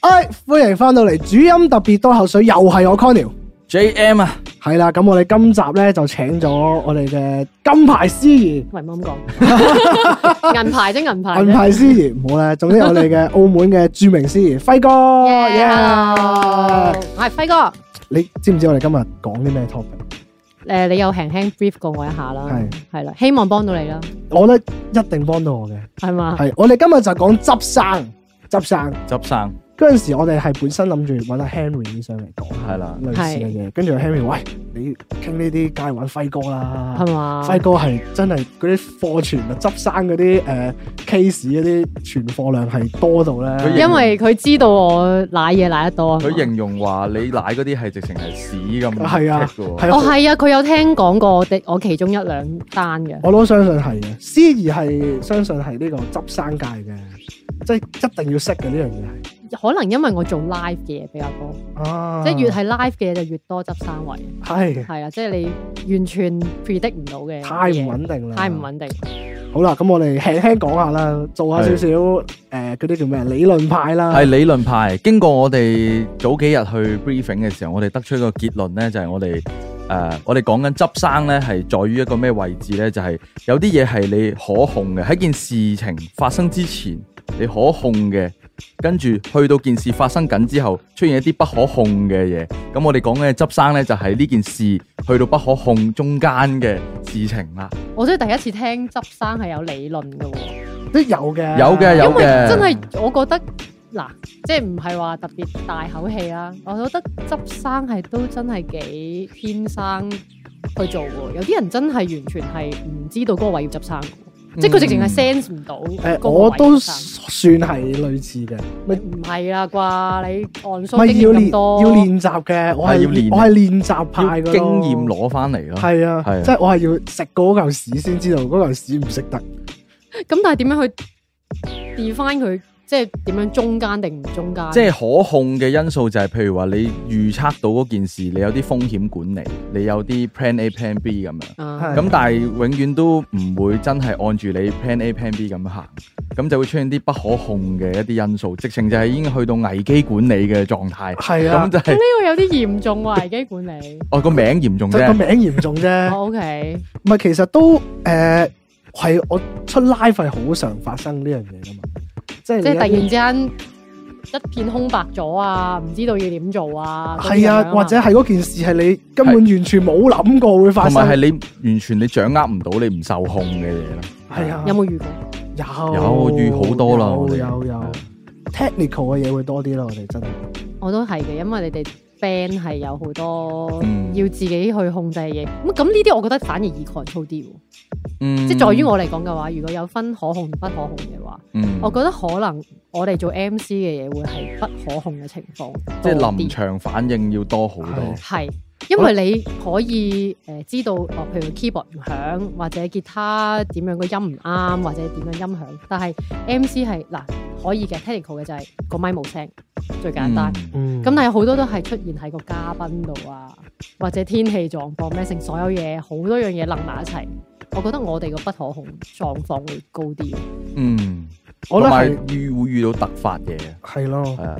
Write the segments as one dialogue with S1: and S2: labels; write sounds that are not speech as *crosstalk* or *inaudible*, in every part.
S1: 哎，歡迎翻到嚟主音特別多口水，又係我 Conny。
S2: J M 啊，
S1: 係啦，咁我哋今集咧就請咗我哋嘅金牌司儀、
S3: 喂，唔好咁
S1: *laughs*
S3: 講，銀牌啫，銀牌
S1: 銀
S3: 啫。
S1: 牌司儀，唔好啦，總之我哋嘅澳門嘅著名司儀輝哥。
S3: Hello，
S1: Yeah！
S3: 我係輝哥。
S1: 你知唔知我哋今日講啲咩 topic？
S3: 誒，你又輕輕 brief 過我一下啦，
S1: 係
S3: 係啦，希望幫到你啦，
S1: 我覺得一定幫到我嘅。
S3: 係嘛？
S1: 係，啊我哋今日就講執生，執生。
S2: 執生
S1: 嗰陣時我哋係本身諗住揾阿 Henry 上嚟講
S2: 係啦，
S1: 類似嘅嘢，跟住 Henry 喂，你傾呢啲梗係揾輝哥啦。
S3: 係嘛？
S1: 輝哥係真係嗰啲貨存啊，執生嗰啲誒 case 嗰啲存貨量係多到
S2: 佢
S1: 咧，
S2: 認
S3: 因為佢知道我舐嘢舐得多啊嘛。
S2: 佢形容話你奶嗰啲係直情係屎咁，
S1: 係啊
S2: 係
S1: 係
S3: 哦，
S1: 啊，
S3: 係啊，佢有聽講過我哋我其中一兩單嘅，
S1: 我都相信係嘅。司儀係相信係呢個執生界嘅，即係一定要識嘅呢樣嘢係。
S3: 可能因為我做 live 嘅嘢比較多，
S1: 啊，
S3: 即係越係 live 嘅嘢就越多執生位，
S1: 係
S3: 係啊，即係你完全 predict 唔到嘅嘢，
S1: 太唔穩定啦，
S3: 太唔穩定。
S1: 好啦，咁我哋輕輕講下啦，做下少少誒嗰啲叫咩理論派啦，
S2: 係理論派。經過我哋早幾日去 briefing 嘅時候，我哋得出一個結論咧，就係我哋誒，我哋講緊執生咧係在於一個咩位置咧？就係有啲嘢係你可控嘅，喺件事情發生之前你可控嘅，跟住去到件事發生緊之後出現一啲不可控嘅嘢。咁我哋講嘅執生咧就係呢件事去到不可控中間嘅事情啦。
S3: 我真係第一次聽執生係有理論嘅喎。
S1: 都有嘅，
S2: 有嘅有
S3: 因為
S2: 嘅
S3: 真係我覺得嗱，即係唔係話特別大口氣啦，我覺得執生係都真係幾天生去做喎。有啲人真係完全係唔知道嗰個位要執生嘅喎，即係佢直情係 sense 唔到
S1: 誒、
S3: 嗰個位啊
S1: 我都
S3: 要執生。
S1: 算係類似嘅，咪
S3: 唔係啦啩？你按
S1: 咪
S3: 數經
S1: 要
S3: 驗
S1: 練
S3: 咁多，
S1: 要練習嘅，我係
S2: 係要練
S1: 我係練習派嘅
S2: 要
S1: 咯
S2: 經驗。攞翻嚟咯。
S1: 係啊，
S2: 係啊
S1: 即係我係要食過嗰嚿屎先知道嗰嚿屎唔食得。
S3: 咁，但係點樣去 define 佢？即係點樣中間定唔中間？
S2: 即係可控嘅因素就係，譬如話你預測到嗰件事，你有啲風險管理，你有啲 plan A plan B 咁樣。
S3: 啊
S1: 係
S2: 咁但係永遠都唔會真係按住你 plan A plan B 咁行，咁就會出現啲不可控嘅一啲因素，直情就係已經去到危機管理嘅狀態。
S1: 係啊
S2: 咁，就係
S3: 呢個有啲嚴重喎，危機管理。
S2: 哦個名嚴重
S1: 就個
S2: 啫，
S1: 名嚴重
S2: *laughs*
S1: 啫。
S3: O K，
S1: 唔係，其實都誒呃係、我出 live 係好常發生呢樣嘢噶嘛，即係啊
S3: 即係
S1: 你
S3: 突然
S1: 一啲
S3: 之間一片空白咗啊，唔知道要點做啊，嗰啲
S1: 係啊
S3: 咁樣，
S1: 或者係嗰件事係你根本完全冇諗過會發
S2: 同
S1: 生。
S2: 埋係你完全你掌握唔到，你唔受控嘅嘢咯。
S1: 係啊，
S3: 有冇遇過？
S1: 有
S2: 有遇好多啦我
S1: 有
S2: 哋
S1: 有有 technical 嘅嘢會多啲啦，我哋真係
S3: 我都係嘅，因為你哋 band 係有好多
S2: 嗯
S3: 要自己去控制嘅嘢，咁咁呢啲我覺得反而易 control 啲喎，
S2: 嗯，
S3: 即係在於我嚟講嘅話，如果有分可控同不可控嘅話，
S2: 嗯，
S3: 我覺得可能我哋做 MC 嘅嘢會係不可控嘅情況
S2: 即係
S3: 多啲
S2: 臨場反應要多好多
S1: 係。
S3: 係，因為你可以誒、呃知道哦，譬如 keyboard 唔響，或者吉他點樣個音唔啱，或者點樣音響。但係 MC 係嗱可以嘅 technical 嘅就係個咪冇聲，最簡單。咁、
S1: 嗯
S2: 嗯
S3: 但係好多都係出現喺個嘉賓度啊，或者天氣狀況咩成，所有嘢好多樣嘢楞埋一齊。我覺得我哋個不可控狀況會高啲。
S2: 嗯，
S1: 我覺得
S2: 同埋
S1: 係
S2: 遇會遇到突發嘢，
S1: 係咯。
S2: 係啊。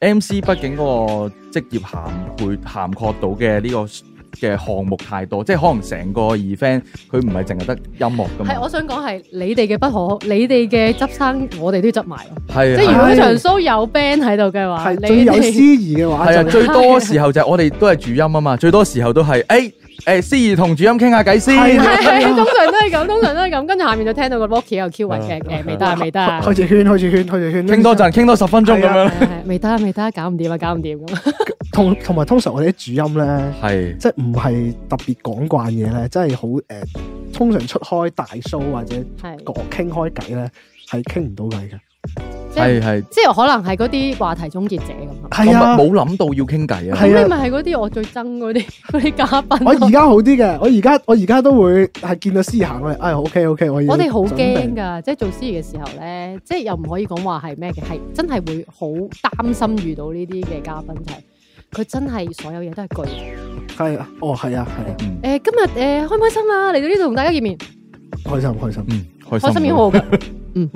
S2: MC 畢竟嗰個職業涵蓋涵括到嘅呢個嘅項目太多，即係可能成個 event 佢唔係淨係得音樂噶嘛
S3: 係，，我想講係你哋嘅不可控，你哋嘅執生，我哋都要執埋咯。
S2: 係
S3: 即係如
S2: 係
S3: 果場 show 有 band 喺度嘅話，
S1: 係
S3: 你
S1: 最有
S3: 哋 *laughs*
S1: 詩意嘅話
S2: 啊係啊，
S1: 就
S2: 最多時候就係我哋都係主音啊嘛，最多時候都哎係誒誒思怡同主音傾下偈先，
S1: 係啊
S3: 係通常都係咁，通常都係咁，跟住下面就聽到個 Rocky 又 Q 位嘅，誒未得啊，未得 *laughs* 啊，
S1: 開始圈，開始圈，開始圈，
S2: 傾多陣，傾多十分鐘咁
S1: 係
S2: 樣，
S3: 係係未得啊，未得啊，搞唔掂啊，搞唔掂咁。
S1: 同同埋通常我哋啲主音咧，
S3: 啊
S2: 係
S1: 即係唔係特別講慣嘢咧，真係好誒，通常出開大 show 或者
S3: 係，
S1: 講傾開偈咧，係傾唔到偈
S2: 哦
S1: 嘅。
S3: 即係
S2: 係係，
S3: 即係可能係嗰啲話題終結者咁啊。
S2: 我
S1: 係啊，
S2: 冇諗到要傾偈啊，
S1: 係
S3: 咁
S1: 啊
S3: 你咪係嗰啲我最憎嗰啲 *laughs* 嗰啲嘉賓。
S1: 我而家好啲嘅，我而家我而家都會係見到思行我哋，哎，OK OK，我要
S3: 我哋好
S1: 準備
S3: 驚㗎，即係做司儀嘅時候咧，即係又唔可以講話係咩嘅，係真係會好擔心遇到呢啲嘅嘉賓就係佢真係所有嘢都係巨
S1: 係啊，哦係啊係啊，
S2: 嗯
S3: 誒、今日誒開唔開心啊？嚟到呢度同大家見面，
S1: 開心開心，
S2: 嗯，
S3: 開
S2: 開
S3: 心已
S2: 心
S3: 經
S2: 嘅
S3: 好好㗎。
S1: 嗯，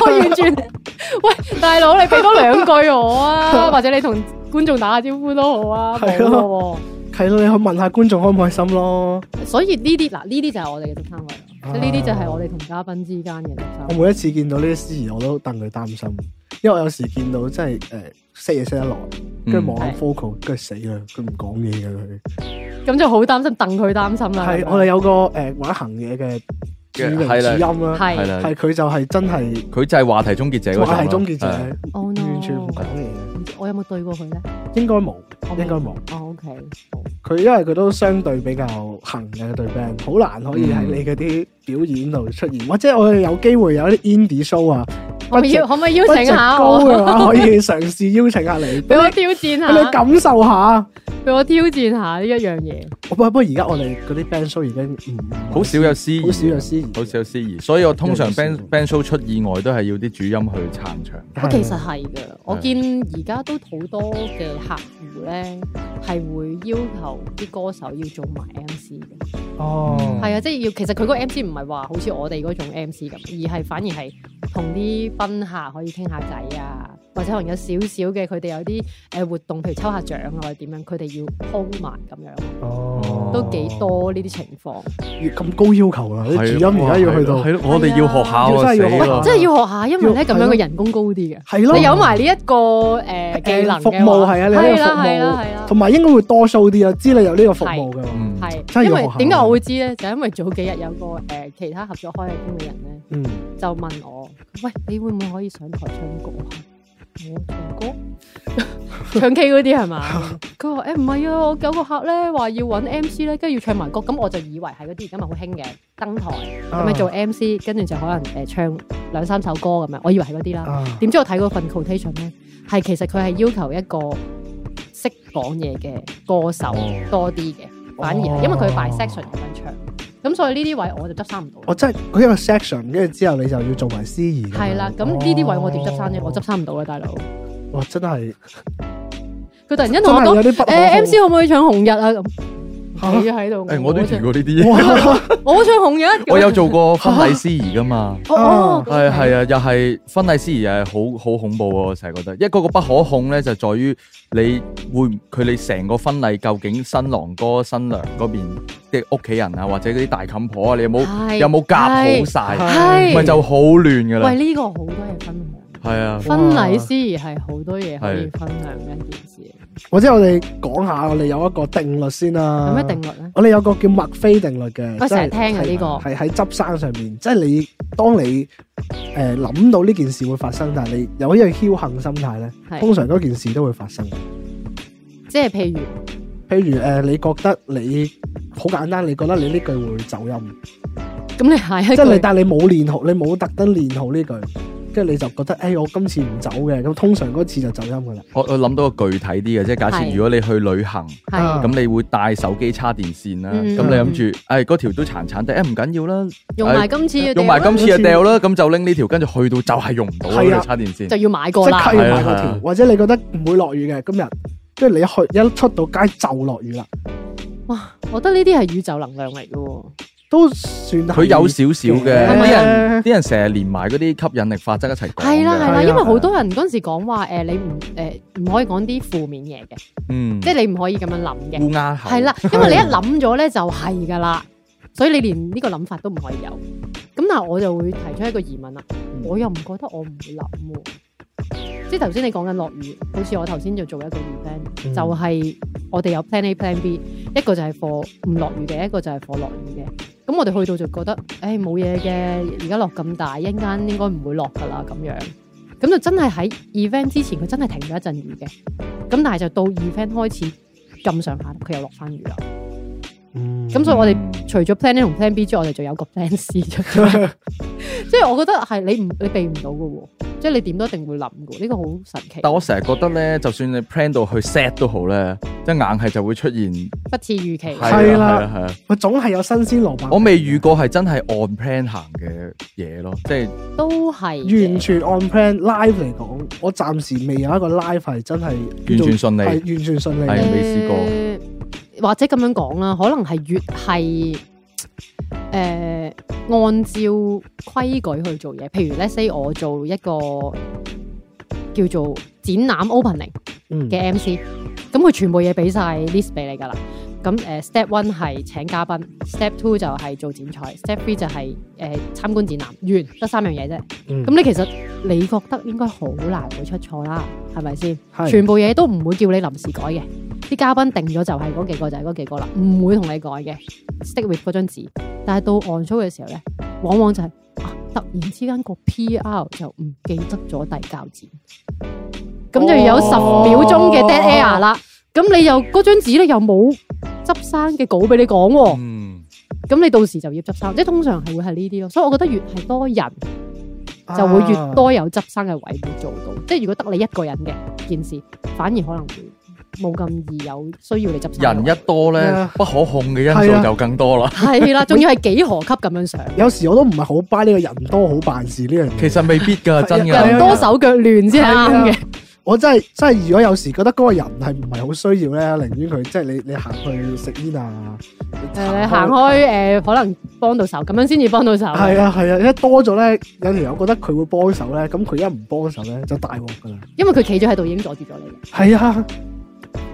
S3: *laughs* 我完全喂，大佬，你俾多兩句我
S1: *laughs*
S3: 啊，或者你同觀眾打下招呼都好啊，冇
S1: 係咯
S3: 喎。
S1: 係咯，你去問下觀眾開唔開心咯。
S3: 所以呢啲嗱，呢啲就係我哋嘅執生位啦，
S1: 啊
S3: 即係呢啲就係我哋同嘉賓之間嘅執生
S1: 我
S3: 位。
S1: 每一次見到呢啲司儀，我都戥佢擔心，因為我有時見到真係誒識嘢識得耐，
S2: 嗯
S1: 跟住望下
S3: 係
S1: focal，跟住死啦，佢唔講嘢嘅佢。
S3: 咁就好擔心，戥佢擔心啦。
S1: 係
S3: 咁樣
S1: 我哋有個誒玩行嘢嘅主
S2: 嘅
S1: 名
S2: 係啦
S1: 主音啦，
S2: 係
S3: 係
S2: 啦，
S1: 係佢就係真係
S2: 佢就係話題終結者嗰種
S1: 話係
S2: 咯
S1: 終結者，
S2: 係
S3: ，oh no，
S1: 完全唔講嘢，
S3: 唔知我有冇對過佢咧？
S1: 應該冇，
S3: 我
S1: 應該冇。
S3: 哦，OK，
S1: 佢因為佢都相對比較行嘅對 band，好難可以喺你嗰啲表演度出現，或者我哋有機會有啲 indie show 啊，
S3: 可唔可以
S1: budget-
S3: 可唔可以邀
S1: budget
S3: 請下
S1: 高
S3: 我？
S1: 嘅話，可以嘗試邀請下
S3: *laughs*
S1: 你，
S3: 俾
S1: 俾
S3: 我
S1: 你
S3: 挑
S1: *laughs*
S3: 戰
S1: 俾你
S3: 下，
S1: 感受下。
S3: 俾我挑戰下呢一樣嘢。
S1: 不不過而家我哋嗰啲 band show 已經唔唔
S2: 好少有司儀，
S1: 好少有司儀，
S2: 好少有司儀，所以我通常
S1: 有少
S2: band band show 出意外都係要啲主音去撐場。
S3: 我
S1: 係。
S3: 啊其實係噶，我見而家都好多嘅客戶咧係會要求啲歌手要做埋 MC 嘅。
S1: 哦，
S3: 係啊，即係要其實佢嗰個 MC 唔係話好似我哋嗰種 MC 咁，而係反而係同啲賓客可以傾下偈啊，或者可能有少少嘅佢哋有啲誒活動，譬如抽下獎啊或者點樣，佢哋要 hold 埋咁樣，
S1: 哦
S3: 都幾多呢啲情況，
S1: 越咁高要求啊！啲主音而家要去到啊
S2: 係啊咯，我哋要學下
S1: 要真係要學
S2: 喎，
S1: 下
S2: 死啦！
S3: 真係要學下，因為
S1: 要
S3: 咧咁樣嘅人工高啲嘅。
S1: 啊係咯，
S3: 你有埋呢一個誒技能嘅話
S1: 服務係啊，你呢個
S3: 係
S1: 服
S3: 啦係啦
S1: 務
S3: 係啦
S1: 同。埋應該會多 show 啲啊，知你有呢個服務嘅話，
S2: 嗯
S1: 真係
S3: 係，因
S1: 要
S3: 為
S1: 學下
S3: 點解我會知咧？就因為早幾日有個誒、其他合作開嘅經理人咧，
S1: 嗯，
S3: 就問我：喂，你會唔會可以上台唱歌啊？我唱歌，唱 K 嗰啲係嘛？佢話：誒唔係啊，我有個客咧話要揾 MC 咧，跟住要唱埋歌，咁我就以為係嗰啲而家咪好興嘅登台，咁
S1: 啊
S3: 咪做 MC，跟住就可能誒、唱兩三首歌咁樣，我以為係嗰啲啦。
S1: 啊
S3: 點知我睇嗰份 quotation 咧，係其實佢係要求一個識講嘢嘅歌手
S2: 哦
S3: 多啲嘅，反而係因為佢 by section 咁樣唱，咁所以呢啲位我就執生唔到啦。
S1: 我真係佢一個 section，跟住之後你就要做埋司儀咁樣。
S3: 係啦，咁呢啲位我點執生啫？
S1: 哦
S3: 我執生唔到啦，大佬。佢
S1: 哇，真
S2: *laughs*
S1: 係
S3: 突然間
S1: 真
S3: 同我
S1: 係
S3: 講：
S1: 有啲不可
S3: 誒
S1: 控
S3: MC 可唔可以唱紅日啊？咁
S1: 嚇
S3: 企喺度，
S2: 誒，我都遇
S3: 唱，
S2: 過呢啲嘢，
S1: 哇
S3: 我唱紅日。
S2: *laughs* 我有做過婚禮司儀噶嘛。
S3: 哦。哦，
S2: 係係啊，又係婚禮司儀又係好好恐怖喎，我成日覺得，一個個不可控咧，就在於你會唔佢哋成個婚禮究竟新郎哥新娘嗰邊嘅屋企人啊，或者嗰啲大冚婆啊，你有冇
S3: 係
S2: 有冇夾好
S1: 係
S2: 晒，
S3: 係
S2: 咪就好亂噶
S3: 喂，
S2: 啦，
S3: 呢個好多嘢分享。
S2: 係啊，
S3: 婚禮司儀係好多嘢可以分享嘅一件事。
S1: 或者我哋講下我哋有一個定律先啦。
S3: 有咩定？律咧？
S1: 我哋有個叫墨菲定律嘅，
S3: 我成日
S1: 即係
S3: 聽嘅呢個
S1: 係係喺執生上面，即係你當你誒諗到呢件事會發生，但係你有一個僥倖心態咧，通
S3: 係
S1: 常嗰件事都會發生。
S3: 即係譬如
S1: 譬如誒、呃你覺得你好簡單，你覺得你呢句會走音，
S3: 咁，你下一
S1: 即
S3: 句
S1: 係你但係你冇練好，你冇特登練好呢句，跟住你就覺得誒、哎我今次唔走嘅，咁通常嗰次就走音噶啦。
S2: 我我諗到個具體啲嘅，即係假設
S3: 係
S2: 如果你去旅行。
S1: 啊
S3: 係
S2: 咁你會帶手機叉電線啦，
S3: 嗯
S2: 咁你諗住，誒嗰條都殘殘地，誒唔緊要啦，
S3: 用埋今次嘅
S2: 用埋今次就掉啦，咁就拎呢條，跟住去到就係用唔到啦
S1: 係啊
S2: 條叉電線
S3: 就。要買
S1: 即
S3: 過啦
S1: 刻。要買嗰
S2: 係啊係啊
S1: 條，或者你覺得唔會落雨嘅今日，跟住你一去一出到街就落雨啦，
S3: 哇！我覺得呢啲係宇宙能量嚟嘅喎。
S1: 都算係
S2: 佢有少少嘅，
S3: 係
S2: 啲
S3: 咪啊
S2: 人啲人成日連埋嗰啲吸引力法則一齊講嘅。
S3: 係啦係
S1: 係啊
S3: 啦，因為好多人嗰陣時講話誒，你唔誒唔可以講啲負面嘢嘅，
S2: 嗯，
S3: 即係你唔可以咁樣諗嘅。
S2: 烏鴉口。
S3: 係啦，因為你一諗咗咧就係㗎啦，所以你連呢個諗法都唔可以有。咁但係我就會提出一個疑問啦，我又唔覺得我唔會諗喎。即係頭先你講緊落雨，好似我頭先就做一個 event，
S1: 嗯
S3: 就係我哋有 plan A、plan B，一個就係 for 唔落雨嘅，一個就係 for 落雨嘅。咁我哋去到就覺得，誒冇嘢嘅，而家落咁大，一陣間應該唔會落㗎啦咁樣。咁就真係喺 event 之前，佢真係停咗一陣雨嘅。咁但係就到 event 開始咁上下，佢又落翻雨啦。
S1: 嗯
S3: 咁所以我哋除咗 plan A 同 plan B 之外，我哋仲有個 plan C
S1: *laughs*
S3: 出咗。即係我覺得係你唔你避唔到嘅喎，即係你點都一定會諗嘅喎，呢個好神奇。
S2: 但我成日覺得咧，就算你 plan 到去 set 都好咧，即係硬係就會出現。
S3: 不似預期，
S1: 係
S2: 係啊
S1: 啦
S2: 係啦，係啦。
S1: 佢總係有新鮮蘿蔔。
S2: 我未遇過係真係按 plan 行嘅嘢咯，即係
S3: 都係嘅
S1: 完全 on plan live 嚟講，我暫時未有一個 live 係真係
S2: 完全
S1: 叫做
S2: 順
S1: 係
S2: 利。
S1: 完全順利
S2: 係
S1: 嘅。
S2: 未試過
S3: 呃過。或者咁樣講啦，可能係越係呃誒、按照規矩去做嘢，譬如 let's say 我做一個誒、叫做展覽 opening
S1: 嗯
S3: 嘅 MC，咁佢全部嘢俾晒 list 俾你㗎啦。咁誒、呃 step one 係請嘉賓，step two 就係做剪彩，step three 就係、誒、參觀展覽，完得三樣嘢啫。
S1: 嗯
S3: 咁你其實你覺得應該好難會出錯啦，係咪先？
S1: 係
S3: 全部嘢都唔會叫你臨時改嘅，啲嘉賓定咗就係嗰幾個就係嗰幾個啦，唔會同你改嘅，stick with 嗰張紙。但係到 on show 嘅時候咧，往往就係、啊，突然之間個 PR 就唔記得咗遞交紙，咁就有十秒鐘嘅 dead air 啦。咁你又嗰張紙咧又冇執生嘅稿俾你講喎。
S2: 嗯，
S3: 咁你到時就要執生，即係通常係會係呢啲咯。所以我覺得越係多人，
S1: 啊
S3: 就會越多有執生嘅位會做到。即係如果得你一個人嘅件事，反而可能會冇咁易有需要你執生嘅位。
S2: 人一多咧
S1: 啊，
S2: 不可控嘅因
S1: 係
S2: 素
S1: 啊
S2: 就更多啦。
S3: 係啦，仲要係幾何級咁樣上，
S1: 有時我都唔係好 buy 呢個人多好辦事呢樣嘢。
S2: 其實未必㗎，真
S1: 係啊
S2: 㗎。
S3: *laughs* 人多手腳亂先係啊啱嘅。
S1: 我真係真係，如果有時覺得嗰個人係唔係好需要咧，寧願佢即係你你行去食煙啊，
S3: 誒，你行開誒，可能幫到手，咁樣先至幫到手。
S1: 係啊係啊，一多咗咧，有條友覺得佢會幫手咧，咁佢一唔幫手咧就大鑊㗎啦。
S3: 因為佢企咗喺度已經阻住咗你
S1: 係
S3: 啦。
S1: 啊，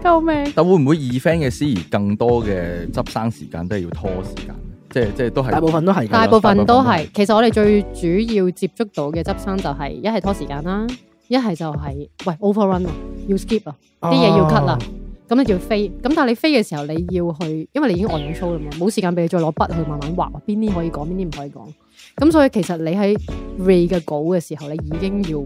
S3: 救命！
S2: 但會唔會二 friend 嘅司儀更多嘅執生時間都係要拖時間？即係即係都係
S1: 大部分都係㗎。
S3: 大部分都
S2: 大部
S3: 係，其實我哋最主要接觸到嘅執生就係一係拖時間啦，一係就係、喂 overrun 啊，要 skip 啊，啲嘢要 cut 啦
S1: 啊，
S3: 咁你就要飛。咁但係你飛嘅時候，你要去，因為你已經 on 咗 show 啦嘛，冇時間俾你再攞筆去慢慢畫邊啲可以講，邊啲唔可以講。咁所以其實你喺 re 嘅稿嘅時候，你已經要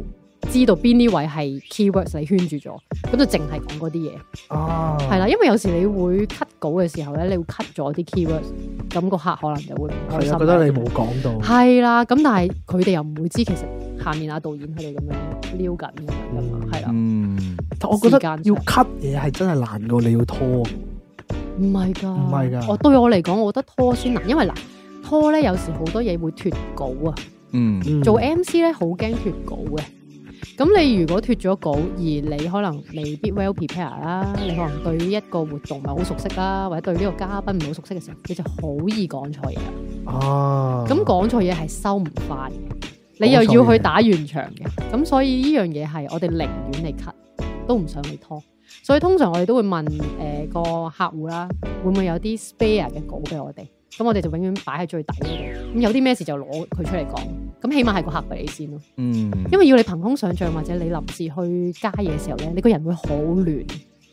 S3: 知道邊啲位係 keywords 你圈住咗，咁就淨係講嗰啲嘢。
S1: 啊，
S3: 係啦，因為有時你會 cut 稿嘅時候咧，你會 cut 咗啲 keywords，咁個客可能就會唔開
S1: 係
S3: 心啦。
S1: 啊，覺得你冇講到。
S3: 係啦，咁但係佢哋又唔會知，其實下面啊導演佢哋咁樣撩緊咁樣噶嘛，係啦，
S2: 嗯，
S1: 但我覺得
S3: 時間上
S1: 要 cut 嘢係真係難過你要拖。
S3: 唔係㗎，
S1: 唔係㗎
S3: 我對我嚟講，我覺得拖先難，因為嗱拖咧有時好多嘢會脱稿啊，
S2: 嗯，
S1: 嗯
S3: 做 MC 咧好驚脱稿嘅。咁你如果脱咗稿，而你可能未必 well prepare 啦，你可能對一個活動唔係好熟悉啦，或者對呢個嘉賓唔好熟悉嘅時候，你就好易講錯嘢啦。
S1: 啊，
S3: 咁講錯嘢係收唔翻嘅，你又要去打完場嘅，咁所以呢樣嘢係我哋寧願你 cut，都唔想你拖。所以通常我哋都會問誒、呃、個客戶啦，會唔會有啲 spare 嘅稿俾我哋？咁我哋就永遠擺喺最底嗰度。咁有啲咩事就攞佢出嚟講。咁起碼係個客俾你先咯，
S2: 嗯，
S3: 因為要你憑空想像或者你臨時去加嘢嘅時候咧，你個人會好亂。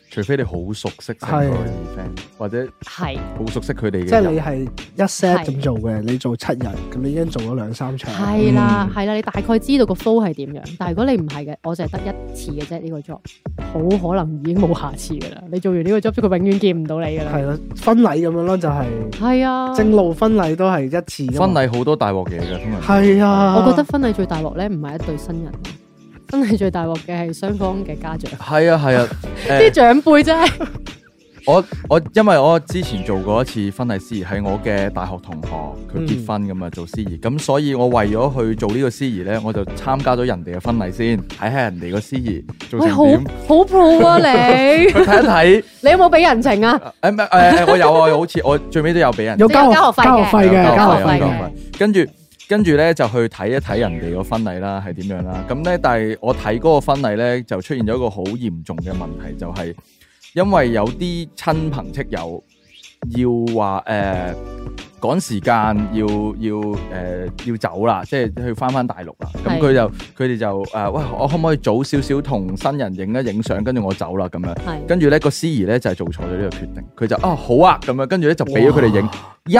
S2: 除非你好熟悉成個
S1: 係
S2: 二 friend，或者
S3: 係
S2: 好熟悉佢哋嘅人，
S1: 即係你係一 set
S3: 係
S1: 咁做嘅，你做七日，咁你已經做咗兩三場。
S3: 係啦
S2: 嗯
S3: 係啦，你大概知道個 flow 係點樣。但係如果你唔係嘅，我就係得一次嘅啫呢個 job，好可能已經冇下次噶啦。你做完呢個 job，佢永遠見唔到你噶啦。
S1: 係啦，婚禮咁樣咯，就係、
S3: 係啊，
S1: 正路婚禮都係一次㗎嘛。
S2: 婚禮好多大鑊嘢㗎，通常
S1: 係啊，
S3: 我覺得婚禮最大鑊咧，唔係一對
S2: *laughs*
S3: 新人，啊婚禮最大鑊嘅係雙方嘅家長，
S2: 係
S1: *laughs*
S2: 啊係啊，
S3: 啲
S2: 誒
S3: 長輩真係
S2: 我我因為我之前做過一次婚禮司儀，係我嘅大學同學佢
S3: 嗯
S2: 結婚咁啊做司儀，咁所以我為咗去做呢個司儀咧，我就參加咗人哋嘅婚禮先，睇下人哋個司儀做
S3: 喂
S2: 成
S3: 好
S2: 點，
S3: 好 pro 啊你，
S2: *laughs* 佢睇一睇，
S3: 你有冇俾人情啊？
S2: 誒唔係誒我有啊，好似我最尾都有俾人
S1: 有交
S3: 有交學費嘅
S1: 交學費
S2: 有
S1: 嘅，
S2: 交
S1: 交
S2: 學
S1: 學
S2: 費
S1: 費
S2: 有交
S1: 嘅
S2: 學。費跟住跟住咧就去睇一睇人哋個婚禮啦，係點樣啦。咁咧，但係我睇嗰個婚禮咧，就出現咗一個好嚴重嘅問題，就係、因為有啲親朋戚友要話誒、呃、趕時間，要要誒、呃要走啦，即係去翻翻大陸啦。咁
S3: 係
S2: 佢就佢哋就誒、呃喂，我可唔可以早少少同新人影一影相，跟住我走啦咁樣。
S3: 係
S2: 跟住咧個司儀咧就係、做錯咗呢個決定，佢就啊好啊咁樣，跟住咧就俾咗佢哋影。一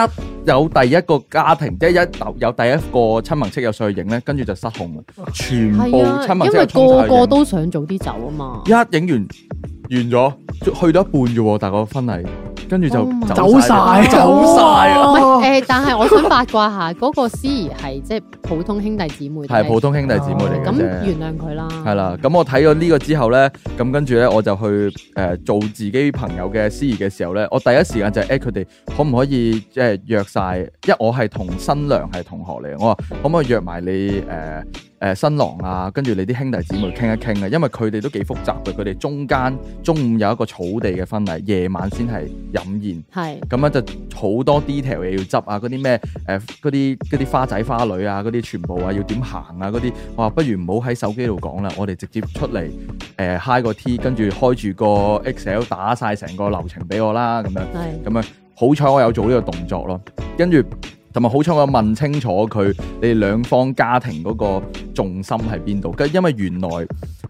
S2: 有第一個家庭，即係一有有第一個親朋戚友上去影咧，跟住就失控啦，全部
S3: 係啊
S2: 親，朋戚
S3: 因
S2: 友
S3: 為
S2: 衝晒
S3: 個
S2: 去影
S3: 個都想早啲走啊嘛
S2: 一。影完完咗，去到一半啫喎，但係個婚禮，跟住就
S3: Oh my
S1: 走晒，
S2: 走晒啊！
S3: 唔
S1: 啊！
S3: 係誒，但係我想八卦下，嗰個司儀係即係普通兄弟姊妹定係，
S2: 係普通兄弟姊妹嚟嘅
S3: 哦咁
S2: 啫。
S3: 原諒佢啦。
S2: 係啦，咁我睇咗呢個之後咧，咁跟住咧我就去誒、呃做自己朋友嘅司儀嘅時候咧，我第一時間就係誒哎佢哋可唔可以即係約晒？因為我係同新娘係同學嚟，我話可唔可以約埋你誒誒、誒新郎啊，跟住你啲兄弟姊妹傾一傾啊，因為佢哋都幾複雜嘅，佢哋中間中午有一個草地嘅婚禮，夜晚先係飲宴。
S3: 係
S2: 咁樣就好多 detail 嘢要執啊，嗰啲咩誒嗰啲嗰啲花仔花女啊，嗰啲全部啊要點行啊嗰啲，我話不如唔好喺手機度講啦，我哋直接出嚟誒 high 個 T，跟住開住個 Excel 打晒成個流程俾我啦，咁樣咁
S3: 係
S2: 樣好彩我有做呢個動作咯，跟住同埋好彩我問清楚佢你哋兩方家庭嗰個重心喺邊度，跟因為原來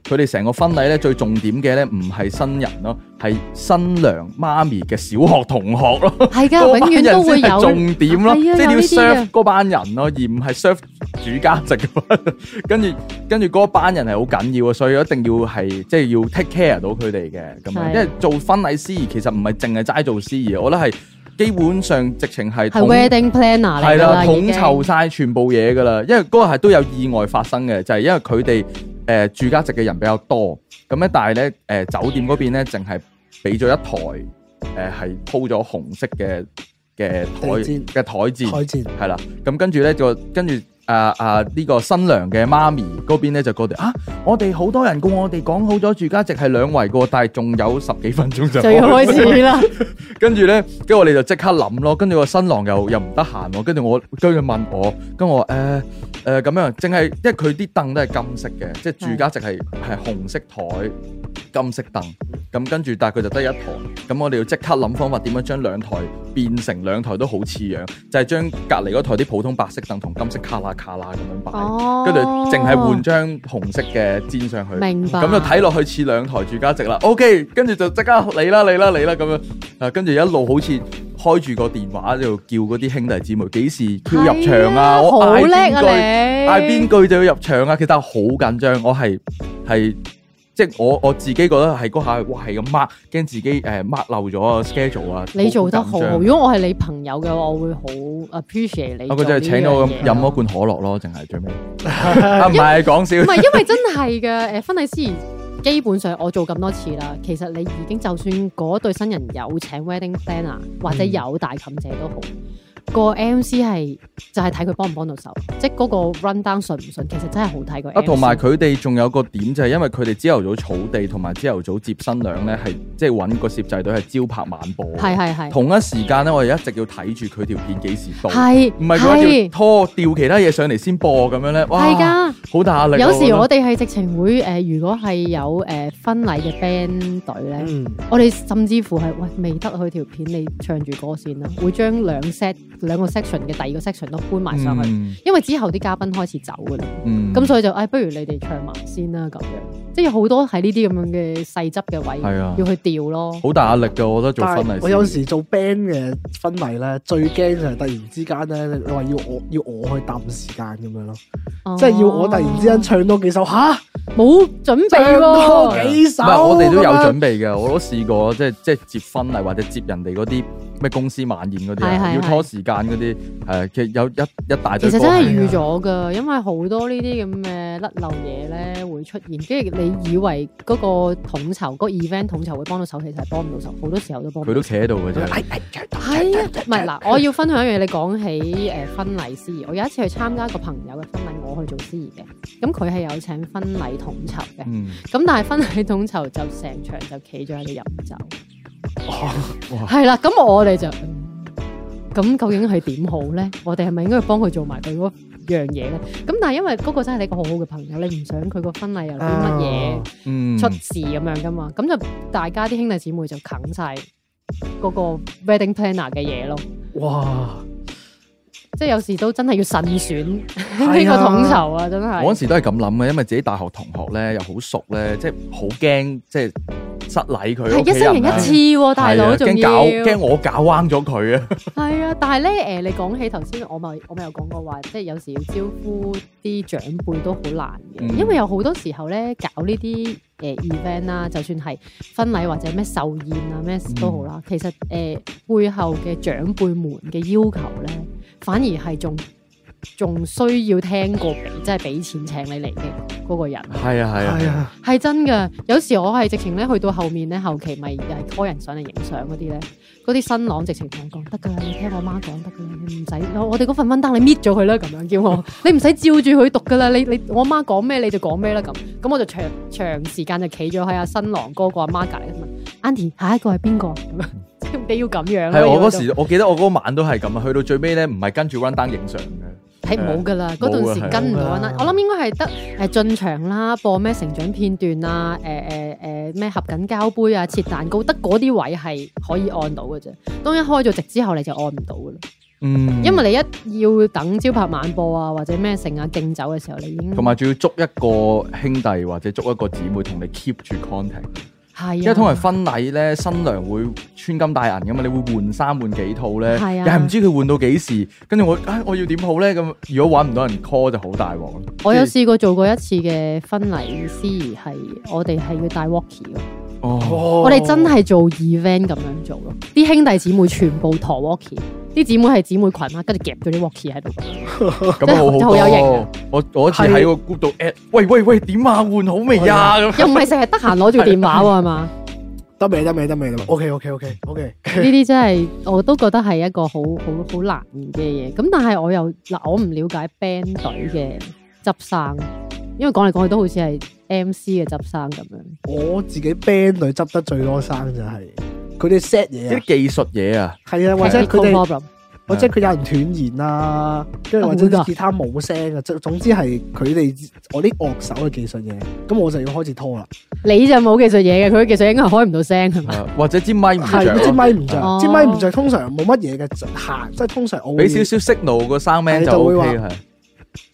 S2: 佢哋成個婚禮咧最重點嘅咧唔係新人咯，係新娘媽咪嘅小學同學咯。
S3: 係
S2: *laughs* 嗰
S3: 㗎，永
S2: 班
S3: 遠
S2: 人
S3: 都會
S2: 先係
S3: 有。
S2: 重點咯，
S3: 係啊
S2: 即係你
S3: 有
S2: 要
S3: 呢啲
S2: serve
S3: 嘅
S2: 嗰班人咯，而唔係 serve 主家席嗰班人。 *laughs* 跟住跟住嗰班人係好緊要啊，所以一定要係即係要 take care 到佢哋嘅咁樣。
S3: 係
S2: 因為做婚禮司儀其實唔係淨係齋做司儀，我覺得係基本上直情係
S3: 係
S2: 統
S3: wedding planner 嚟
S2: 係
S3: 㗎
S2: 啦，
S3: 啦，
S2: 統
S3: 已經
S2: 籌晒全部嘢㗎啦。因為嗰日係都有意外發生嘅，就係、因為佢哋誒住家席嘅人比較多，咁咧但係咧呃誒酒店嗰邊咧淨係俾咗一台誒係鋪咗紅色嘅嘅台
S1: 地氈
S2: 嘅台
S1: 開
S2: 墊，
S1: 戰
S2: 係啦。咁跟住咧就跟住。啊啊！呢、個新娘嘅媽咪嗰邊咧就過嚟啊！我哋好多人噶，我哋講好咗住家席係兩圍噶，但係仲有十幾分鐘就
S3: 就要開始啦。
S2: 跟住咧，跟住我哋就即刻諗咯。跟住個新郎又又唔得閒喎，跟住我跟住問我，跟住我話誒誒咁樣，淨係因為佢啲凳都係金色嘅，即係住家席係係紅色台、金色凳。咁跟住，但係佢就得一台。咁我哋要即刻諗方法點樣將兩台變成兩台都好似樣，就係、將隔離嗰台啲普通白色凳同金色卡啦卡啦咁樣擺。
S3: 哦，
S2: *laughs* 跟住淨係換張紅色嘅氈上去，
S3: 明白
S2: 咁就睇落去似兩台住家席啦。OK，跟住就即刻嚟啦嚟啦嚟啦咁樣，啊跟住一路好似開住個電話就叫嗰啲兄弟姊妹幾時 Q 入場啊，
S3: 係
S2: 我
S3: 好
S2: 嗌
S3: 叻
S2: 邊句
S3: 啊
S2: 嗌邊
S3: 你，
S2: 句就要入場啊。其實我好緊張，我係係。即係我我自己覺得係嗰下，哇係咁 mark，驚自己誒 mark 漏咗啊 schedule 啊。
S3: 你做得好
S2: 緊張
S3: 好。如果我係你朋友嘅話，我會好 appreciate 你。
S2: 啊佢就係請我咁飲嗰。罐可樂咯，淨係
S3: *laughs*
S2: 最尾。啊唔
S1: 係
S2: 係講
S3: 唔
S2: 笑。
S3: 係因為真係嘅，呃誒婚禮司儀基本上我做咁多次啦，其實你已經就算嗰對新人有請 wedding planner 或
S2: 嗯
S3: 者有大冚姐都好，個 MC 係就係睇佢幫唔幫到手，即係嗰個 run down 順唔順，其實真係好睇個 MC。
S2: 啊，同埋佢哋仲有個點就係因為佢哋朝頭早草地同埋朝頭早接新娘咧，係即係揾個攝製隊係朝拍晚播。
S3: 係係係
S2: 同一時間咧，我哋一直要睇住佢條片幾時到，
S3: 係
S2: 唔係嘅話要拖吊其他嘢上嚟先播咁樣咧。哇，
S3: 係㗎。
S2: 好大壓力啊。
S3: 有時我
S2: 覺
S3: 哋係直情會誒、呃如果係有誒、呃婚禮嘅 band 隊咧，
S1: 嗯，
S3: 我哋甚至乎係喂未得佢條片，你唱住歌先啦，會將兩 set 兩個 section 嘅第二個 section 都搬埋
S2: 得
S3: 上去，
S2: 嗯
S3: 因為之後啲嘉賓開始走噶啦，
S2: 嗯
S3: 咁、所以就誒、哎不如你哋唱埋先啦咁樣，即係有好多係呢啲咁樣嘅細執嘅位
S2: 係啊
S3: 要去調咯，
S2: 好大壓力㗎，我覺得做
S1: 但
S2: 婚
S1: 係
S2: 禮。
S1: 我有時做 band 嘅婚禮咧，最驚就係突然之間咧，你話要我要我去揼時間咁樣咯，即係要我突然之間
S3: 哦
S1: 唱多幾首吓，
S3: 冇準備
S1: 唱多
S3: 喎，
S1: 幾首
S2: 唔係，我哋都有
S1: 咁樣
S2: 準備嘅，我都試過，即係即係接婚禮或者接人哋嗰啲咩公司晚宴嗰啲
S3: 係
S2: 啊，
S3: 係
S2: 要拖時間嗰啲，誒，其實有一一大堆
S3: 其實真
S2: 歌
S3: 係
S2: 喺
S3: 預咗㗎，因為好多呢啲咁嘅甩漏嘢咧會出現，跟住你以為嗰個統籌、嗰個 event 統籌會幫到手，其實係幫唔到手，好多時候都幫唔
S2: 佢
S3: 到
S2: 都
S3: 手。
S2: 企喺度嘅啫。
S1: 哎哎唱多
S3: 係啊，唔係嗱，我要分享一樣嘢，你講起誒婚禮司儀，我有一次去參加一個朋友嘅婚禮，我去做司儀嘅，咁佢係有請婚禮統籌嘅，
S2: 嗯，
S3: 咁但係婚禮統籌就成場就企咗喺度飲酒，
S2: 哇
S3: 係啦，咁我哋就嗯咁究竟係點好咧？我哋係咪應該幫佢做埋佢嗰樣嘢咧？咁但係因為嗰個真係你一個好好嘅朋友，你唔想佢個婚禮有啲
S1: À.
S3: 乜嘢？
S2: 嗯
S3: 出事咁樣噶嘛，咁就大家啲兄弟姊妹就啃晒嗰個 wedding planner 嘅嘢咯，
S1: 哇！
S3: 即係有時都真係要慎選呢個
S1: 係啊
S3: 統籌啊，真
S2: 我嗰
S3: 係。
S2: 時都係咁諗嘅，因為自己大學同學咧又好熟咧，即係好驚即係失禮佢屋
S3: 係
S2: 企
S3: 一生人
S2: 人啊
S3: 一次喎，大
S2: 係
S3: 佬
S2: 啊
S3: 仲
S2: 驚搞
S3: 要
S2: 驚我搞彎咗佢啊！
S3: 係啊！但係咧誒，你講起頭先，我咪我咪有講過話，即係有時要招呼啲長輩都好難嘅，
S2: 嗯
S3: 因為有好多時候咧搞呢啲誒 event 啦，就算係婚禮或者咩壽宴啊咩都好啦，其實誒、呃背後嘅長輩們嘅要求咧，反而係仲仲需要聽過俾，即係俾錢請你嚟嘅嗰個人。
S2: 係啊係啊
S1: 係
S2: 係啊，
S1: 啊，
S3: 係真嘅，有時我係直情咧去到後面咧，後期咪又係拖人上嚟影相嗰啲咧，嗰啲新郎直情同我講得㗎啦，你聽我媽講得㗎啦，你唔使我我哋嗰份 run down 你搣咗佢啦，咁樣叫我，你唔使照住佢讀㗎啦，你你我媽講咩你就講咩啦咁，咁我就長長時間就企咗喺阿新郎哥個阿媽隔離問 Auntie 下一個係邊個咁樣， *laughs* 即係你要咁樣
S2: 係啊
S3: 咯。要
S2: 我
S3: 到
S2: 嗰時，我記得我嗰晚都係咁啊，去到最尾咧，唔係跟住 run down 影相嘅，
S3: 係冇噶啦，嗰
S2: 冇
S3: 段
S2: 啊
S3: 時
S2: 係
S3: 跟唔到
S1: 冇㗎
S3: 啦。我諗應該係得誒進場啦，播咩成長片段啊，誒誒誒咩合緊膠杯啊，切蛋糕，得嗰啲位係可以按到嘅啫。當一開咗直之後，你就按唔到噶啦，
S2: 嗯，
S3: 因為你一要等朝拍晚播啊，或者咩成啊敬酒嘅時候，你已經
S2: 同埋仲要捉一個兄弟或者捉一個姊妹同你 keep 住 contact。
S3: 係啊，
S2: 因為通常婚禮咧，新娘會穿金戴銀噶嘛，你會換衫換幾套咧，
S3: 係啊
S2: 又係唔知佢換到幾時，跟住我，唉，我要點好咧？咁如果揾唔到人 call 就好大鑊啦。
S3: 我有
S2: 即係
S3: 試過做過一次嘅婚禮司儀係我哋係要帶 walkie 咯，
S2: 哦，
S1: 我
S3: 我哋真係做 event 咁樣做咯，啲兄弟姊妹全部陀 walkie，啲姊妹係姊妹群啦，跟住夾咗啲 walkie 喺度咁樣。
S2: 咁啊好好
S3: 真係好有型
S2: 多
S3: 啊。
S2: 我我一次喺個 group 度 at，喂喂喂，點啊？換好未啊？咁
S3: *laughs* 又唔係成日得閒攞住個電話喎，係嘛？
S1: 得未得未得未得未，OK OK OK OK，
S3: 呢啲真係我都覺得係一個好好好難嘅嘢。咁但係我又嗱，我唔了解 band 隊嘅執生，因為講嚟講去都好似係 MC 嘅執生咁樣。
S1: 我自己 band 隊執得最多生就係佢哋 set à? 嘢
S2: 啲
S1: 啊，
S2: 技術嘢啊，
S1: 係啊，或者
S3: Technical
S1: 佢哋。
S3: problem
S1: 或者佢有人斷言啊，跟住或者
S3: 啊會㗎
S1: 啲吉他冇聲啊，即總之係佢哋我啲樂手嘅技術嘢，咁我就要開始拖啦。
S3: 你就冇技術嘢嘅，佢嘅技術應該係開唔到聲係嘛？
S2: 啊或者支咪唔着
S1: 係支咪唔
S3: 哦
S1: 着，支咪唔着，通常冇乜嘢嘅就行，即係通常我
S2: 俾
S1: 會
S2: 少少 signal 個 sound man
S1: 係
S2: 就
S1: 就會
S2: OK
S1: 話
S2: 係。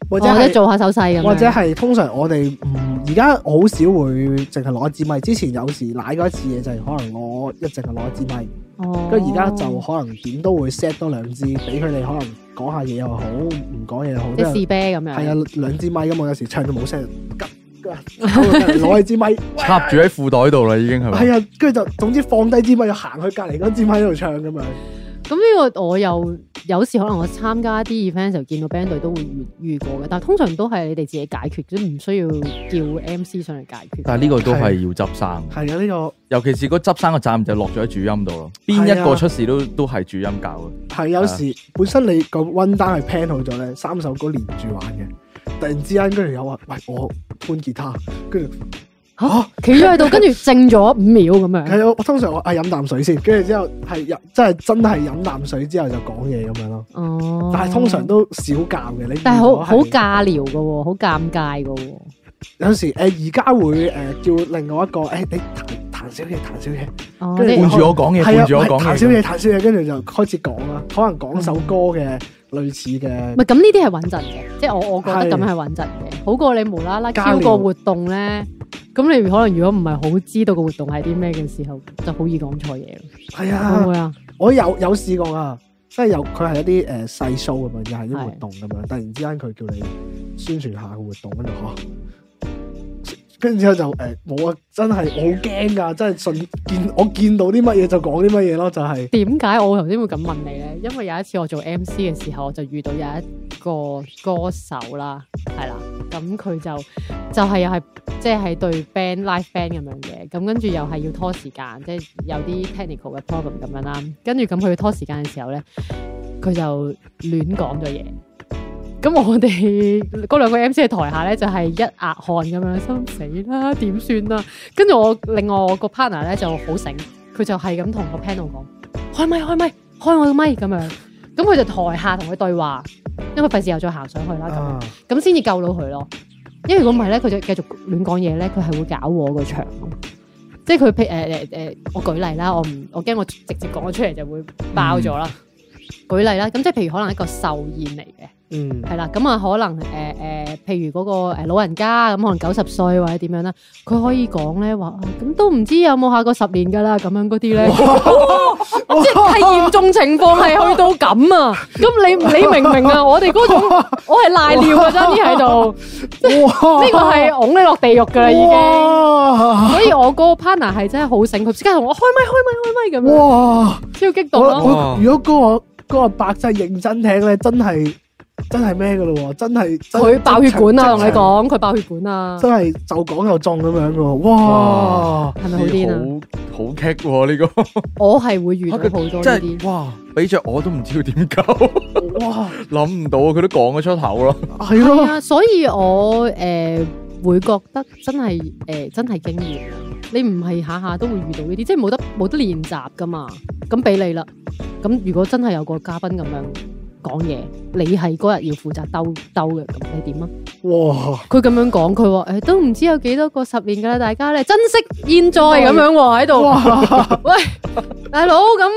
S1: 或
S3: 哦或
S1: 者
S3: 者
S1: 係
S3: 做下手勢咁樣。
S1: 或者係通常我哋唔而家我好少會淨係攞一支咪，之前有時舐過一次嘢就係可能我一淨係攞一支咪，
S3: 哦，
S1: 跟住而家就可能點都會 set 多兩支俾佢哋可能講下嘢又好，唔講嘢又好，
S3: 即係
S1: 都係
S3: 試啤咁
S1: 係
S3: 樣。
S1: 啊，兩支咪咁我有時唱到冇聲，急急攞起支咪，
S2: 插住喺褲袋度啦，已經係咪？
S1: 係啊，跟住就總之放低支咪，就行去隔離嗰支咪喺度唱咁樣。
S3: 咁呢個我又有時可能我參加啲 event 嘅時候見到 band 隊都會遇遇過嘅，但係通常都係你哋自己解決，都唔需要叫 MC 上嚟解決。
S2: 但係
S1: *laughs*
S2: 呢個都係要執生，
S1: 係啊，呢
S2: 尤其是嗰執生嘅責任就落咗喺主音度咯。
S1: 啊
S2: 邊一個出事都都係主音教嘅。
S1: 個係有時本身你個 run down 係 plan 好咗咧，三首歌連住玩嘅，突然之間跟住有話，喂我搬吉他，跟住
S3: 嚇企咗喺度，跟住靜咗五秒咁樣。
S1: 係啊，我通常我啊飲啖水先，跟住之後係飲，真係真係飲啖水之後就講嘢咁樣咯。
S3: 哦，
S1: 但係通常，都少教嘅，你
S3: 但係
S1: 如
S3: 好
S1: 果
S3: 好尬聊嘅喎，好尷尬嘅喎。
S1: 有時誒呃而家會誒叫另外一個哎誒你彈彈少嘢彈少嘢。
S2: *laughs*
S3: 哦，
S1: 跟住
S3: 你
S2: 伴住我講嘢，
S1: 係啊，
S2: 伴住我講
S1: 彈少
S2: 嘢。
S1: 嘢，彈少嘢，跟住就開始講啦。可能講首歌嘅類似嘅
S3: 唔，係咁呢啲係穩陣嘅，即係我我覺得
S1: 係
S3: 咁樣係穩陣嘅，好過你無啦啦
S1: 尬
S3: 超
S1: 聊
S3: 個活動咧。咁你可能如果唔係好知道個活動係啲咩嘅時候，就好易講錯嘢咯。
S1: 係
S3: 會唔
S1: 啊，
S3: 會啊？
S1: 我有有試過啊，即係有佢係一啲誒細 show 咁樣，又係
S3: 係
S1: 啲活動咁樣，突然之間佢叫你宣傳下個活動，跟住嚇，跟住之後就誒冇啊，真係我好驚㗎，真係順見我見到啲乜嘢就講啲乜嘢咯，就係
S3: 點解我頭先會咁問你咧？因為有一次我做 MC 嘅時候，我就遇到有一個歌手啦，係啦，咁佢就就係又係即係對 band live band 咁樣嘅，咁跟住又係要拖時間，即係有啲 technical 嘅 problem 咁樣啦。跟住咁佢拖時間嘅時候咧，佢就亂講咗嘢。咁我哋 *laughs* 嗰兩個 MC 喺台下咧，就係、一額汗咁樣，心死啦，點算啦？跟住我另外我個 partner 咧就好醒，佢就係咁同個 panel 講。開咪開咪開我個咪咁樣，咁佢就台下同佢對話，因為費事又再行上去啦，
S1: 啊
S3: 咁咁先至救到佢咯。因為如果唔係咧，佢就繼續亂講嘢咧，佢係會搞我個場咯。即係佢譬誒誒誒，我舉例啦，我唔我驚我直接講咗出嚟就會爆咗啦。舉例啦，咁即係譬如可能一個壽宴嚟嘅。
S1: 嗯
S3: 係啦，咁啊可能誒誒、呃譬如嗰個呃老人家咁，可能九十歲或者點樣啦，佢可以講咧話，啊咁都唔知有冇下過十年㗎啦，咁樣嗰啲咧，哇 *laughs* 即係嚴重情況係去到咁啊！咁你你明唔明啊？我哋嗰種我係賴尿㗎真啲喺度，
S1: 哇
S3: 呢個係㧬你落地獄㗎啦已經。
S1: 哇
S3: 所以我嗰個 partner 係真係好醒，佢即刻同我開咪開咪開咪咁樣，
S1: 哇！
S3: 超激動
S1: 我
S3: 咯！
S1: 我如果嗰個嗰個伯真係認真聽咧，真係真係咩噶咯？真係真
S3: 佢爆血管啊！同你
S1: 真係
S3: 講，佢爆血管啊，
S1: 真係就講又中咁樣噶喎，哇！
S3: 係咪好癲啊？
S2: 好好棘喎呢個，
S3: 我係會 *laughs* 遇到
S2: 啊佢
S3: 好多呢
S2: 真係
S3: 啲，
S2: 哇！俾着我都唔知要點救，諗
S1: 哇，
S2: 唔到佢都講咗出口咯。
S1: 係
S3: 係
S1: 咯，
S3: 啊，所以我誒會覺得真係誒真係經驗啊，你唔係下下都會遇到呢啲，即係冇得冇得練習噶嘛。咁俾你啦，咁如果真係有個嘉賓咁樣講嘢，你係嗰日要負責兜兜嘅，咁你點啊？
S1: 哇！
S3: 佢咁樣講，佢話誒都唔知有幾多個十年㗎啦，大家咧珍惜現在咁樣喎喺度。 *laughs* 喂，大佬咁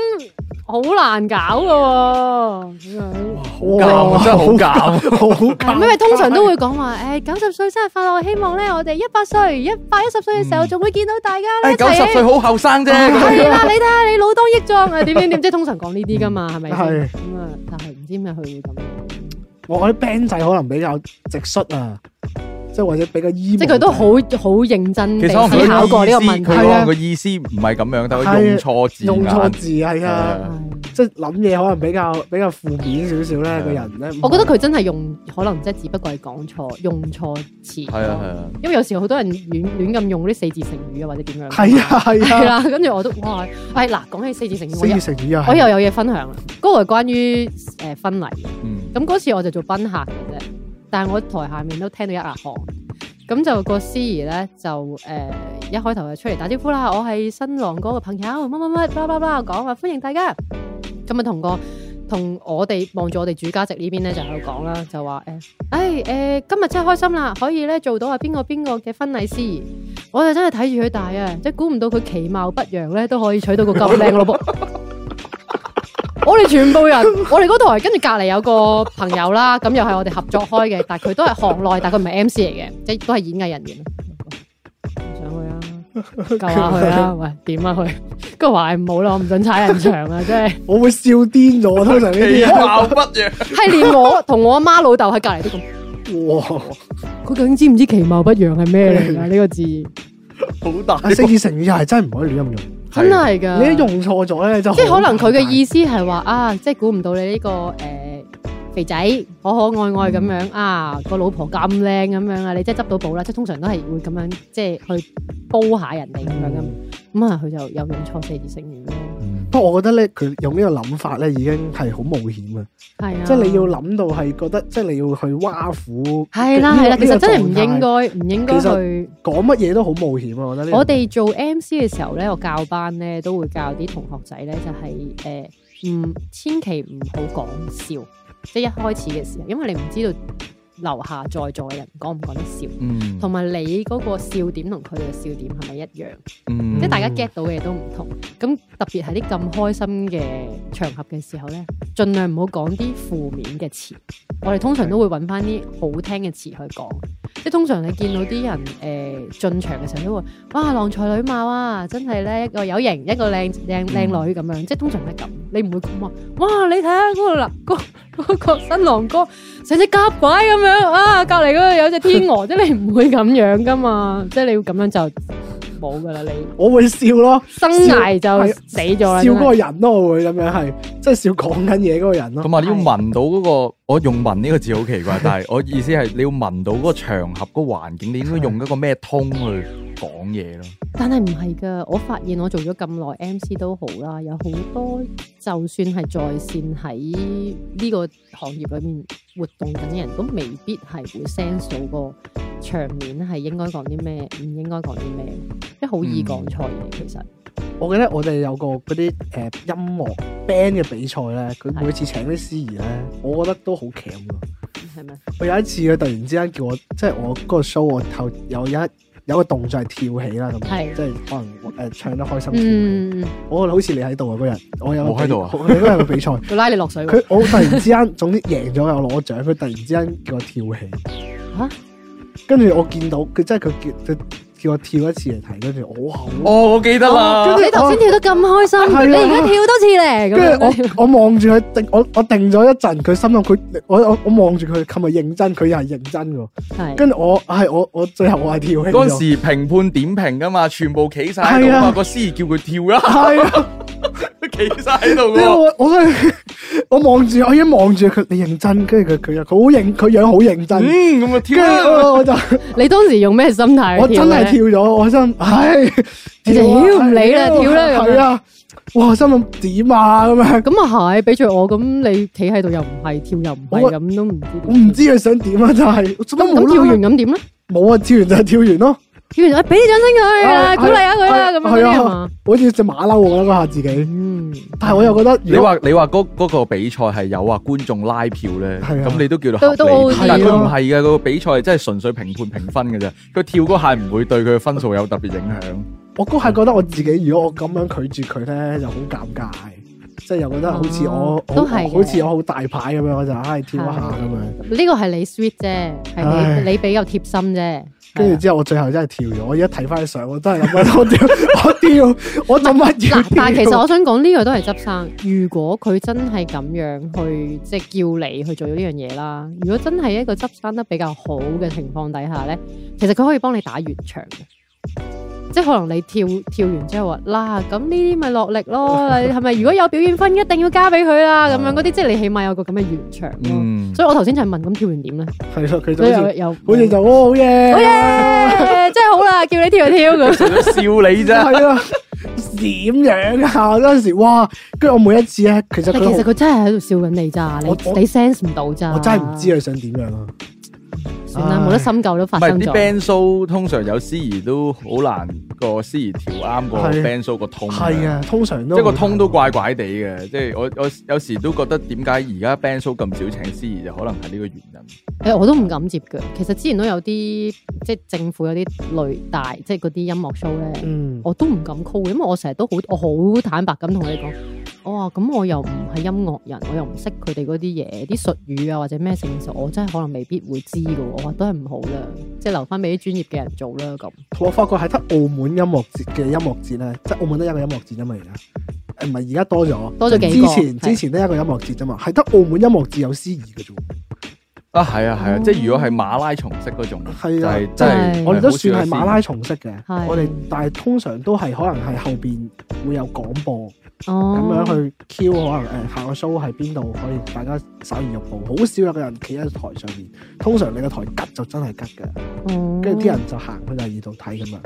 S3: 好難搞㗎喎咁樣。
S2: 好尷啊，真係好尷。
S1: 好尷，
S3: 因為通常都會講話誒九十歲生日快樂，希望咧我哋一百歲、一百一十歲嘅時候
S2: 嗯
S3: 仲會見到大家
S2: 誒，
S3: 咧一
S2: 九十
S3: 齊
S2: 歲。好後生啫。咁
S3: 係啦，你睇下你老當益壯啊，點點點，即係通常講呢啲㗎嘛，係咪先？
S1: 係
S3: 咁啊，但係唔知點解佢會咁，
S2: *laughs*
S1: 我啲 band 仔可能比較直率啊，即係或者比較 emo，
S3: 即係佢都好好認真
S2: 其
S3: 地
S2: 實可能
S3: 思考過呢個
S2: 佢
S3: 問
S2: 意思，
S3: 題。
S2: 佢可
S1: 係啊
S2: 能個意思唔係咁樣，但
S1: 係啊
S2: 佢用錯字
S1: 用錯
S2: 眼。
S1: 字係啊，
S2: 係
S1: 即係諗嘢可能比較比較負面少少咧，
S2: 係啊
S1: 個人咧，
S3: 我覺得佢真係用，可能即係只不過係講錯，用錯
S2: *laughs*
S3: 詞。
S2: 係啊係啊，
S3: 因為有時好多人亂亂咁用嗰啲四字成語啊，或者點樣。
S1: 係啊
S3: 係
S1: 係啊，
S3: 啦，跟住我都哇，係嗱，講起四字成語，我
S1: 四
S3: 又
S1: 字成語啊，
S3: 我又有嘢分享啦。嗰個係關於誒婚禮嘅，
S2: 嗯，
S3: 咁嗰次我就做賓客嘅啫，但係我台下面都聽到一額汗。咁就個司儀咧就誒、一開頭就出嚟打招呼啦，我係新郎哥嘅朋友，乜乜乜，blah blah blah 講話歡迎大家。咁啊同個同我哋望住我哋主家席呢邊咧就喺度講啦，就話誒，唉、誒今日真係開心啦，可以咧做到啊邊個邊個嘅婚禮司儀，我就真係睇住佢大啊，即係估唔到佢其貌不揚咧都可以娶到個咁靚嘅老婆。我哋全 *laughs* 部人，我哋嗰台跟住隔離有個朋友啦，咁又係我哋合作開嘅，但係佢都係行內，但係佢唔係 MC 嚟嘅，即係都係演藝人員。唔想佢啊，救下佢 *laughs* 啊，喂，點啊佢？跟住話唔好啦，我唔准踩人場啊，真係
S1: 我會笑癲
S2: *laughs*
S1: 咗，通常呢
S2: 其
S1: 啲啊
S2: 貌不揚。
S3: 係連我同我阿媽老豆喺隔離都咁，
S1: 哇！
S3: 佢究竟知唔知其貌不揚係咩嚟㗎？呢個字
S2: 好大
S1: 啊四字成語係真係唔可以亂咁用，
S3: 真係㗎，
S1: 你一用錯咗咧就
S3: 啊即係可能佢嘅意思係話啊，即係估唔到你呢、個呃肥仔可可愛愛咁樣啊，個老婆咁靚咁樣啊，你即係執到寶啦！即係通常都係會咁樣，即係去煲下人哋咁樣咁。咁啊，佢就有用錯四字成語咯。
S1: 不過我覺得咧，佢用呢個諗法咧已經係好冒險啊！
S3: 係啊，
S1: 即係你要諗到係覺得，即係你要去挖苦。
S3: 係啦係啦，其
S1: 呢個
S3: 實真係唔應
S1: 呢個狀態
S3: 該唔應該
S1: 其實
S3: 去。
S1: 講乜嘢都好冒險啊！我覺得呢個
S3: 我哋做 MC 嘅時候咧，我教班咧都會教啲同學仔咧，就係誒唔千祈唔好講笑，即係一開始嘅時候，因為你唔知道樓下在座嘅人講唔講得笑，
S2: 嗯，
S3: 同埋你嗰個笑點同佢哋嘅笑點係咪一樣？
S2: 嗯
S3: 即係大家 get 到嘅嘢都唔同。咁特別係啲咁開心嘅場合嘅時候咧，盡量唔好講啲負面嘅詞。我哋通常都會揾翻啲好聽嘅詞去講。即係通常你見到啲人誒、呃、進場嘅時候都會，哇郎才女貌啊，真係咧一個有型，一個靚靚靚女咁樣。即係通常係咁，你唔會咁話，哇你睇下嗰個男嗰嗰個新郎哥成隻夾鬼咁樣啊，隔離嗰個有隻天鵝，即係你唔會咁樣噶嘛。即係你要咁樣就冇噶啦你。
S1: 我會笑咯，
S3: 生涯就死咗啦。
S1: 笑
S3: 真
S1: 嗰
S3: 係
S1: 個人咯，我會咁樣係，即係笑講緊嘢嗰個人咯
S2: 同。
S3: 嗯
S2: 埋你要聞到嗰個，我用聞呢個字好奇怪，但係我意思係你要聞到嗰個場合、嗰個環境，你應該用一個咩通去講嘢咯。
S3: 但係唔係㗎，我發現我做咗咁耐 MC 都好啦，有好多就算係在線喺呢個行業裏面活動緊嘅人都未必係會 sense 到個場面係應該講啲咩，唔應該講啲咩，即係好易講錯
S1: 嗯
S3: 嘢其實。
S1: 我記得我哋有個嗰啲誒音樂 band 嘅比賽咧，佢每次請啲司儀咧，我覺得都好強㗎。
S3: 係咪？
S1: 我有一次佢突然之間叫我，即係我嗰個 show 我頭有一有個動作係跳起啦咁，
S3: 係
S1: 即係可能誒唱得開心跳起。
S3: 嗯，
S1: 我好似你喺度啊嗰日，我有個
S2: 我喺度啊
S1: 比我嗰日有個比賽。
S3: 佢拉你落水喎。
S1: 佢我突然之間，總之贏咗又攞獎，佢突然之間叫我跳起，
S3: 嚇
S1: 跟住我見到佢真係佢叫佢叫我跳一次嚟睇，跟住我哇好
S2: 哦，我記得啦
S1: 哦，
S3: 你頭先跳得咁開
S1: 係啊
S3: 心，你而家跳多次咧
S1: 跟
S3: 咁
S1: 住
S3: 樣。
S1: 我我望住佢定我我定咗一陣，佢心諗佢我我我望住佢，佢咪認真，佢又係認真嘅。
S3: 係
S1: 跟住我係我我最後我係跳起
S2: 嗰
S1: 咗，
S2: 陣時評判點評噶嘛，全部企晒喺度
S1: 係
S2: 啊
S1: 啊
S2: 嘛，個司儀叫佢跳啦， *laughs*
S1: 係啊，
S2: 企晒喺度
S1: 因為
S2: 喎。
S1: 我我真係我望住，我已經望住佢，你認真，跟住佢佢又佢好認，佢樣好認真，
S2: 嗯，咁啊
S1: 跟住
S2: 跳啦，
S1: 我我就
S3: 你當時用咩心態？
S1: 我真係，跳咗，我真唉，
S3: *laughs* 你就
S1: 跳
S3: 妖唔理啦跳啦咁樣
S1: 哎係啊，哇，我心諗點啊咁樣，
S3: 咁啊係，俾住我咁，你企喺度又唔係，跳又唔
S1: 我
S3: 係，咁都唔知
S1: 我
S3: 點。
S1: 唔知佢想點啊，真係，做乜
S3: 咁
S1: 冇
S3: 咁跳
S1: 啦啦
S3: 完咁點咧？
S1: 冇啊，跳完就係跳完咯，
S3: 跳完，哎俾啲掌聲佢
S1: 啊
S3: 啊，鼓勵下佢啦，
S1: 係
S3: 咁樣
S1: 係
S3: 嗰啲係
S1: 啊
S3: 嘛？，
S1: 好似只馬騮咁啦嗰下自己，
S3: 嗯，
S1: 但係我又覺得
S2: 你
S1: 如果
S2: 話你話嗰嗰個比賽係有啊觀眾拉票咧，
S1: 係啊
S2: 咁你都叫做
S3: 都都
S2: 合理
S3: OK
S2: 但係佢
S1: 咯
S2: 唔係嘅，嗰個比賽係真係純粹評判評分嘅啫，佢跳嗰下唔會對佢嘅分數有特別影響。
S1: 我嗰下覺得我自己，如果我咁樣拒絕佢咧，就好尷尬，即係又覺得好似我
S3: 哦都係嘅
S1: 好似我好大牌咁樣，我就唉跳一下咁樣。
S3: 呢個係你 sweet 啫，
S1: 唉
S3: 係你你比較貼心啫。
S1: 跟住之後，我最後真係跳咗。我而家睇翻啲相，我真係諗緊我
S3: *laughs*
S1: 跳，我跳，我做 *laughs* 乜要
S3: 嗱，但係其實
S1: 跳
S3: 我想講呢個都係執生。如果佢真係咁樣去即係叫你去做呢樣嘢啦，如果真係一個執生得比較好嘅情況底下咧，其實佢可以幫你打圓場嘅。即係可能你跳跳完之後話嗱，咁呢啲咪落力咯，你係咪如果有表演分一定要加俾佢啦？咁樣嗰啲即係你起碼有個咁嘅圓場咯。
S2: 嗯，
S3: 所以我頭先就係問咁跳完點咧，
S1: 係咯，佢就
S3: 所以有
S1: 好似
S3: 有 Oh
S1: 好似就哦好嘢，
S3: 好嘢，真係好啦，叫你跳就跳咁。
S2: 佢 *laughs* 笑你啫。
S1: 係啊，點樣啊？嗰陣時哇，跟住我每一次咧，其實
S3: 但其實
S1: 佢
S3: 佢真啊係喺度笑緊你咋，你
S1: 我我
S3: 你 sense 唔到咋。
S1: 好我真係唔知。佢想點樣啊！
S3: 算啦，
S1: 唉
S3: 冇得深究都
S2: 唔
S3: 發
S2: 係
S3: 生
S2: 啲
S3: 咗。
S2: band show 通常有司儀都好難個司儀調啱個
S1: 係
S2: band show 個通嘅。
S1: 係啊，通常
S2: 即
S1: 都
S2: 係個通都怪怪地嘅，即係我我有時都覺得點解而家 band show 咁少請司儀，就可能係呢個原因。
S3: 誒，我都唔敢接嘅。其實之前都有啲即係政府有啲類大，即係嗰啲音樂 show 咧，
S1: 嗯。
S3: 我都唔敢 call，嘅因為我成日都好，我好坦白咁同你講，我話咁我又唔係音樂人，我又唔識佢哋嗰啲嘢，啲術語啊或者咩成實，我真係可能未必會知嘅喎。我話都係唔好啦，即係留翻俾啲專業嘅人做啦咁。
S1: 我發覺係得澳門音樂節嘅音樂節咧，即係澳門得一個音樂節啫嘛，而家誒唔係而家多咗，
S3: 多咗幾
S1: 之
S3: 個
S1: 前
S3: 係
S1: 之前得一個音樂節啫嘛，係得澳門音樂節有司儀嘅啫喎，
S2: 啊，係啊，係啊，
S3: 哦
S2: 即係如果係馬拉松式嗰種，
S1: 嗯係
S2: 就
S1: 啊，
S2: 係
S1: 即
S2: 真
S1: 係
S2: 係
S3: 係
S1: 我哋都
S2: 好少
S1: 算
S2: 有
S1: 係馬
S2: 司
S1: 拉松式嘅，
S3: 係
S1: 我哋但係通常都係可能係後邊會有廣播咁樣
S3: 哦，
S1: 去 Q，可能誒下個 show 喺邊度可以大家稍而入步，好少有個人企喺台上面，通常你個台吉就真係吉嘅，
S3: 哦嗯
S1: 跟住啲人就行去第二度睇咁樣，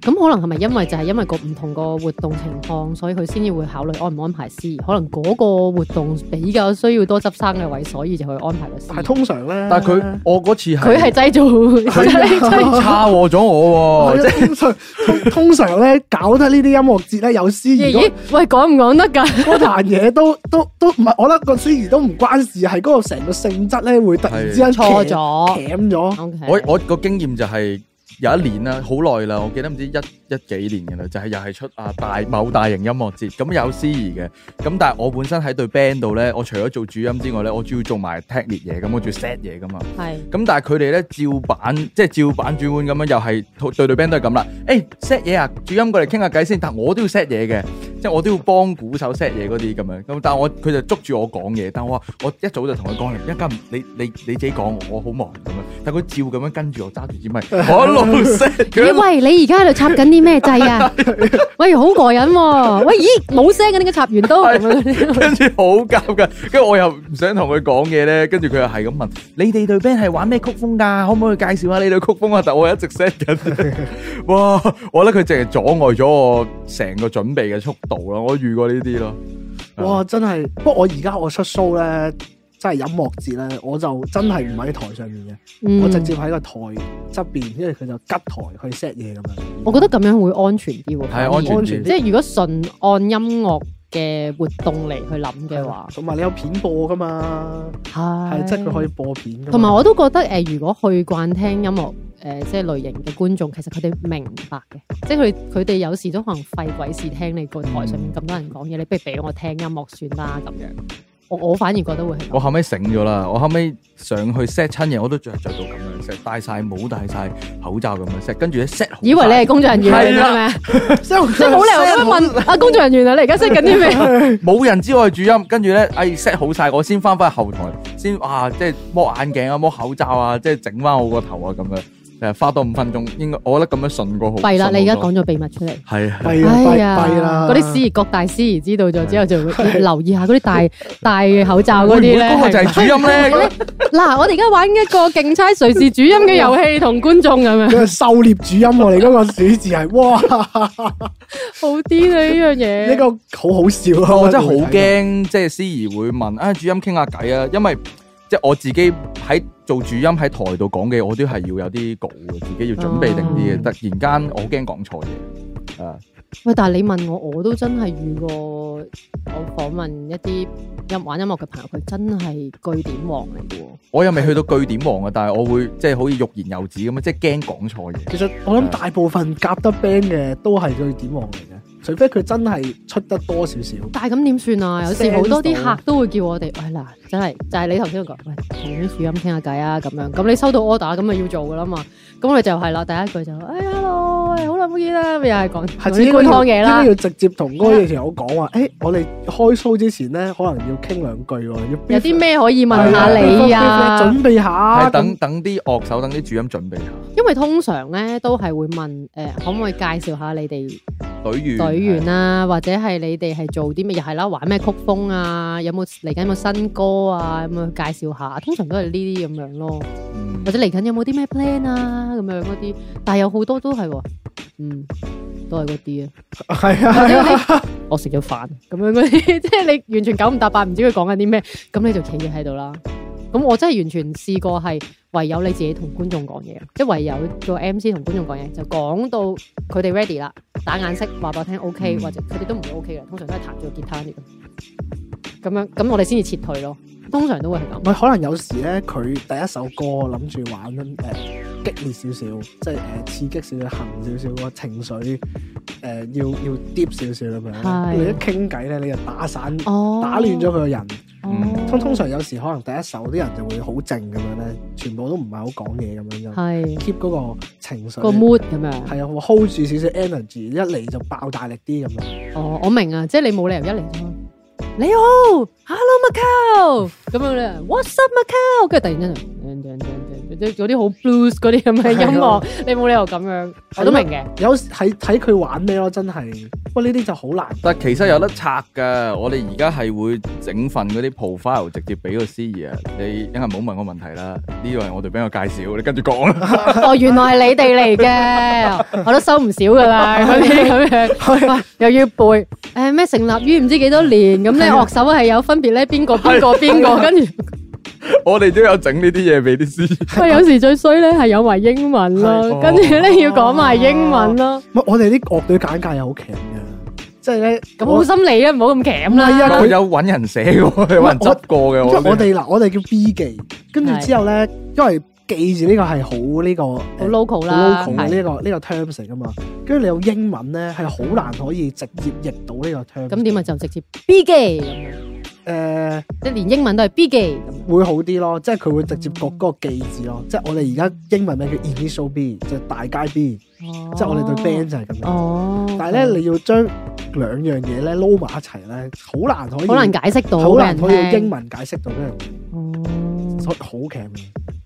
S3: 咁可能係咪因為就係因為個唔同個活動情況，所以佢先至會考慮安唔安排司儀？可能嗰個活動比較需要多執生嘅位，所以就去安排個司
S1: 但係
S3: 儀。
S1: 通常啊咧，
S2: 但係佢我嗰次
S3: 佢係
S2: 係
S3: 製造，
S1: 係啊
S2: 差禍咗我哦喎，即
S1: 係啊
S2: 係
S1: 通常通通常咧搞得呢啲音樂節咧有司儀
S3: 咦
S1: 嗰
S3: 咦？喂，講唔講得㗎？
S1: 嗰壇嘢都都都唔係，我覺得個司儀都唔關事，係嗰個成個性質咧會突然之間
S3: 錯
S1: 騎
S3: 咗。
S1: 鉗咗，
S3: O K，
S2: 我我個經驗就係有一年啦，好耐啦，我記得唔知一一幾年嘅啦，就係、又係出啊大某大型音樂節，咁有司儀嘅，咁但係我本身喺隊 band 度咧，我除咗做主音之外咧，我主要做埋 technic 嘢，咁我仲要 set 嘢噶嘛，
S3: 係
S2: 咁但係佢哋咧照板即係照板煮碗咁樣，又係對對 band 都係咁啦，誒 set 嘢啊，主音過嚟傾下偈先，但我都要 set 嘢嘅。即係我都要幫鼓手 set 嘢嗰啲咁樣，咁但係我佢就捉住我講嘢，但我話我一早就同佢講啦，一間你你你自己講，我好忙咁樣，但佢照咁樣跟住我揸住支咪，我一路 set 佢一
S3: 咦
S2: 路，
S3: 喂，你而家喺度插緊啲咩掣啊？ *laughs* 喂，好過癮喎！喂，咦，冇聲嘅呢個插完都咁樣嗰啲
S2: *laughs* 跟住好夾噶，跟住我又唔想同佢講嘢咧，跟住佢又係咁問：你哋隊 band 係玩咩曲風㗎？可唔可以介紹下你隊曲風啊？但我一直 set 緊， *laughs* 哇！我覺得佢淨係阻礙咗我成個準備嘅速度咯，我遇過呢啲咯。
S3: 啊
S1: 哇！真係，不過我而家我出 show 咧，真係音樂節咧，我就真係唔喺台上面嘅，
S3: 嗯
S1: 我直接喺個台側邊，因為佢就吉台去 set 嘢咁樣。
S3: 我覺得咁樣會嗯安全啲喎。
S2: 係安全
S1: 安
S2: 啲
S1: 全
S3: 即係如果純按音樂嘅活動嚟去諗嘅話，
S1: 同埋啊你有片播噶嘛，
S3: 係
S1: 係即係佢可以播片㗎嘛。
S3: 同埋我都覺得誒、呃如果去慣聽音樂誒、呃即係類型嘅觀眾，其實佢哋明白嘅，即係佢佢哋有時都可能費鬼事聽你個台上面咁多人講嘢，你不如俾我聽音樂算啦咁樣。我我反而覺得會係
S2: 我
S3: 咁。
S2: 後尾醒咗啦，我後尾上去 set 親嘢，我都着着到咁樣 set，戴晒帽、戴晒口罩咁樣 set，跟住咧 set 好晒
S3: 以為你係工作人員
S2: 係啦
S3: 係咪啊？
S1: 即係
S3: 即係冇理由咁樣問啊工作人員啊，你而家識緊啲咩？
S2: 冇人知我係主音，跟住咧，哎 set 好晒，我先翻返後台，先啊，即係摸眼鏡啊、摸口罩啊，即係整翻我個頭啊咁樣。誒花多五分鐘，應該我覺得咁樣順過好。
S3: 弊
S2: 順
S3: 啦！你而家
S2: 好多
S3: 講咗秘密出嚟，
S2: 係啊，
S1: 弊啦
S3: 哎
S1: 弊
S3: 呀，
S1: 弊啦，
S3: 嗰啲司儀各大司儀知道咗之後，就會留意下嗰啲戴戴口罩嗰啲
S2: 會唔會
S3: 咧。
S2: 嗰個就
S3: 係
S2: 係主音咧？
S3: 嗱，我哋而家玩一個競猜誰是主音嘅遊戲，同觀眾咁樣，
S1: 佢係狩獵主音喎，你嗰個主字係，
S3: *laughs*
S1: 哇，
S3: 啊好癲啊！呢樣嘢
S1: 呢個好好笑
S3: 哦
S1: 啊！
S2: 我真係好驚，即係司儀會問啊，主音傾下偈啊，因為即係我自己喺做主音喺台度講嘅，我都係要有啲稿嘅，自己要準備定啲嘅。
S3: 哦
S2: 突然間我好驚講錯嘢啊！
S3: 喂，但係你問我，我都真係遇過，我訪問一啲音玩音樂嘅朋友，佢真係據點王嚟嘅喎。
S2: 我又未去到據點王啊，但係我會即係好似欲言又止咁樣，即係驚講錯嘢。
S1: 其實我諗大部分夾得 band 嘅都係最點王嚟嘅，除非佢真係出得多少少。
S3: 但係咁點算啊？有時
S1: Sense
S3: 好多啲
S1: 到
S3: 客都會叫我哋，喂嗱，真係就係你頭先講，喂同啲主音傾下偈啊咁樣。咁你收到 order 咁咪要做噶啦嘛。咁我哋就係啦，第一句就，哎 hello，喂好耐冇見啦，咪又係講
S1: 係
S3: 講
S1: 自己
S3: 啲
S1: 應該
S3: 官
S1: 要
S3: 腔嘢啦
S1: 應該。要直接同嗰個嘢我講
S3: *laughs*
S1: 話，誒，我哋開 show 之前咧，可能要傾兩句喎，要
S3: 有啲咩可以問下你啊？
S1: 準備下
S2: 係，等等啲樂手，等啲主音準備下
S3: 因為通常咧都係會問誒、呃可唔可以介紹下你哋
S2: 隊員。
S3: 隊員啊，或者係你哋係做啲咩？又係啦，玩咩曲風啊？有冇嚟緊有冇新歌啊？咁樣介紹下，通常都係呢啲咁樣咯。
S2: 嗯
S3: 或者嚟緊有冇啲咩 plan 啊？咁樣嗰啲，但係有好多都係喎，嗯，都係嗰啲啊。
S1: 係
S3: 或者
S1: 啊，
S3: 嗰啲 *laughs* 我食咗飯咁樣 *laughs* 嗰啲，即係你完全九唔搭八，唔知佢講緊啲咩，咁你就企咗喺度啦。咁我真係完全試過係唯有你自己同觀眾講嘢，即係唯有做 MC 同觀眾講嘢，就講到佢哋 ready 啦，打眼色話俾我聽 OK，、
S2: 嗯
S3: 或者佢哋都唔會 OK 嘅，通常都係彈住個吉他呢咁樣，咁我哋先至撤退咯。通常都會係咁。
S1: 咪可能有時咧，佢第一首歌諗住玩誒、激烈少少，即係誒、刺激少少、行少少個情緒誒、要要 deep 少少咁樣。你一傾偈咧，你就打散、
S3: 哦，
S1: 打亂咗佢個人。
S2: 嗯
S1: 通通常有時可能第一首啲人就會好靜咁樣咧，全部都唔係好講嘢咁樣就
S3: 係
S1: keep 嗰個情緒
S3: 個 mood 咁樣。
S1: 係啊，會 hold 住少少 energy，一嚟就爆大力啲咁樣。
S3: 哦，我明啊，即係你冇理由一嚟啫嘛。你好，Hello Macau，咁樣咧，What's up Macau？跟住突然間就，嗰啲好 blues 嗰啲咁嘅音樂，你冇理由咁樣，我都明嘅。
S1: 有時係睇佢玩咩咯，真係。不過呢啲就好難。
S2: 但其實有得拆㗎，我哋而家係會整份嗰啲 profile 直接俾個司儀啊，你一係唔好問我問題啦，呢個係我哋俾我介紹，你跟住講啦。
S3: 哦，原來係你哋嚟嘅，我都收唔少 *laughs* 噶啦，嗰啲咁樣，喂又要背，誒咩成立於唔知幾多年，咁咧樂手係有分別咧，邊個邊個邊個，跟住。
S2: 我哋都有整呢啲嘢俾啲司儀。
S3: 喂，有時最衰咧係有埋英文
S1: 係
S3: 咯
S2: 哦，
S3: 跟住咧要講埋英文咯，
S1: 唔係我哋啲樂隊簡介又好強嘅，即係咧
S3: 咁
S1: 我
S3: 好心理啊，唔好咁鉗
S1: 唔係啊
S3: 啦。
S2: 我有揾人寫嘅喎，有人執過嘅
S1: 因為我
S2: 我哋。
S1: 哋嗱，我哋叫 B 記，跟住之後咧，因為記字呢個係好呢個呃
S3: 好
S1: 好
S3: local 啦，
S1: local
S3: 係
S1: 嘅呢個呢個 terms 嚟噶嘛，跟住你用英文咧係好難可以直接譯到呢個 terms。呃
S3: 咁點啊？？就直接 B 機咁樣，
S1: 誒
S3: 即係連英文都係 B 機咁樣。
S1: 會好啲咯，即係佢會直接讀嗰個記字咯，即係我哋而家英文名叫 initial B，就係大街 B，即係我哋對 band 就係咁樣。
S3: 哦，
S1: 但係咧，你要將兩樣嘢咧撈埋一齊咧，好難可以
S3: 好難解釋到，
S1: 好難可以用英
S3: 文。
S1: 文解釋到俾人聽，
S3: 哦
S1: 所以好強嘅。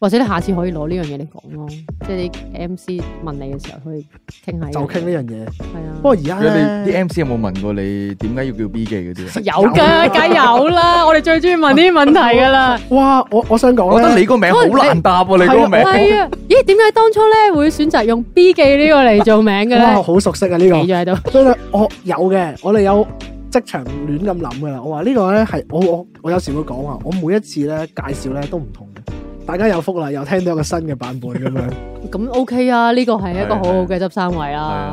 S3: 或者你下次可以攞呢樣嘢嚟講咯，即係你 MC 問你嘅時候可以傾下。
S1: 就傾呢樣嘢。
S3: 係啊
S1: 不過。而家
S2: 佢哋
S1: 咧，
S2: 啲 MC 有冇問過你點解要叫 B 記嗰啲啊？
S3: 有㗎，梗有
S1: *laughs*
S3: 啦！我哋最中意問呢啲問題㗎啦。
S1: 哇！我我想
S2: 我
S1: 講
S2: 覺得
S1: 咧，
S2: 你個名好難答喎，你嗰個名。
S3: 係啊，咦？點解當初咧會選擇用 B 記呢個嚟做名嘅
S1: 哇，
S3: 咧？
S1: 好熟悉啊呢
S3: 企
S1: 個。
S3: 咗喺度，
S1: 所以咧，我有嘅，我哋有職場亂咁諗噶啦。我話呢個咧係我我我有時會講啊話，我每一次咧介紹咧都唔同嘅。大家有福啦，又聽到一個新嘅版本咁
S2: *laughs*
S1: 樣。
S3: 咁 OK 啊！呢個係一個好好嘅執生位
S2: 係
S3: 啦
S2: 啊。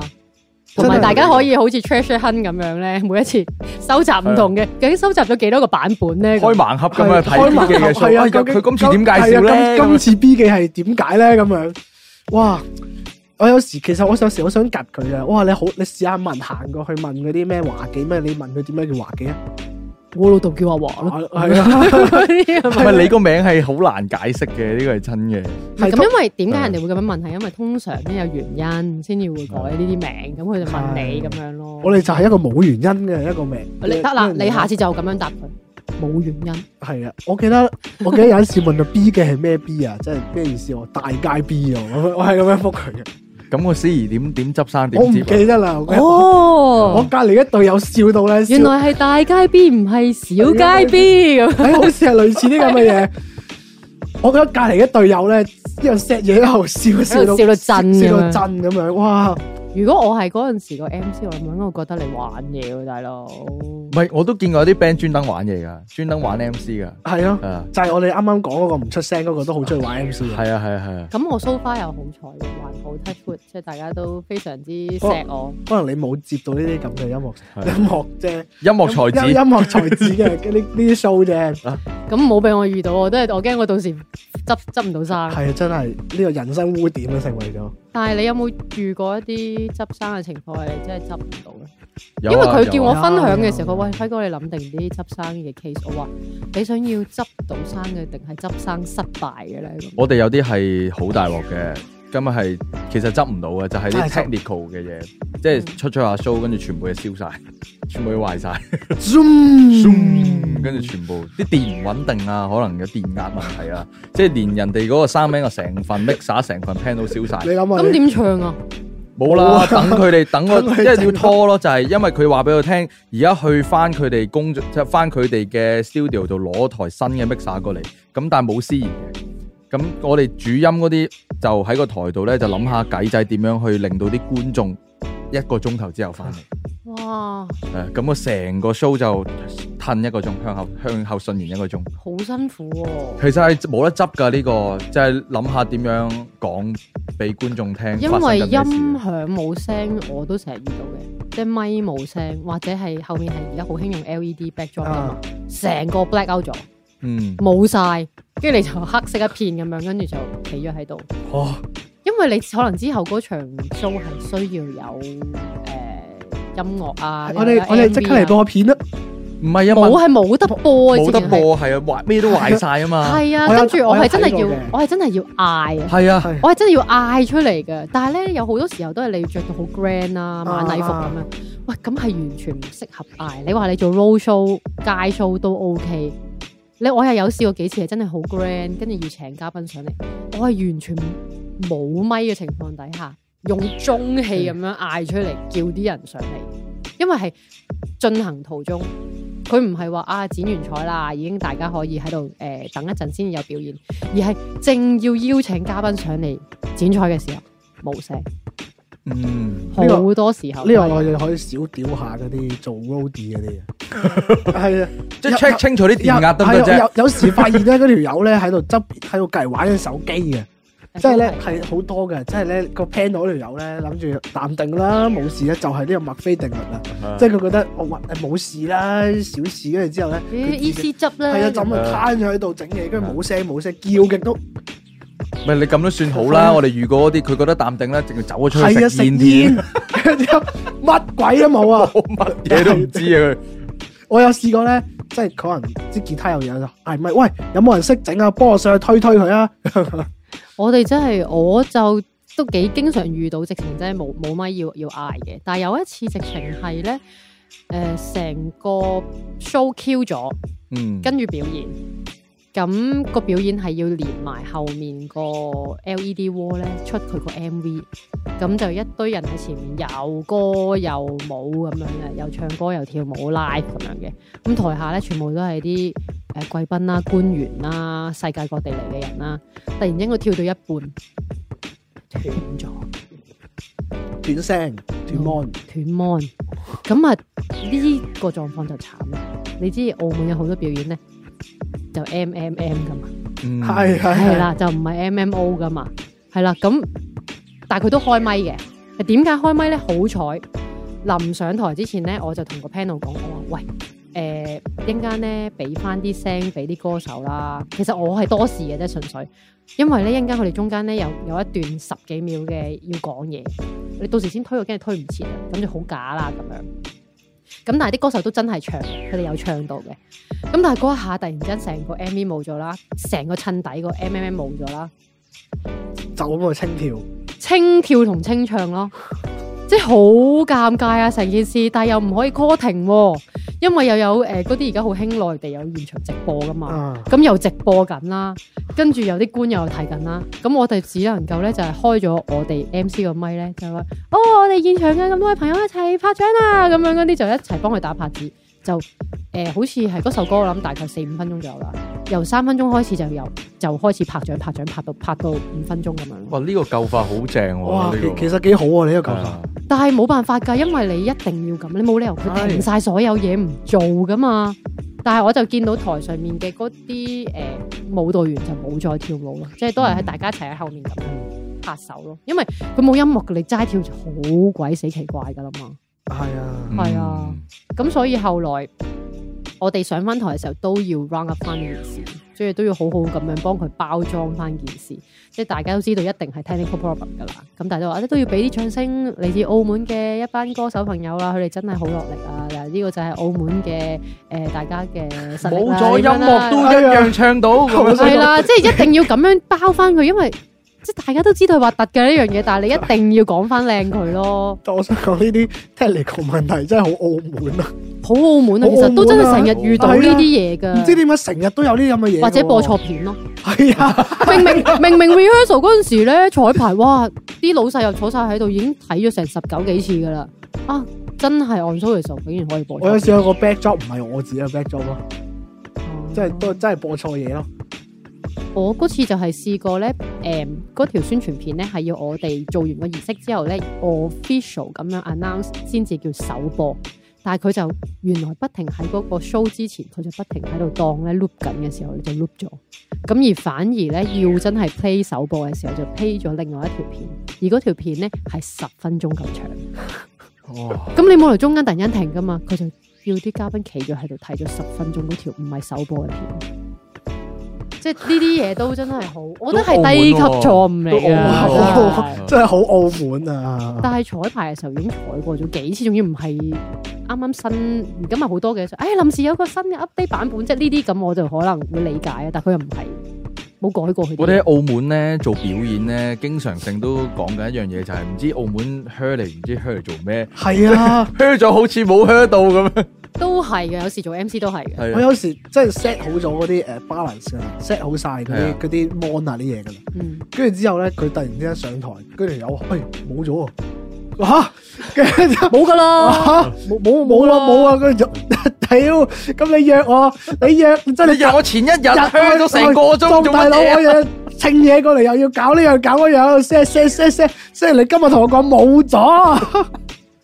S3: 同埋
S1: 真係
S3: 大家可以好似 Treasure Hunt 咁樣咧， *laughs* 每一次收集唔同嘅，究竟收集咗幾多個版本咧？
S2: 開盲盒咁啊，睇 B 記嘅數。
S1: 係
S2: 哎
S1: 啊，
S2: 呀
S1: 究竟
S2: 佢今次點介紹
S1: 係啊
S2: 咧？
S1: 今今次 B 記係點解咧？咁樣，哇！我有時其實我有時好想及佢嘅，哇！你好，你試下問行過去問嗰啲咩華記咩？你問佢點解叫華記啊？
S3: 我老豆叫阿華咯，
S1: 係啊，
S3: 嗰啲咁
S2: 唔係你個名係好難解釋嘅，呢個係真嘅。
S1: 係
S3: 咁因為點解人哋會咁樣問？係因為通常都有原因先至會改呢啲名，咁佢就問你咁樣咯。
S1: 我哋就係一個冇原因嘅一個名。
S3: 你得啦，你下次就咁樣答佢。冇原因。
S1: 係啊，我記得我記得有一次問到 B 嘅係咩 B 啊，即係咩意思喎？大街 B 啊，我我係咁樣覆佢嘅，
S2: 咁個司儀點點執生
S1: 我唔
S2: 點接
S1: 記
S2: 啊？
S1: 得啦。我我
S3: 哦，
S1: 隔離一隊友笑到咧，笑
S3: 原來係大街 B 唔係小街 B 咁。
S1: 哎，好似係類似啲咁嘅
S3: *laughs*
S1: 嘢。我覺得隔離一隊友咧，一路 set 嘢一路笑，笑到
S3: *laughs* 笑到震咁樣
S1: 笑到震咁樣，哇！
S3: 如果我係嗰陣時個 MC，我諗我覺得你玩嘢喎，大佬。
S2: 唔係，我都見過有啲 band 專登玩嘢㗎，專登玩 MC 㗎。
S1: 係咯，
S2: 係啊，
S1: 就係我哋啱啱講嗰個唔出聲嗰個都好中意玩 MC 嘅。
S2: 係啊，係啊，係啊。
S3: 咁我 so far 又好彩嘅，還好 touch wood，即係大家都非常之錫我。
S1: 可能你冇接到呢啲咁嘅音樂
S2: 係
S1: 音樂啫，
S2: 音樂才
S1: 音音
S2: 子
S1: 樂才子
S2: *laughs*
S1: 嘅呢呢啲 show 啫，
S3: 咁冇俾我遇到，我都係我驚我到時執 *laughs* 執唔到生。
S1: 係啊真係呢個人生污點啊，成為咗。
S3: 但係你有冇遇過一啲執生嘅情況係你真係執唔到咧？
S2: 有啊，
S3: 因為佢叫
S2: 有
S3: 我
S2: 啊
S1: 有啊
S3: 分享嘅時候，佢
S1: 有啊
S3: 喂輝哥，你諗定啲執生嘅 case，我話你想要執到生嘅定係執生失敗嘅咧？咁
S2: 我哋有啲係好大鑊嘅，今日係其實執唔到嘅，就係啲
S1: 真係執
S2: technical 嘅嘢，即係出出下 show，跟住全部嘢燒晒， *laughs* 全部嘢壞晒。Zoom，跟住全部啲電唔穩定啊，可能有電壓問題啊，即係連人哋嗰個三名個成份 mixer 成份 pan 都燒晒。
S1: 你諗下
S3: 咁
S1: 你，
S3: 點唱啊？
S2: 冇啦，
S1: 冇啊
S2: 等佢
S1: *laughs*
S2: 哋等我，
S1: 等佢
S2: 即
S1: 哋
S2: 係要拖咯，就係因為佢話俾我聽，而家去翻佢哋工作，即係翻佢哋嘅 studio 度攞台新嘅 mixer 過嚟，咁但係冇司儀嘅。咁我哋主音嗰啲就喺個台度咧，就諗下計仔點樣去令到啲觀眾一個鐘頭之
S1: *laughs*
S2: 後翻嚟。
S3: 哇，
S2: 誒，咁我成個 show 就褪一個鐘，向後向後順延一個鐘。
S3: 好辛苦喎！
S2: 其實係冇得執㗎呢個，即係諗下點樣講俾觀眾聽。
S3: 因
S2: 為
S3: 為
S1: 啊
S3: 音響冇聲，我都成日遇到嘅，即係咪冇聲，或者係後面係而家好興用 LED backdrop 啊嘛，成個 black out 咗，
S2: 嗯，
S3: 冇晒，跟住你就黑色一片咁樣，跟住就企咗喺度。
S1: 哦，
S3: 因為你可能之後嗰場 show 係需要有誒、呃音樂啊，
S1: 我哋我哋即刻嚟
S3: 播，
S1: 播片啦！
S2: 唔係啊，
S3: 冇係冇得播啊，
S2: 冇得
S3: 直情係，
S2: 播，係啊，壞咩都壞晒啊嘛。
S3: 係啊，
S1: 我有
S3: 跟住我係真係
S1: 我有睇過
S3: 要
S1: 嘅，
S3: 我係真係要嗌啊！
S2: 係啊，
S1: 係
S3: 我係真係要嗌出嚟嘅，但係咧有好多時候都係你要着到好 grand 啦、晚禮服咁樣，喂咁係完全唔適合嗌。你話你做 road show、街 show 都 OK，你我又有試過幾次係真係好 grand，跟住要請嘉賓上嚟，我係完全冇咪嘅情況底下，用中氣咁樣嗌出嚟叫啲人上嚟，因為係進行途中。佢唔係話啊剪完彩啦，已經大家可以喺度誒等一陣先有表演，而係正要邀請嘉賓上嚟剪彩嘅時候冇聲，
S2: Ừ. 嗯，
S1: 呢個
S3: 好多時候
S1: 呢個我哋可以少屌下嗰啲做 roadie 嗰啲嘢，
S3: *laughs*
S1: 係啊，
S2: 即係 check 清楚啲
S1: Dạ,
S2: 電壓得唔得
S1: 係啊
S2: 啫？
S1: 有有時發現咧，嗰條友咧喺度執喺度隔離玩緊手機嘅。
S3: *laughs*
S1: 即係咧係好多嘅，即係咧個 pan 嗰條友咧諗住淡定啦，冇事啊咧就係呢個墨菲定律啦，
S2: Ờ.
S3: 啊
S1: 即係佢覺得我話誒冇事啦，小事跟住之後咧，佢
S3: 咦
S1: 自己
S3: 意思執啦，
S1: 係啊，就咁啊攤咗喺度整嘢，跟住冇聲冇聲，叫極都
S2: 唔係你咁都算好啦。我哋預告嗰啲，佢覺得淡定咧，直接走咗出
S1: 係啊
S2: 去
S1: 食
S2: 食煙添 *laughs*
S1: 煙，， *laughs* 跟住之後乜鬼都冇啊！ *laughs*
S2: 我乜嘢都唔知
S1: 我有試過咧，即係可能啲吉他有嘢就係咪喂有冇人識整啊？幫我上去推推佢啊！
S3: 我哋真係我就都幾經常遇到，直情真係冇冇咪要要嗌嘅。但係有一次直情係咧，誒、成個 show Q 咗，
S2: 啊佢。嗯，
S3: 跟住表演。咁個表演係要連埋後面個 LED wall 咧出佢個 MV，咁就一堆人喺前面又歌又舞咁樣嘅，又唱歌又跳舞 live 咁樣嘅。咁台下咧全部都係啲誒貴賓啦、官員啦、世界各地嚟嘅人啦。突然間佢跳到一半斷咗，
S1: 斷聲斷 mon，
S3: 斷 mon，咁啊呢個狀況就慘啦。你知澳門有好多表演咧，就 M M M 噶嘛。
S2: 嗯
S1: 係係
S3: 係
S1: 係
S3: 啦，就唔係 MMO 噶嘛，係啦，咁但係佢都開咪嘅，係點解開咪咧？好彩臨上台之前咧，我就同個 panel 講，我話喂，誒一陣間咧俾翻啲聲俾啲歌手啦，其實我係多事嘅啫，純粹，因為咧一陣間佢哋中間咧有有一段十幾秒嘅要講嘢，你到時先推，我驚你推唔切啊，咁就好假啦咁樣。咁但係啲歌手都真係唱嘅，佢哋有唱到嘅。咁但係嗰一下突然之間成個 MV 冇咗啦，成個襯底個 MMM 冇咗啦，
S1: 就咁去清跳。
S3: 清跳同清唱咯，即係好尷尬啊成件事，但係又唔可以 call 停喎，因為又有誒嗰啲而家好興內地有現場直播噶嘛。
S1: 啊，
S3: 咁又直播緊啦，跟住有啲官又睇緊啦，咁我哋只能夠咧就係、開咗我哋 MC 個咪咧，就話哦，我哋現場嘅咁多位朋友一齊拍掌啦，咁樣嗰啲就一齊幫佢打拍子，就誒、呃好似係嗰首歌我諗大概四五分鐘左右啦，由三分鐘開始就由就開始拍掌拍掌拍到拍到五分鐘咁樣咯。
S2: 哇！呢個救法好正
S1: 哇，
S2: 哦喎，呢
S1: 其
S2: 個
S1: 其實幾好啊！
S2: Ờ.
S1: 呢個講法
S2: 啊，
S3: 但係冇辦法㗎，因為你一定要咁，你冇理由佢停
S1: 係
S3: 晒所有嘢唔做㗎嘛。但係我就見到台上面嘅嗰啲誒舞蹈員就冇再跳舞咯，即係都係喺大家一齊喺後面咁樣拍手咯。因為佢冇音樂，你齋跳就好鬼死奇怪㗎啦嘛。
S1: 係啊，
S2: Ừ. 嗯
S3: 係啊咁所以後來我哋上翻台嘅時候都要 round up 翻呢件事，所以都要好好咁樣幫佢包裝翻件事。即係大家都知道一定係 technical problem 㗎啦。咁但係都話，啊都要俾啲掌聲嚟自澳門嘅一班歌手朋友啦，佢哋真係好落力啊！嗱，呢個就係澳門嘅誒、呃大家嘅實力
S2: 冇
S3: 啦
S2: 咗音
S3: 咁樣
S2: 樂
S3: 啦
S2: 都一樣唱到咁樣。
S3: 係啦，即係一定要咁樣包翻佢，因為即係大家都知道係核突嘅呢樣嘢，但係你一定要講翻靚佢咯，
S1: 但我想講呢啲 technical 問題真係好澳門啊！
S3: 好澳門啊！
S1: 好
S3: 其
S1: 澳門啊
S3: 實都真係成日遇到呢啲嘢㗎。
S1: 唔知點解成日都有呢啲咁嘅嘢喎，
S3: 嗯或者播錯片咯，
S1: 係啊，
S3: 明明 *laughs* 明明 rehearsal 嗰陣時咧彩排，哇！啲老細又坐晒喺度，已經睇咗成十九幾次噶啦，啊！真係 on show 嘅時候竟然可以播錯
S1: 我
S3: 片，
S1: 有試有個 back job 唔係我自己嘅 back job 咯，
S3: 哦
S1: 即係都真係播錯嘢咯。
S3: 我嗰次就係試過咧，誒嗰條宣傳片咧係要我哋做完個儀式之後咧，official 咁樣 announce 先至叫首播。但係佢就原來不停喺嗰個 show 之前，佢就不停喺度當咧 loop 緊嘅時候，你就 loop 咗。咁而反而咧要真係 play 首播嘅時候，就 play 咗另外一條片，而嗰條片咧係十分鐘咁長。
S2: 哇
S3: 咁你冇理由中間突然間停噶嘛？佢就要啲嘉賓企咗喺度睇咗十分鐘嗰條唔係首播嘅片，即係呢啲嘢都真係好，我覺得係低級錯誤嚟
S2: 都澳門
S1: 喎都澳
S2: 門
S3: 㗎。真係
S1: 真係好澳門啊！
S3: 但係彩排嘅時候已經彩過咗幾次，仲要唔係啱啱新，而家咪好多嘅，誒、哎、臨時有個新嘅 update 版本，即係呢啲咁我就可能會理解啊，但佢又唔係冇改過佢
S2: 我
S3: 哋
S2: 哋喺澳門咧做表演咧，經常性都講緊一樣嘢，就係唔知澳門 hurt 嚟，唔知 hurt 嚟做咩
S1: 係啊，
S2: ，hurt 咗好似冇 hurt 到咁樣。
S3: 都係嘅，有時做 MC 都係嘅。
S1: 我
S2: 係啊
S1: 有時真係 set 好咗嗰啲誒 balance 噶啦，set 好晒嗰
S2: 係啊
S1: 啲嗰啲 mon 啊啲嘢噶啦，
S3: 嗯，
S1: 跟住之後咧，佢突然之間上台，跟住有喂冇咗喎，嚇，跟
S2: *laughs*
S1: 住就
S3: 冇㗎
S2: 啊
S3: 啦，
S1: 嚇冇冇冇啦冇啊，跟住就 *laughs* 屌，咁你約我，你約真
S2: 你
S1: 係
S2: 約我前一日 hurt
S1: 去
S2: 咗成個鐘，做
S1: 大
S2: 乜
S1: 佬我
S2: 嘢啊？
S1: 又稱嘢過嚟，又要搞呢樣搞嗰樣，set set set set set，你今日同我講冇
S2: *laughs*
S1: 咗，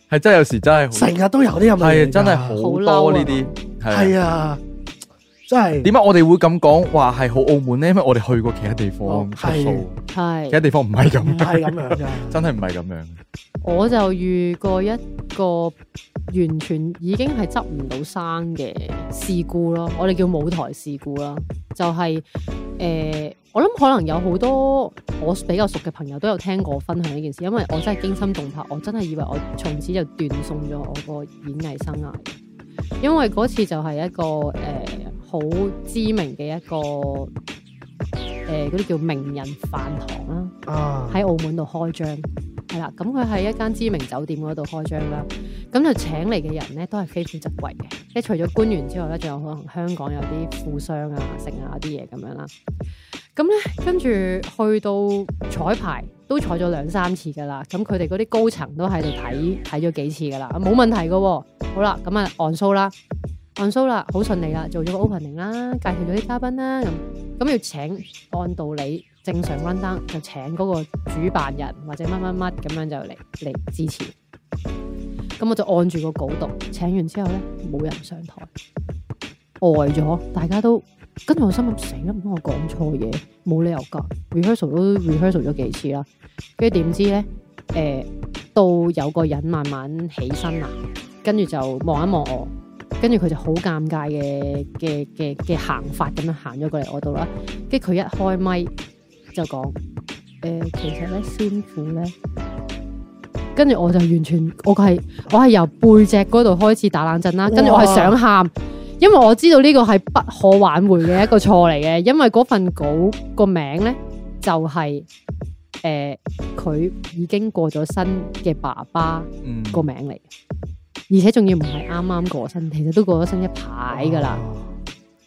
S2: 係真係有時真係好
S1: 成日都有啲咁嘅嘢
S2: 係
S1: 㗎，
S2: 真係好多呢啲係啊。
S1: 係啊，真係
S2: 點解我哋會咁講話係好澳門咧？因為我哋去過其他地
S1: 哦
S2: 方
S1: 係
S2: 質素，其他
S3: 係。
S2: 地方唔係
S1: 唔
S2: 咁，
S1: 係咁樣㗎。
S2: 真係唔係咁樣。
S3: 我就遇過一個完全已經係執唔到生嘅事故咯，我哋叫舞台事故啦，就係、呃我諗可能有好多我比較熟嘅朋友都有聽過我分享呢件事，因為我真係驚心動魄，我真係以為我從此就斷送咗我個演藝生涯，因為嗰次就係一個誒好、知名嘅一個誒嗰啲叫名人飯堂啦。
S1: 啊，
S3: 喺澳門度開張，係啦，咁佢喺一間知名酒店嗰度開張啦，咁就請嚟嘅人咧都係非富則貴嘅，即係除咗官員之外咧，仲有可能香港有啲富商啊、成啊啲嘢咁樣啦。咁咧跟住去到彩排都彩咗兩三次噶啦，咁佢哋嗰啲高層都喺度睇睇咗幾次噶啦，冇問題噶喎、好啦，咁啊 on show 啦，on show 啦，好順利啦，做咗個 opening 啦，介紹咗啲嘉賓啦，咁咁要請按道理正常 run down 就請嗰個主辦人或者乜乜乜咁樣就嚟嚟支持。咁我就按住個稿讀，請完之後咧冇人上台，呆咗，大家都跟住我心諗死啦，唔通我講錯嘢，冇理由㗎，rehearsal 都 rehearsal 咗幾次啦，跟住點知咧誒、到有個人慢慢起身啦，跟住就望一望我，跟住佢就好尷尬嘅嘅嘅嘅行法咁樣行咗過嚟我度啦，跟住佢一開咪就講誒、呃其實咧先苦咧。跟住我就完全，我係我係由背脊嗰度開始打冷震啦，跟住我係
S1: 哇
S3: 想喊，因為我知道呢個係不可挽回嘅一個錯嚟嘅，因為嗰份稿個名咧就係、呃誒、佢已經過咗身嘅爸爸
S2: 嗯，
S3: 個名嚟，而且仲要唔係啱啱過身，其實都過咗身一排噶啦。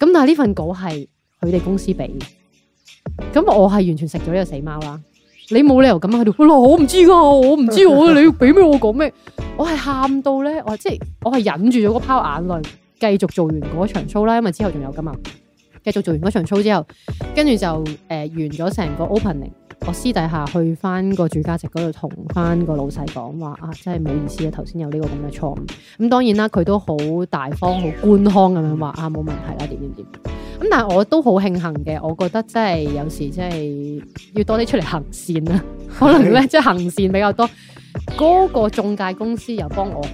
S3: 咁但係呢份稿係佢哋公司俾嘅，咁我係完全食咗呢個死貓啦。你冇理由咁喺度，哇我唔知噶，我唔知我你俾咩我講咩，我係喊到咧，我即係我係忍住咗嗰泡眼淚，繼續做完嗰場 show 啦，因為之後仲有噶嘛。繼續做完嗰場 show 之後，跟住就誒、呃完咗成個 opening。我私底下去翻個主家席嗰度同翻個老細講話啊，真係唔好意思啊，頭先有呢個咁嘅錯誤。咁當然啦，佢都好大方、好官腔咁樣話啊，冇問題啦，點點點。咁但係我都好慶幸嘅，我覺得真係有時真係要多啲出嚟行善啦。可能咧即係行善比較多。嗰、個中介公司又幫我去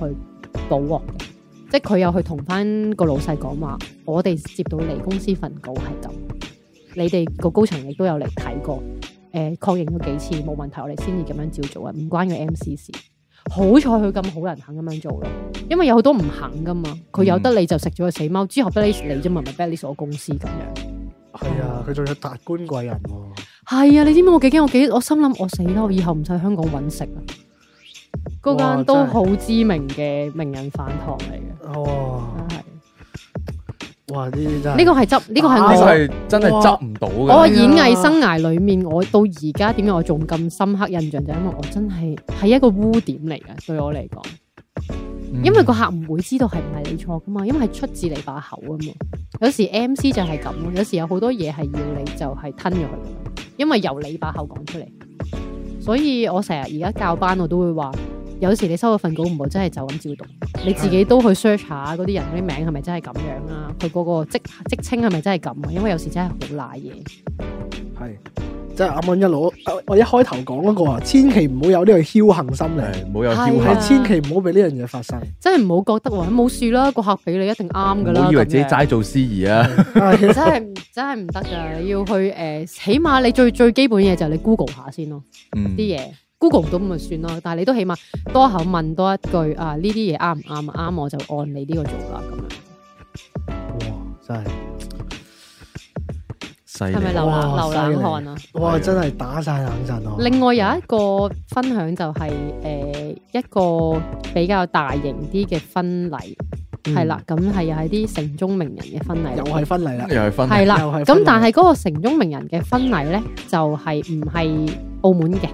S3: 補鑊嘅，即係佢又去同翻個老細講話，我哋接到你公司份稿係咁，你哋個高層亦都有嚟睇過，誒、確認咗幾次冇問題，我哋先至咁樣照做啊，唔關個 MC 事。好彩佢咁好人肯咁樣做咯，因為有好多唔肯噶嘛，佢有得你就食咗個死貓，之後 b a 你啫嘛，咪 b a 我公司咁樣。
S1: 係啊，佢仲要達官貴人喎。
S3: 係啊，你知唔知我幾驚？我幾我心諗我死啦！我以後唔使香港揾食啦。嗰
S1: 哇真係
S3: 間都好知名嘅名人飯堂嚟嘅，啊
S1: 哇！
S3: 真係
S1: 哇！呢啲真係
S3: 呢個係執呢個
S1: 啊
S2: 呢個
S3: 係
S2: 係真係執唔到
S3: 我我
S2: 嘅。
S3: 演藝生涯裡面，我到而家點解我仲咁深刻印象就係因為我真係係一個污點嚟嘅，對我嚟講，因為個客唔會知道係唔係你錯噶嘛，因為係出自你把口啊嘛。有時 MC 就係咁咯，有時有好多嘢係要你就係吞咗佢㗎啦，因為由你把口講出嚟。所以我成日而家教班我都會話，有時你收咗份稿唔好真係就咁照讀，你自己都去 search 下嗰啲人嗰啲名係咪真係咁樣啊？佢嗰個職職稱係咪真係咁啊？因為有時真係好賴嘢。
S1: 係即係啱啱一路，啊我一開頭講嗰個啊，千祈唔好有呢個僥倖心理，
S2: 係冇有僥
S3: 係啊
S2: 倖，
S1: 係千祈唔好俾呢樣嘢發
S2: *laughs*
S1: 生。
S3: 真係唔好覺得話冇事啦，個客俾你一定啱噶
S2: 唔
S3: 啦。
S2: 好以為自己
S3: 咁樣
S2: 齋做司儀啊。
S1: 係
S3: 真係唔真係唔得㗎，你要去誒、呃起碼你最最基本嘢就係你 Google 下先咯，
S2: 嗯
S3: 啲嘢 Google 唔到咁咪算咯。但係你都起碼多口問多一句啊，呢啲嘢啱唔啱啊？啱我就按你呢個做啦，咁樣
S1: 哇！真係
S2: 犀
S3: 係咪
S2: 利。
S3: 流冷
S1: 哇
S3: 流冷汗啊？
S1: 哇！真係打晒冷震啊！
S3: 另外有一個分享就係、呃一個比較大型啲嘅婚禮，
S1: 嗯
S3: 係啦、咁係又係啲城中名人嘅婚禮嚟
S1: 又
S3: 嘅。
S1: 係婚禮啦，
S2: 又係分
S3: 係啦，
S1: 又係婚
S3: 咁
S1: 禮
S3: 但係嗰個城中名人嘅婚禮咧，就係唔係澳門嘅，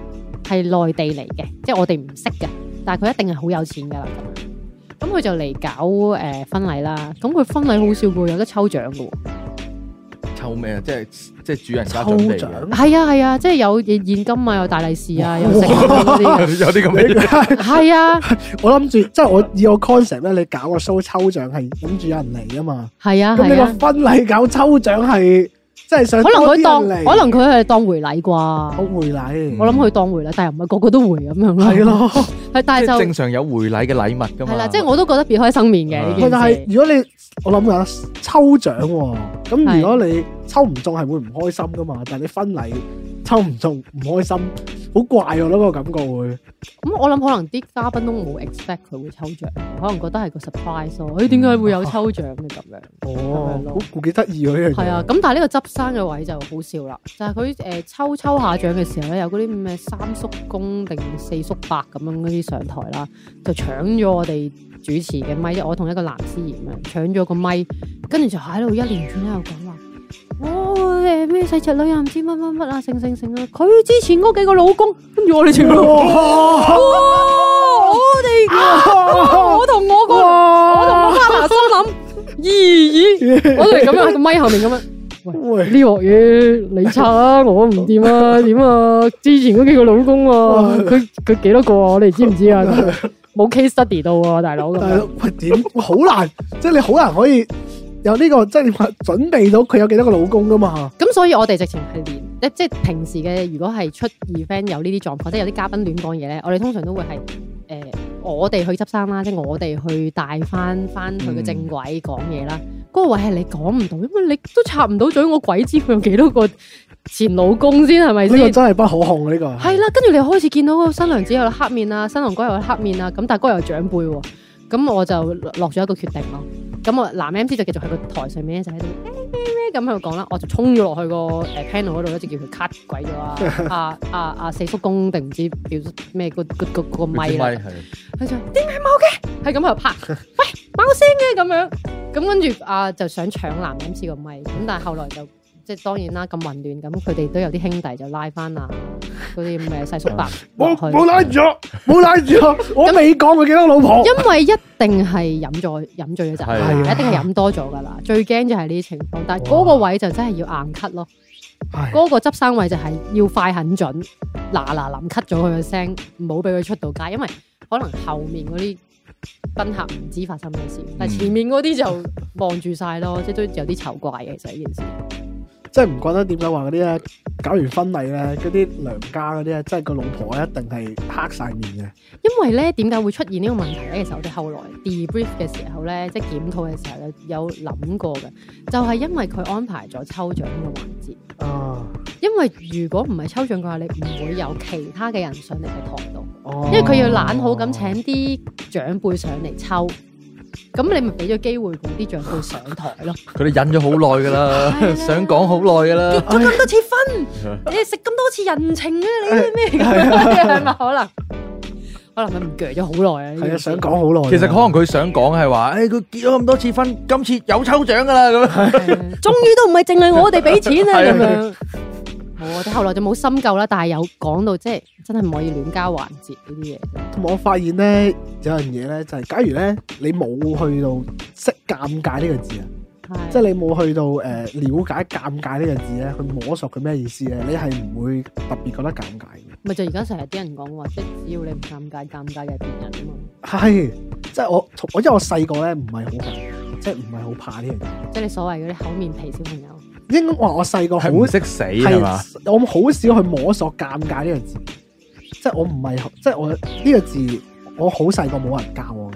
S3: 係內地嚟嘅，即係我哋唔識嘅，但係佢一定係好有錢噶啦咁樣。咁佢就嚟搞誒、呃婚禮啦，咁佢婚禮好少會有得抽獎嘅喎。
S2: 抽咩啊？即係即係主人家
S1: 抽
S2: 準備
S1: 獎
S2: 嘅。
S3: 係啊係啊，即係有現現金啊，有大利是啊，有食物嗰啲嘅。
S2: *laughs* 有啲咁嘅
S1: 你
S2: 嘢，
S3: 係啊
S1: *laughs* 我諗住，即係我以我 concept 咧，你搞個 show 抽獎係諗住有人嚟噶嘛？
S3: 係啊
S1: 咁你
S3: 係
S1: 個
S3: 啊，
S1: 婚禮搞抽獎係，即係想
S3: 可能佢當
S1: 多啲人嚟
S3: 可能佢係當回禮啩，
S1: 好回禮，
S3: 我諗佢當回禮，但係唔係個個都回咁樣咯。
S1: 係，
S3: *laughs*
S1: 咯。
S3: 係但係
S2: 即係
S3: 就
S2: 正常有回禮嘅禮物噶嘛。
S3: 係啦，即係我都覺得別開生面嘅呢
S1: 喂，
S3: 件
S1: 但係
S3: 事。
S1: 如果你我諗下抽獎喎、咁
S3: 係
S1: 如果你抽唔中係會唔開心噶嘛？但係你婚禮抽唔中唔開心，好怪我咯、個感覺會。
S3: 咁我諗可能啲嘉賓都冇 expect 佢會抽獎，可能覺得係個 surprise 咯。誒點解會有抽獎嘅咁樣？
S1: 哦
S3: 咁樣，咯
S1: 好好幾得意喎呢樣嘢。
S3: 係啊，咁但係呢個執生嘅位就好笑啦，就係佢誒抽抽下獎嘅時候咧，有嗰啲咩三叔公定四叔伯咁樣嗰啲上台啦，就搶咗我哋主持嘅咪，即係我同一個男司儀咁樣搶咗個咪，跟住就喺度一連串喺度講話。我誒咩細侄女啊，唔知乜乜乜啊，成成成啊！佢之前嗰幾個老公，跟住我哋全部，哇！哦我哋哦我同我個我同我 partner 心諗，咦咦，我哋咁樣喺個咪後面咁樣。
S1: 喂，
S3: 呢鑊嘢你拆啊，我唔掂 *laughs* 啊，點啊？之前嗰幾個老公啊，佢佢幾多個啊？我哋知唔 *laughs* 知啊？冇 case study 到啊，大佬咁
S1: 但
S3: 樣
S1: 係喂點好難，即係你好難可以有呢、個即係你話準備到佢有幾多個老公噶嘛？
S3: 咁所以我哋直情係連即即係平時嘅，如果係出 event 有呢啲狀況，即係有啲嘉賓亂講嘢咧，我哋通常都會係誒、呃我哋去執生啦，即係我哋去帶翻
S1: 嗯
S3: 翻佢嘅正軌講嘢啦。嗰、個位係你講唔到，因為你都插唔到嘴，我鬼知佢有幾多個前老公先係咪
S1: 呢個
S3: 先？
S1: 真係不可控啊呢、個。
S3: 係啦，跟住你開始見到個新娘子有黑面啊，新郎哥又有黑面啊，咁但係哥又有長輩喎，咁我就落咗一個決定咯。咁我男 M C 就繼續喺個台上面咧就喺度，誒咩咁喺度講啦，我就衝咗落去個誒 panel 嗰度，一直叫佢 cut 鬼咗啊！ *laughs* 啊啊啊四叔公定唔知表咩個個個個咪啦，
S2: 係
S3: 佢就點解冇嘅？係咁喺度拍，喂冇聲嘅咁樣，咁跟住啊就想搶男 MC 個咪，咁但係後來就。即係當然啦，咁混亂，咁佢哋都有啲兄弟就拉翻啊，嗰啲咁嘅細叔伯落
S1: 冇
S3: 去。
S1: 冇拉住我，冇拉住啊
S3: *laughs*
S1: 我，我未講佢幾多老婆。
S3: 因為一定係飲咗飲醉咗
S2: 係
S3: 陣，
S2: 啊
S3: 一定係飲多咗㗎啦。最驚就係呢啲情況，但係嗰個位就真係要硬 cut 咯。
S1: 係
S3: 嗰個執生位就係要快很準，嗱嗱臨 cut 咗佢嘅聲，唔好俾佢出到街，因為可能後面嗰啲賓客唔知發生咩事，但係前面嗰啲就望住晒咯，即係都有啲醜怪嘅。其實呢件事
S1: 即係唔覺得點解話嗰啲咧，搞完婚禮咧，嗰啲娘家嗰啲咧，即係個老婆咧，一定係黑晒面
S3: 因為咧點解會出現呢個問題咧？其實我哋後來 debrief 嘅時候咧，即係檢討嘅時候有有諗過嘅，就係、因為佢安排咗抽獎呢個環節。
S1: 嘅。
S3: 哦
S1: 啊，
S3: 因為如果唔係抽獎嘅話，你唔會有其他嘅人上嚟嘅台度，
S1: 哦
S3: 因為佢要懶好咁請啲長輩上嚟抽，咁你咪俾咗機會嗰啲長輩上台 *laughs* 咯。
S2: 佢哋忍咗好耐噶
S3: 係
S2: 啦，
S3: 啊
S2: 想講好耐噶啦。
S3: 咗咁多次
S2: 啊
S3: 婚，你食咁多次人情啊！ *laughs* 你咩咁係咪可能？可能佢唔鋸咗好耐啊！呢
S1: 係啊，
S3: 件事
S1: 想講好耐㗎。
S2: 其實可能佢想講係話，
S3: 嗯
S2: 誒佢結咗咁多次婚，今次有抽獎噶啦咁樣。
S3: 終於都唔係 *laughs* 淨係我哋俾錢啦
S2: 係啊
S3: 咁樣。冇啊！我哋後來就冇深究啦，但係有講到即係真係唔可以亂交環節呢啲嘢。
S1: 同埋我發現咧，有樣嘢咧，就係假如咧，你冇去到識尷尬呢個字啊，
S3: 係
S1: 即係你冇去到誒了解尷尬呢個字咧，去摸索佢咩意思咧，你係唔會特別覺得尷尬嘅。
S3: 咪就而家成日啲人講話，即係只要你唔尷尬，尷尬嘅係別人啊嘛。
S1: 係，即係我我因為我細個咧唔係好怕，即係唔係好怕呢樣嘢。
S3: 即係你所謂嗰啲厚面皮小朋友，
S1: 應該話我細個好
S2: 係唔識死係嘛？
S1: 係我好少去摸索尷尬呢個字，即係我唔係即係我呢個字，我好細個冇人教我嘅，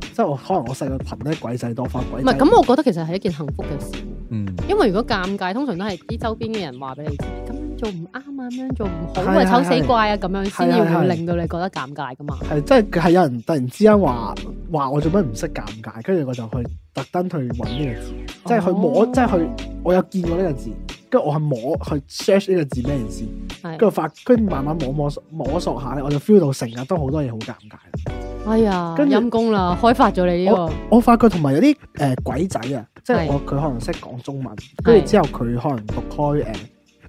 S1: 即係我可能我細個貧得鬼仔多發鬼
S3: 唔
S1: 仔。
S3: 係咁，我覺得其實係一件幸福嘅事，
S2: 嗯，
S3: 因為如果尷尬，通常都係啲周邊嘅人話俾你知，咁樣做唔啱啊，咁樣做唔好
S1: 係
S3: 啊，
S1: 係
S3: 醜死怪啊，咁樣先
S1: 係係
S3: 要
S1: 係
S3: 會令到你覺得尷尬噶嘛。
S1: 係即係係有人突然之間話話我做乜唔識尷尬，跟住我就去特登去揾呢個字，即係去摸，
S3: 哦
S1: 即係去我有見過呢個字，跟住我係摸去 search 呢個字咩意思，
S3: 係
S1: 跟住發，跟住慢慢摸摸索摸索下咧，我就 feel 到成日都好多嘢好尷尬。
S3: 哎呀，
S1: 跟住
S3: 陰公啦，開發咗你呢個
S1: 我發覺同埋有啲誒、呃鬼仔啊，即係
S3: 係
S1: 我佢可能識講中文，跟住之後佢可能讀開誒、呃、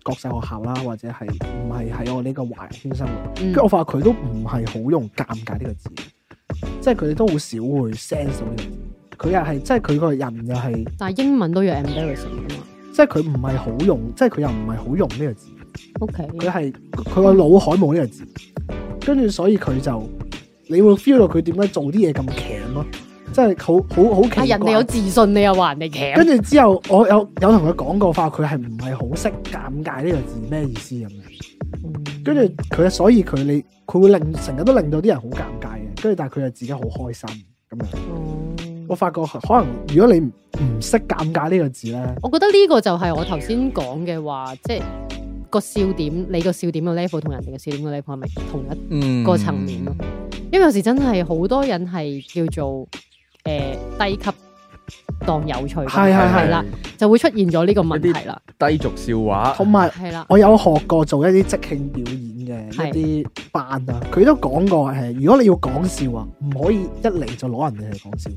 S1: 國際學校啦，或者係唔係喺我呢個華人圈生活，跟
S3: 嗯
S1: 住、我發覺佢都唔係好用尷尬呢個字，即係佢哋都好少會 sense 到呢個字。佢又係即係佢個人又係，
S3: 但係英文都要 embarrassing 噶嘛。
S1: 即係佢唔係好用，即係佢又唔係好用呢個字，
S3: O K，
S1: 佢係佢個腦海冇呢個字，跟住所以佢就你會 feel 到佢點解做啲嘢咁鉗咯，即係好好好奇怪。
S3: 啊係人哋有自信，你又話人哋
S1: 跟
S3: 鉗，
S1: 住之後，我有有同佢講過，發覺佢係唔係好識尷尬呢個字咩意思咁樣。
S3: 嗯
S1: 跟住佢，所以佢你佢會令成日都令到啲人好尷尬嘅。跟住但係佢又自己好開心咁樣。
S3: 哦
S1: 我發覺可能如果你唔唔識尷尬呢個字咧，
S3: 我覺得呢個就係我頭先講嘅話，即係個笑點，你個笑點嘅 level 同人哋嘅笑點嘅 level 係咪同一？
S2: 嗯
S3: 個層面咯因為有時真係好多人係叫做誒、呃低級當有趣咁，
S1: 係係係
S3: 啦，就會出現咗呢個問題啦，
S2: 低俗笑話，
S1: 同埋
S3: 係啦，
S1: 我有學過做一啲即興表演嘅
S3: 係
S1: 一啲班啊，佢都講過係，如果你要講笑啊，唔可以一嚟就攞人哋嚟講笑，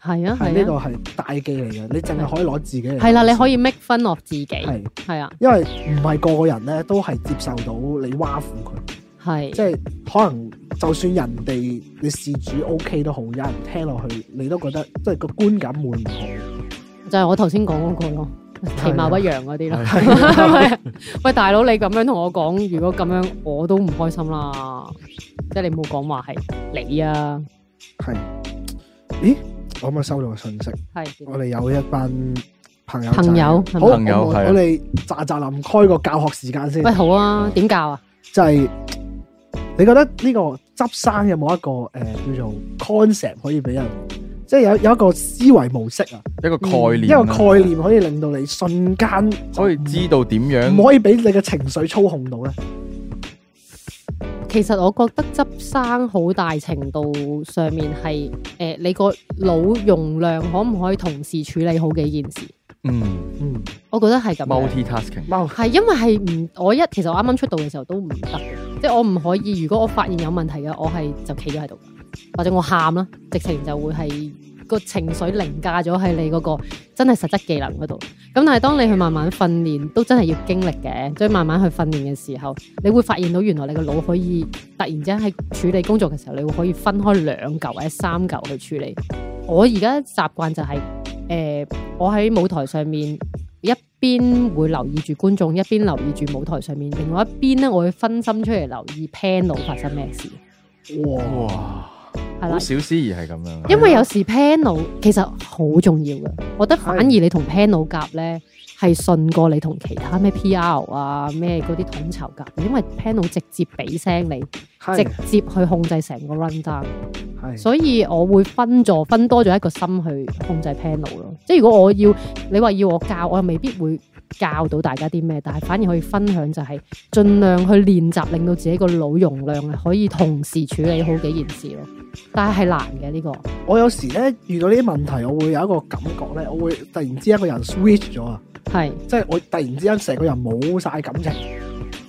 S3: 係啊
S1: 係呢
S3: 係
S1: 個
S3: 啊，
S1: 係大忌嚟嘅。你淨係可以攞自己嚟講笑，
S3: 係啦，你可以 make fun of 自己，
S1: 係
S3: 係啊，
S1: 因為唔係個個人咧都係接受到你挖苦佢。
S3: 係
S1: 即係可能就算人哋你事主 O、k 都好，有人聽落去你都覺得即係個觀感會唔
S3: *laughs*
S1: 好。
S3: 就係我頭先講嗰個咯，其貌不揚嗰啲咯。
S2: 係
S3: 喂，大佬，你咁樣同我講，如果咁樣我都唔開心啦，即係你冇講話係你啊，
S1: 係，咦？我咪收到個信息，
S3: 係
S1: 我哋有一班朋友仔
S3: 朋友係咪
S1: 好，
S2: 朋友
S1: 我
S2: 係啊
S1: 我哋咋咋臨開個教學時間先
S3: 喂，，好啊，點教啊？
S1: 就係、你覺得呢個執生有冇一個誒、呃叫做 concept 可以俾人，即係有有一個思維模式啊，
S2: 嗯一個概
S1: 一
S2: 念
S1: 個
S2: 啦，
S1: 概念可以令到你瞬間
S2: 可以知道點
S1: 唔
S2: 樣
S1: 可以俾你嘅情緒操控到咧？
S3: 其實我覺得執生好大程度上面係誒、呃你個腦容量可唔可以同時處理好幾件事？
S2: 嗯
S1: 嗯，
S3: 我覺得係咁樣。
S2: ，multitasking，
S1: 貓
S3: 係因為係唔我一其實我啱啱出道嘅時候都唔得嘅，即係我唔可以。如果我發現有問題嘅，我係就企咗喺度，或者我喊啦，直情就會係個情緒凌駕咗喺你嗰個真係實質技能嗰度。咁但係當你去慢慢訓練，都真係要經歷嘅，即係慢慢去訓練嘅時候，你會發現到原來你個腦可以突然之間喺處理工作嘅時候，你會可以分開兩嚿或者三嚿去處理。我而家習慣就係、誒、我喺舞台上面。一邊會留意住觀眾，一邊留意住舞台上面，另外一邊咧，我會分心出嚟留意 panel 發生咩事，
S1: 哇，
S2: 哇，
S3: 係
S2: 好
S3: 啦。
S2: 少思怡係咁樣，
S3: 因為有時 panel 其實好重要嘅，我覺得反而你同 panel 夾咧係順過你同其他咩 PR 啊咩嗰啲統籌夾，因為 panel 直接俾聲你，直
S1: 係
S3: 接去控制成個 run down。
S1: 係
S3: 所以我會分咗分多咗一個心去控制 panel 咯。即係如果我要你話要我教，我又未必會教到大家啲咩，但係反而可以分享就係盡量去練習，令到自己個腦容量係可以同時處理好幾件事咯。但係係難嘅呢、個，
S1: 我有時咧遇到呢啲問題，我會有一個感覺咧，我會突然之間個人 switch 咗啊，
S3: 係
S1: 即係我突然之間成個人冇晒感情，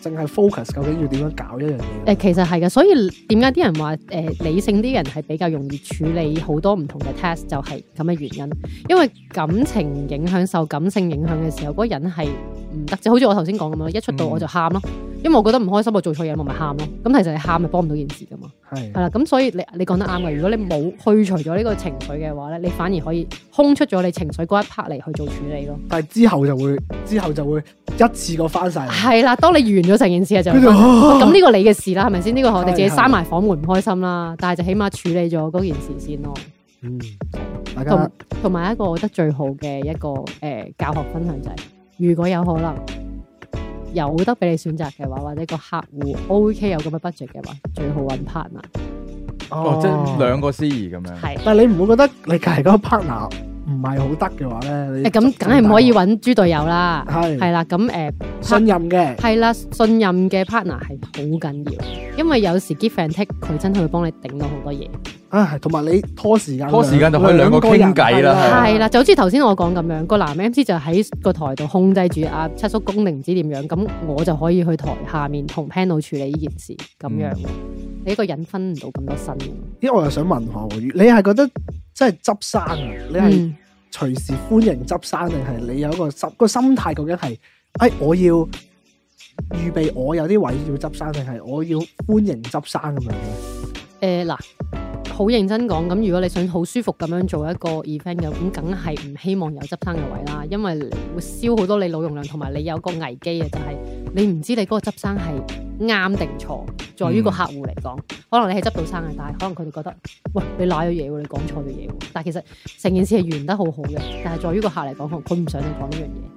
S1: 淨係 focus 究竟要點樣搞一樣
S3: 誒、
S1: 嘢。
S3: 其實係嘅。所以點解啲人話誒、理性啲人係比較容易處理好多唔同嘅 task 就係咁嘅原因，因為感情影響受感性影響嘅時候，嗰、個人係唔得，就好似我頭先講咁樣，一出到
S2: 嗯
S3: 我就喊咯，因為我覺得唔開心，我做錯嘢我咪喊咯。咁其實你喊咪幫唔到件事噶嘛，
S1: 係
S3: 係啦。咁所以你你講得啱嘅，如果你冇去除咗呢個情緒嘅話咧，你反而可以空出咗你情緒嗰一 part 嚟去做處理咯。
S1: 但係之後就會之後就會一次過翻晒嚟，
S3: 係啦，當你完咗成件事嘅就
S1: 跟住啊
S3: 咁呢個你嘅事啦，係咪先？呢、個我哋自己
S1: 係係
S3: 閂埋房門唔開心啦，但係就起碼處理咗嗰件事先咯。
S1: 嗯，大家
S2: 哦
S3: 同同埋一個我覺得最好嘅一個誒、呃教學分享就係、如果有可能有得俾你選擇嘅話，或者個客戶 OK 有咁嘅 budget 嘅話，最好揾 partner。
S2: 哦，即係兩個思怡咁樣，
S3: 係
S1: 但係你唔會覺得你隔離嗰個 partner 唔係好得嘅話咧？你
S3: 誒咁，梗係唔可以揾豬隊友啦。
S1: 係
S3: 係啦，咁誒
S1: 信任嘅，
S3: 係啦，信任嘅 partner 係好緊要，因為有時 give and take 佢真係會幫你頂到好多嘢。
S1: 啊，同埋你拖時間，
S2: 拖時間就可以兩個傾偈啦係啊
S3: 係啦，就好似頭先我講咁樣，個男 MC 就喺個台度控制住阿七叔公定唔知點樣，咁我就可以去台下面同 panel 處理呢件事咁樣。
S2: 嗯
S3: 你一個人分唔到咁多身嘅，
S1: 因為我又想問下喎，你係覺得即係執生啊？你係
S3: 嗯，
S1: 隨時歡迎執生，定係你有一個心個心態究竟係，哎，我要預備我有啲位要執生，定係我要歡迎執生咁樣嘅？
S3: 誒呃嗱、好認真講，咁如果你想好舒服咁樣做一個 event 嘅，咁梗係唔希望有執生嘅位啦，因為你會消耗多你腦容量，同埋你有個危機啊嘅就係、你唔知你嗰個執生係啱定錯，在於個客戶嚟講，可能你係執到生嘅，但係可能佢哋覺得，喂，你賴咗嘢喎，你講錯咗嘢喎，但係其實成件事係完得好好嘅，但係在於個客嚟講，可能佢唔想你講呢樣嘢。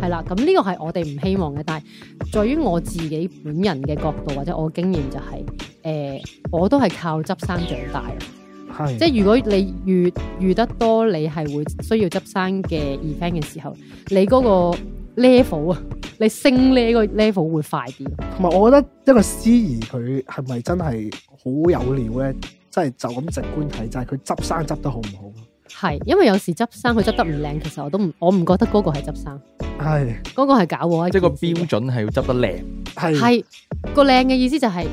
S3: 係啦，咁呢個係我哋唔希望嘅，但係在於我自己本人嘅角度或者我經驗就係、呃我都係靠執生長大嘅，
S2: 嗯
S1: 係
S3: 即係如果你遇遇得多，你係會需要執生嘅 event 嘅時候，你嗰個 level 啊，你升呢個 level 會快啲啊咯。
S1: 同埋我覺得一個司儀佢係咪真係好有料咧？即係就咁直觀睇，就係佢執生執得好唔
S3: 係，因為有時執生佢執得唔靚，其實我都唔我唔覺得嗰個係執生，
S1: 好？係
S3: 嗰、個係搞我一
S2: 即係個
S3: 件事嘅
S2: 標準係要執得靚。
S1: 係
S3: 係個靚嘅意思就係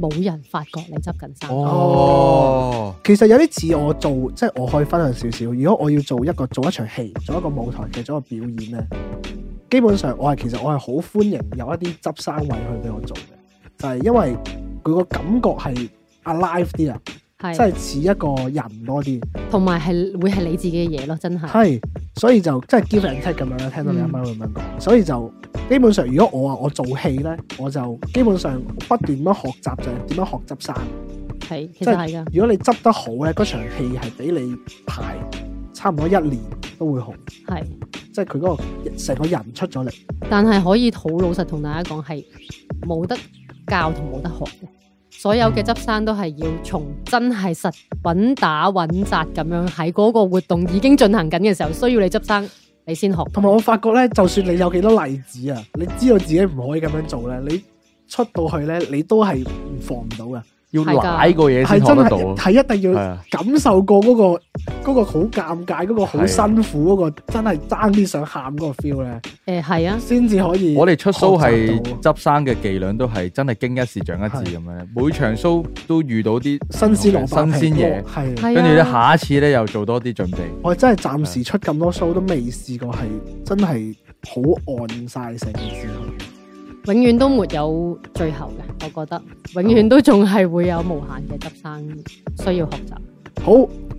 S3: 冇人發覺你執緊生。
S2: 哦，
S1: 其實有啲似我做，即係我可以分享少少。如果我要做一個做一場戲，做一個舞台劇，做一個表演咧，基本上我係其實我係好歡迎有一啲執生位去俾我做嘅，就係、因為佢個感覺係 alive 啲啊，
S3: 係
S1: 即係似一個人多啲，
S3: 同埋係會係你自己嘅嘢咯，真係。
S1: 係，所以就即係 give and take 咁樣啦。聽到你啱啱咁樣講，所以就基本上如果我話我做戲咧，我就基本上不斷咁樣學習就係點樣學執生。
S3: 係，其實係噶，
S1: 如果你執得好咧，嗰場戲係俾你排差唔多一年都會好，
S3: 係。
S1: 即係佢嗰個成個人出咗嚟。
S3: 但係可以好老實同大家講，係冇得教同冇得學嘅。所有嘅執生都係要從真係實穩打穩扎咁樣喺嗰個活動已經進行緊嘅時候，需要你執生，你先學。
S1: 同埋我發覺咧，就算你有幾多例子啊，你知道自己唔可以咁樣做咧，你出到去咧，你都係唔防唔到嘅，
S2: 要
S3: 係㗎
S2: 舐個嘢先
S1: 係
S2: 學
S1: 真
S2: 得到啊
S1: 係。係一定
S2: 係
S1: 要
S2: 啊
S1: 感受過嗰、個嗰個好尷尬，嗰個好辛苦，嗰個真係爭啲想喊嗰個 feel 咧，
S3: 诶系啊，
S1: 先至可以。
S2: 我哋出 show 係
S1: 學習
S2: 執生嘅伎倆，都係真係經一事長一智咁樣咧。每場 show 都遇到啲
S1: 到新鮮蘿蔔，
S2: 新鮮嘢，
S1: 係
S3: 係
S2: 跟
S3: 啊
S2: 住咧下一次咧又做多啲準備。
S1: 我真係暫時出咁多 show 都未試過係真係好按晒成件事去。
S3: 永遠都沒有最後嘅，我覺得永遠都仲係會有無限嘅執生需要學習。
S1: 好，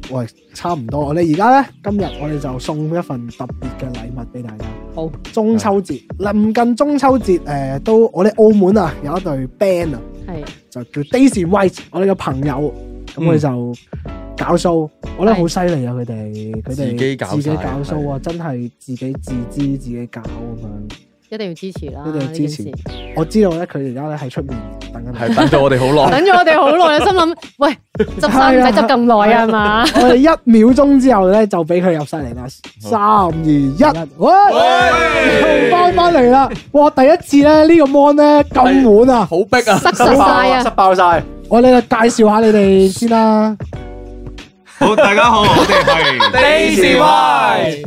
S1: 喂，差唔多，我哋而家咧今日我哋就送一份特別嘅禮物俾大家。
S3: 好，
S1: 中秋節臨近中秋節，誒、都我哋澳門啊有一隊 band 啊，
S3: 係
S1: 就叫 Daisy White，我哋嘅朋友，咁
S2: 嗯
S1: 佢就搞 show，我覺得
S3: 係
S1: 好犀利啊！佢哋佢哋
S2: 自己搞晒
S1: 自己搞 show 啊，真係自己自資自己搞咁樣。
S3: 一定要支持啦，
S1: 一定要
S3: 呢
S1: 支
S3: 件
S1: 持
S3: 事。
S1: 我知道咧，佢哋而家咧喺出面等緊
S2: 係等咗我哋好耐
S3: *laughs* 等，咗我哋好耐啦，心諗喂執生唔使執咁耐啊 *laughs* 嘛，
S1: 我哋一秒鐘之後咧就俾佢入晒嚟啦，三二一，喂，
S2: 喂
S1: 翻翻嚟啦！哇，第一次咧呢個 mon 咧咁滿啊！
S2: 好逼啊！
S3: 塞實晒啊！
S1: 爆晒！我哋介紹下你哋先啦。
S4: 好，大家好，我哋
S5: *laughs*
S4: 係
S2: Daisy Y，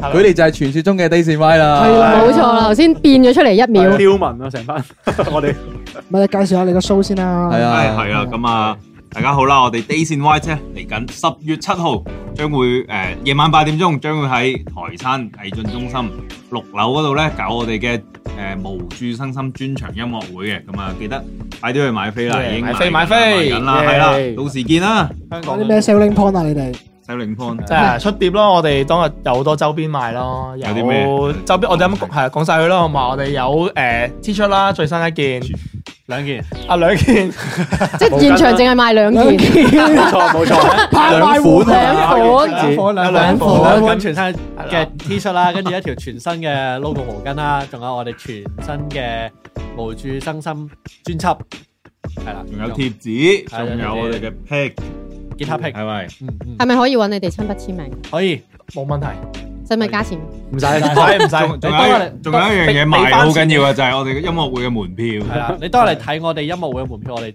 S2: 佢哋就係傳説中嘅 Daisy Y 啦。
S1: 係啦
S3: 冇錯啦，頭先變咗出嚟一秒，
S5: 刁民
S6: *laughs*
S5: 啊，成班我哋
S1: 咪你介紹下你個 show 先啦。
S2: 係啊
S4: 係係啦，咁啊，大家好啦，我哋 Days in White 咧嚟緊十月七號將會誒夜晚八點鐘將會喺台山藝進中心六樓嗰度咧搞我哋嘅誒無住生心專場音樂會嘅，咁啊記得快啲去買飛啦，
S5: Yeah，
S4: 已經
S5: 買飛
S4: 緊
S5: 買飛
S4: 賣緊啦，
S5: Yeah
S4: 係啦，到時見啦，
S5: 香
S1: 有
S5: 港
S1: 啲咩 selling point 啊？你哋
S4: 細靈 p
S5: 即係出碟咯，我哋當日有好多周邊賣咯，有
S4: 有啲咩
S5: 周邊我哋啱啱係講晒佢啦，好嘛？我哋有誒 T 恤啦，最新一件兩件啊兩件，
S3: 即係現場淨係賣兩件，
S1: 件
S5: 冇錯冇錯，
S1: 拍賣會
S6: 啊
S3: 兩款
S4: *laughs*
S1: 兩款兩款
S5: 兩款
S7: 兩
S1: 兩
S7: 款
S1: 款
S7: 全新嘅 T 恤啦，跟住一條全新嘅 logo 毛巾啦，仲有我哋全新嘅無住生心專輯，係啦，
S4: 仲有貼紙，
S7: 係
S4: 仲有我哋嘅 pick，
S7: 吉他 pick，
S4: 係咪？
S7: 嗯嗯，
S3: 係咪可以揾你哋親筆簽名？
S7: 可以，
S4: *laughs*
S5: 冇問題，
S3: 使唔使加錢？
S5: 唔使唔使唔
S4: 仲
S5: 使，
S4: 仲有
S7: 幫我
S4: 一
S7: 哋
S4: 仲有一樣嘢
S7: 俾俾
S4: 賣
S7: 翻
S4: 好
S7: 錢
S4: 緊要嘅就係我哋嘅音樂會嘅門票
S7: 係。啦，你當嚟睇我哋音樂會嘅門票，我哋誒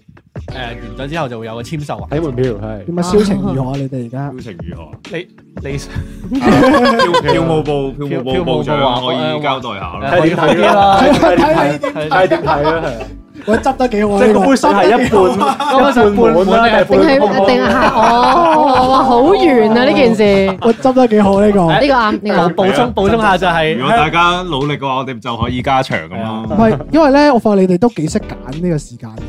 S7: 完咗之後就會有個簽售啊，
S5: 睇門票係
S1: 點啊？銷情如何啊？你哋而家
S4: 表情如何？啊
S5: 你
S4: 票票務部票務
S7: 票務
S4: 部
S7: 部
S4: 部長
S7: 啊
S4: 可以交代下啦。
S7: 可以睇啲啦，
S1: 睇你
S7: 係點睇啊？
S1: 我執得幾好啊！
S5: 即係個
S1: 呢
S5: 杯水係一半，一半滿啦，
S3: 定係定係嚇我？哇，好遠啊！呢件 *laughs* 事，呢
S1: 個我執得幾好啊呢個。
S7: 係
S1: 唔
S3: 個啱，呢個啱
S7: 補。補充補充下就係
S4: 如果大家努力嘅話，我哋就可以加長咁咯。
S1: 係，因為咧，我發覺你哋都幾識揀呢個時間嘅。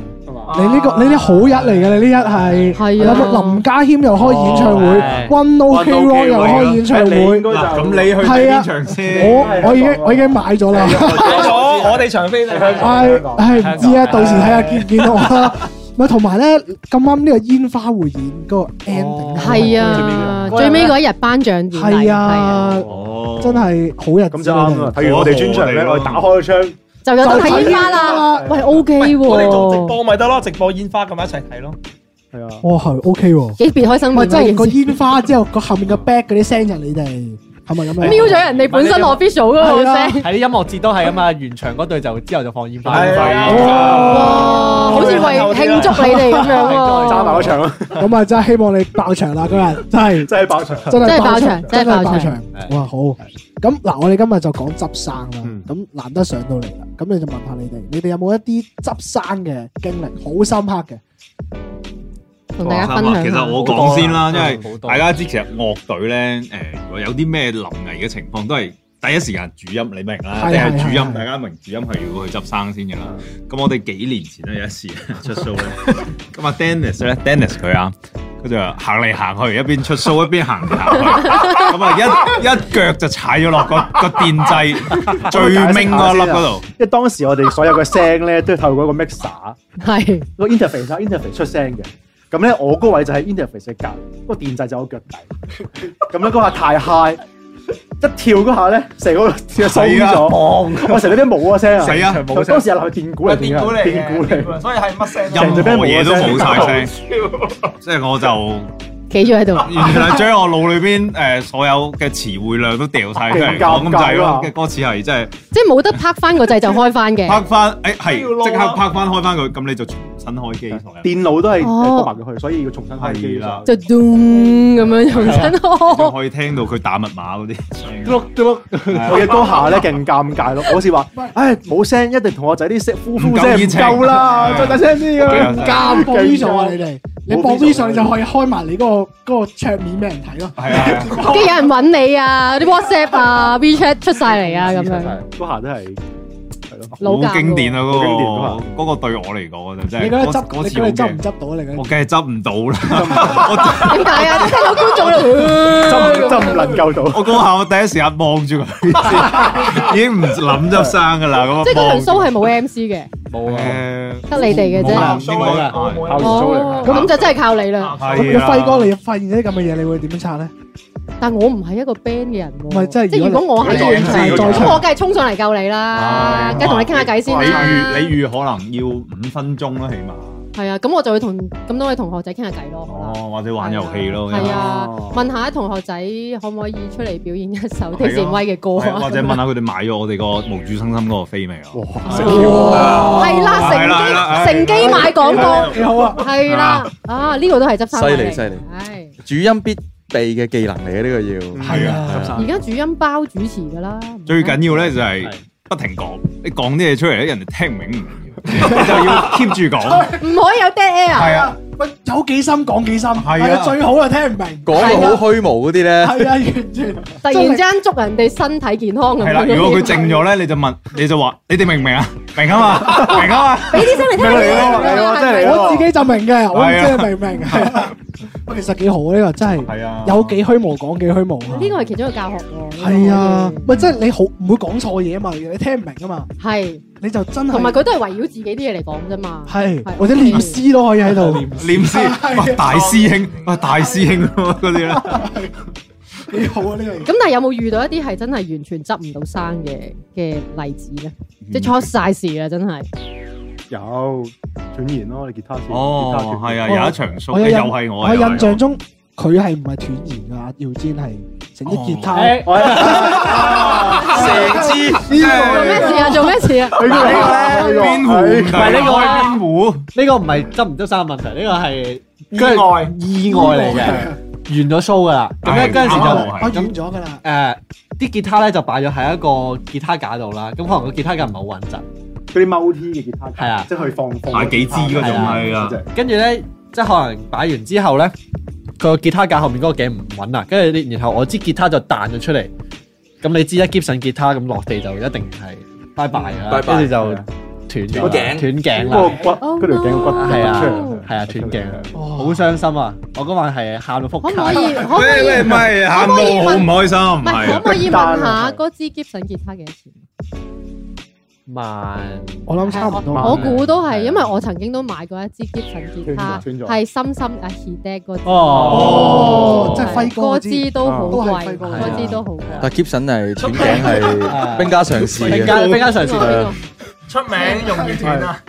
S1: 你呢個你啲好日嚟嘅，你呢一係
S3: 係啊
S1: 諗林家謙又開演唱
S5: 哦
S1: 會
S5: 係
S1: ，One OK Rock 又開演唱會，
S4: 嗱，咁你去睇
S1: 啊
S4: 邊場先？
S1: 我我已經我已經買咗啦。
S5: 我我哋長飛
S1: 唉，唉唔知啊，到時睇下見唔見到啦。咪同埋咧，咁啱呢個煙花匯演嗰個 ending
S3: 係，啊，最尾嗰一日頒獎典禮，
S1: 係，啊，
S4: 哦
S1: 真係好日
S6: 咁
S1: 子
S6: 就啱啦。
S1: 啊。
S6: 睇完我哋專場咧，我哋打開個窗，
S3: 就有得睇煙花啦。喂，OK
S5: 我哋做直
S3: 喎，
S5: 播咪得咯，直播煙花咁一齊睇咯。
S6: 係啊，
S1: 哇，係 OK 喎。
S3: 幾別開生
S1: 唔係
S3: 面
S1: 即
S3: 啊！
S1: 係
S3: 件
S1: 個
S3: 事
S1: 煙花之後，個後面個 back 嗰啲聲就係你哋係咪咁樣？
S3: *laughs* 瞄咗人哋本身 official 嗰個聲。
S7: 喺啲音樂節都係啊嘛，完場嗰隊就之後就放煙花，
S3: 哇！好似為慶祝你哋咁樣
S6: 揸埋
S3: 喎，
S6: 個場啦，
S1: 咁啊，真係希望你爆場啦！嗰日真係
S6: 真係爆場。
S1: 真
S3: 真
S1: 係
S3: 係爆
S1: 場，
S3: 場
S1: 真
S3: 真
S1: 係
S3: 係
S1: 爆
S3: 爆
S1: 場
S3: 場。
S1: 哇，好！咁嗱，我哋今日就講執生啦
S6: 嗯。
S1: 咁難得上到嚟啦，咁你就問下你哋，你哋有冇一啲執生嘅經歷好深刻嘅？
S3: 同大家分享下。
S4: 哦啊其實我講先啦，因為
S7: 好多
S4: 大家知其實樂隊咧，誒，如果有啲咩臨危嘅情況，都係第一時間主音，你明啦，
S1: 係
S4: 定係主
S1: 係係
S4: 音，大家明主音係要去執生先嘅啦。咁我哋幾年前咧有一次出 show 咧，咁啊 Dennis 咧，Dennis 佢啊，佢就行嚟行去，一邊出 show 一邊行嚟行去，咁啊一一腳就踩咗落個個電
S6: *laughs*
S4: 掣最明嗰粒嗰度，
S6: 因為當時我哋所有嘅聲咧，都係透過一個 mixer
S3: 係
S6: 個 interface 啦，interface 出聲嘅。咁咧，我嗰位就喺 interface 嘅隔離，個電掣就喺我腳底。咁咧嗰下太 high，一跳嗰下咧，成個鬆
S4: 係啊
S6: 咗，我成日都冇嗰聲啊！
S4: 係啊
S6: 當時係流哦電鼓嚟嘅，電鼓嚟。
S5: 所以係乜聲
S4: 任何嘢都冇晒聲，即係我就
S3: 企咗喺度，
S1: *laughs*
S4: 完全係將我腦裏邊誒所有嘅詞彙量都掉晒出嚟講咁滯咯。嘅歌詞係真係
S3: 即係冇得拍翻個掣就開翻嘅。
S4: 拍翻，誒係即刻拍翻開翻佢，咁你就新開機同人
S6: 電腦都係
S3: 哦
S6: 誒篤埋佢去，所以要重新開機
S4: 係啦
S3: 就咚咁樣重新
S4: 都
S3: 開。
S4: 可以聽到佢打密碼嗰
S1: *laughs*
S4: 啲。
S6: 碌碌我嘅嗰下咧勁尷尬咯，我好似話，唉冇聲，一定同我仔啲聲呼呼聲唔夠啦，再大聲啲咁樣。
S1: 加播
S6: 勁
S1: V 上啊！你哋，你播
S6: 播 V
S1: V
S6: 上
S1: 上就可以開埋你嗰個嗰個桌面俾人睇咯。
S4: 係啊，
S3: 跟住有人揾你啊，啲 WhatsApp 啊、WeChat 出晒嚟啊，咁樣
S6: 嗰下都係係咯，
S3: 老
S4: 好經典啊！嗰
S6: 好經典
S4: 個嗰個對我嚟講就真係
S1: 你覺得
S4: 嗰
S1: 執，
S4: 嗰
S1: 你
S4: 次
S1: 覺
S4: 好
S1: 得執唔
S4: 驚，
S1: 執到啊你覺
S4: 我
S1: 得
S4: 梗係執唔到啦。 *laughs* 我
S3: 點解啊？聽到觀眾
S4: *laughs*
S3: 喺
S6: 真真唔能夠到。
S4: 我嗰下我第一時間望住佢，已經唔諗執生噶啦。咁啊
S3: 度，即係嗰
S4: 望
S3: 場
S4: 住
S3: show 係冇 MC 嘅，
S7: 冇啊，
S4: 誒
S3: 得你哋嘅
S4: 冇啊
S3: 啫。
S4: 應該係
S6: 校園 show
S3: 哦，
S6: 嚟
S3: 咁就真係靠你啦。
S1: 咁
S4: 係
S1: 你
S4: 啊
S1: 輝哥，你發現啲咁嘅嘢，你會點樣拆咧？
S3: 但我唔係一個 band 嘅人喎，
S1: 唔係即係
S3: 即係
S1: 如果
S3: 如果我係
S4: 你
S3: 個 MC
S4: 再
S3: 嘅人
S4: 再出
S3: 咁我梗係衝上嚟救你啦，梗係同你傾下偈先
S4: 你
S3: 啦。
S4: 預你預可能要五分鐘啦，起碼。
S3: 係啊，咁我就會同咁多位同學仔傾下偈咯。可能
S4: 哦，或者玩遊戲咯，
S3: 係啊
S6: 哦，
S3: 問下啲同學仔可唔可以出嚟表演一首
S4: 係啊
S3: 聽善威嘅歌
S4: 係
S3: 啊？
S4: 啊或者問下佢哋買咗我哋個無主生心嗰個飛未啊？
S6: 哇！
S3: 係
S6: 食
S3: 啦，係
S4: 係啦
S3: 啦，
S4: 係啦
S3: 乘機乘機買廣告，
S1: 幾好啊！
S3: 係啦，啊呢個都係執生位嚟
S2: 犀利犀利
S3: 唉
S2: 主音必備嘅技能嚟嘅呢個要。
S4: 係啊，
S7: 執
S3: 而
S7: 生
S3: 家主音包主持噶啦，唔
S4: 最緊要咧就
S7: 係
S4: 係不停講，你講啲嘢出嚟咧，人哋聽唔
S3: *laughs*
S4: 明唔緊要，你就要 keep 住講。
S3: 唔可以有 dead air，
S4: 係啊，
S1: 喂，有幾深講幾深，
S4: 係啊
S1: 係啊，最好啊聽唔明，
S2: 講到好虛無嗰啲咧，
S1: 係啊，完全
S3: 突然之間祝人哋身體健康咁
S4: 係啦，
S3: 樣
S4: 如果佢靜咗咧，你就問，你就話你哋明唔明啊？明啊嘛，明啊嘛。
S3: *laughs* 俾啲聲嚟聽
S6: 嚟咯嚟咯真係嚟咯
S1: 我自己就明嘅，我唔
S4: 係啊
S1: 知你明唔明。係啊喂其實幾好啊，呢個真係
S4: 係啊
S1: 有幾虛無講幾虛無啊。
S3: 呢個係其中一個教學喎。
S1: 係啊，咪即係你好唔會講錯嘢啊嘛，你聽唔明啊嘛，
S3: 係，
S1: 你就真係
S3: 同埋佢都係圍繞自己啲嘢嚟講啫嘛。
S1: 係
S3: 係
S1: 或者念詩都可以喺度，
S4: 念先，哇大師兄，哇大師兄嗰啲咧，
S1: 幾好啊呢個嘢。
S3: 咁但係有冇遇到一啲係真係完全執唔到生嘅嘅例子咧？即係出晒事啊！真係
S6: 有斷然咯，你吉他先。
S4: 哦，係啊，
S1: 我
S4: 有一場 show，
S1: 我有
S4: 又
S1: 印
S4: 係我，
S1: 我
S4: 又係
S1: 印象中佢係唔係斷弦噶？姚堅係整啲吉他，
S7: 誒
S2: 蛇之
S3: 做咩事啊？ *laughs* 做咩事啊？
S6: 佢呢個咧，
S4: 邊湖唔
S7: 唔係呢個啊
S4: 邊湖，
S7: 呢個唔係執唔執生嘅問題，呢個係
S5: 意外
S7: 意外嚟嘅，完咗 show 噶啦。咁咧
S4: 係
S7: 嗰陣時
S4: 啱
S7: 就
S4: 啱好。
S1: 我遠啊咗噶啦。
S7: 誒啲吉他咧就擺咗喺一個吉他架度啦，咁可能個吉他架唔係好穩陣，
S6: 嗰啲踎 T 嘅吉他，
S7: 係啊
S6: 即係去放放
S4: 買幾支嗰種
S6: à.
S4: 係啊
S7: 跟住咧即係可能擺完之後咧，佢個吉他架後面嗰個頸唔穩啦，跟住你然後我支吉他就彈咗出嚟，咁你知啦，吉神吉他咁落地就一定係拜啊拜㗎啦，
S2: 拜拜
S7: 跟住就斷咗啦
S2: 斷頸
S7: 斷頸
S6: 嗰個
S7: 啦，
S6: 骨，嗰條頸骨
S7: 係啊
S6: 出嚟，
S7: 係啊斷頸啦，好
S1: 好
S7: 傷心啊！我嗰晚係喊到
S3: 可
S7: 撲
S3: 唔可以？
S7: 街，
S3: 可唔可
S4: 喂
S3: 以？
S4: 喂，唔係喊到好唔開心，
S3: 唔係
S4: 係
S3: 可唔
S4: 啊，
S3: 可以問下
S6: 係
S3: 嗰支 Gibson 吉他幾多錢？
S7: 萬
S1: 我諗差唔多
S3: 我估都係，因為我曾經都買過一支 Gibson 吉他，
S6: 斷咗
S3: 係深深啊 h e d e 嗰支。
S7: 哦
S1: 即係輝哥
S3: 嗰
S1: 嗰支
S3: 支都好
S1: 都
S3: 貴
S1: 係，輝哥
S7: 嗰支
S3: 嗰支都好貴。
S2: 但 Gibson 係斷頸係兵家常事
S7: 兵
S2: 嘅，
S7: 家兵家常事
S3: 邊個邊個
S5: 出名容易斷啊！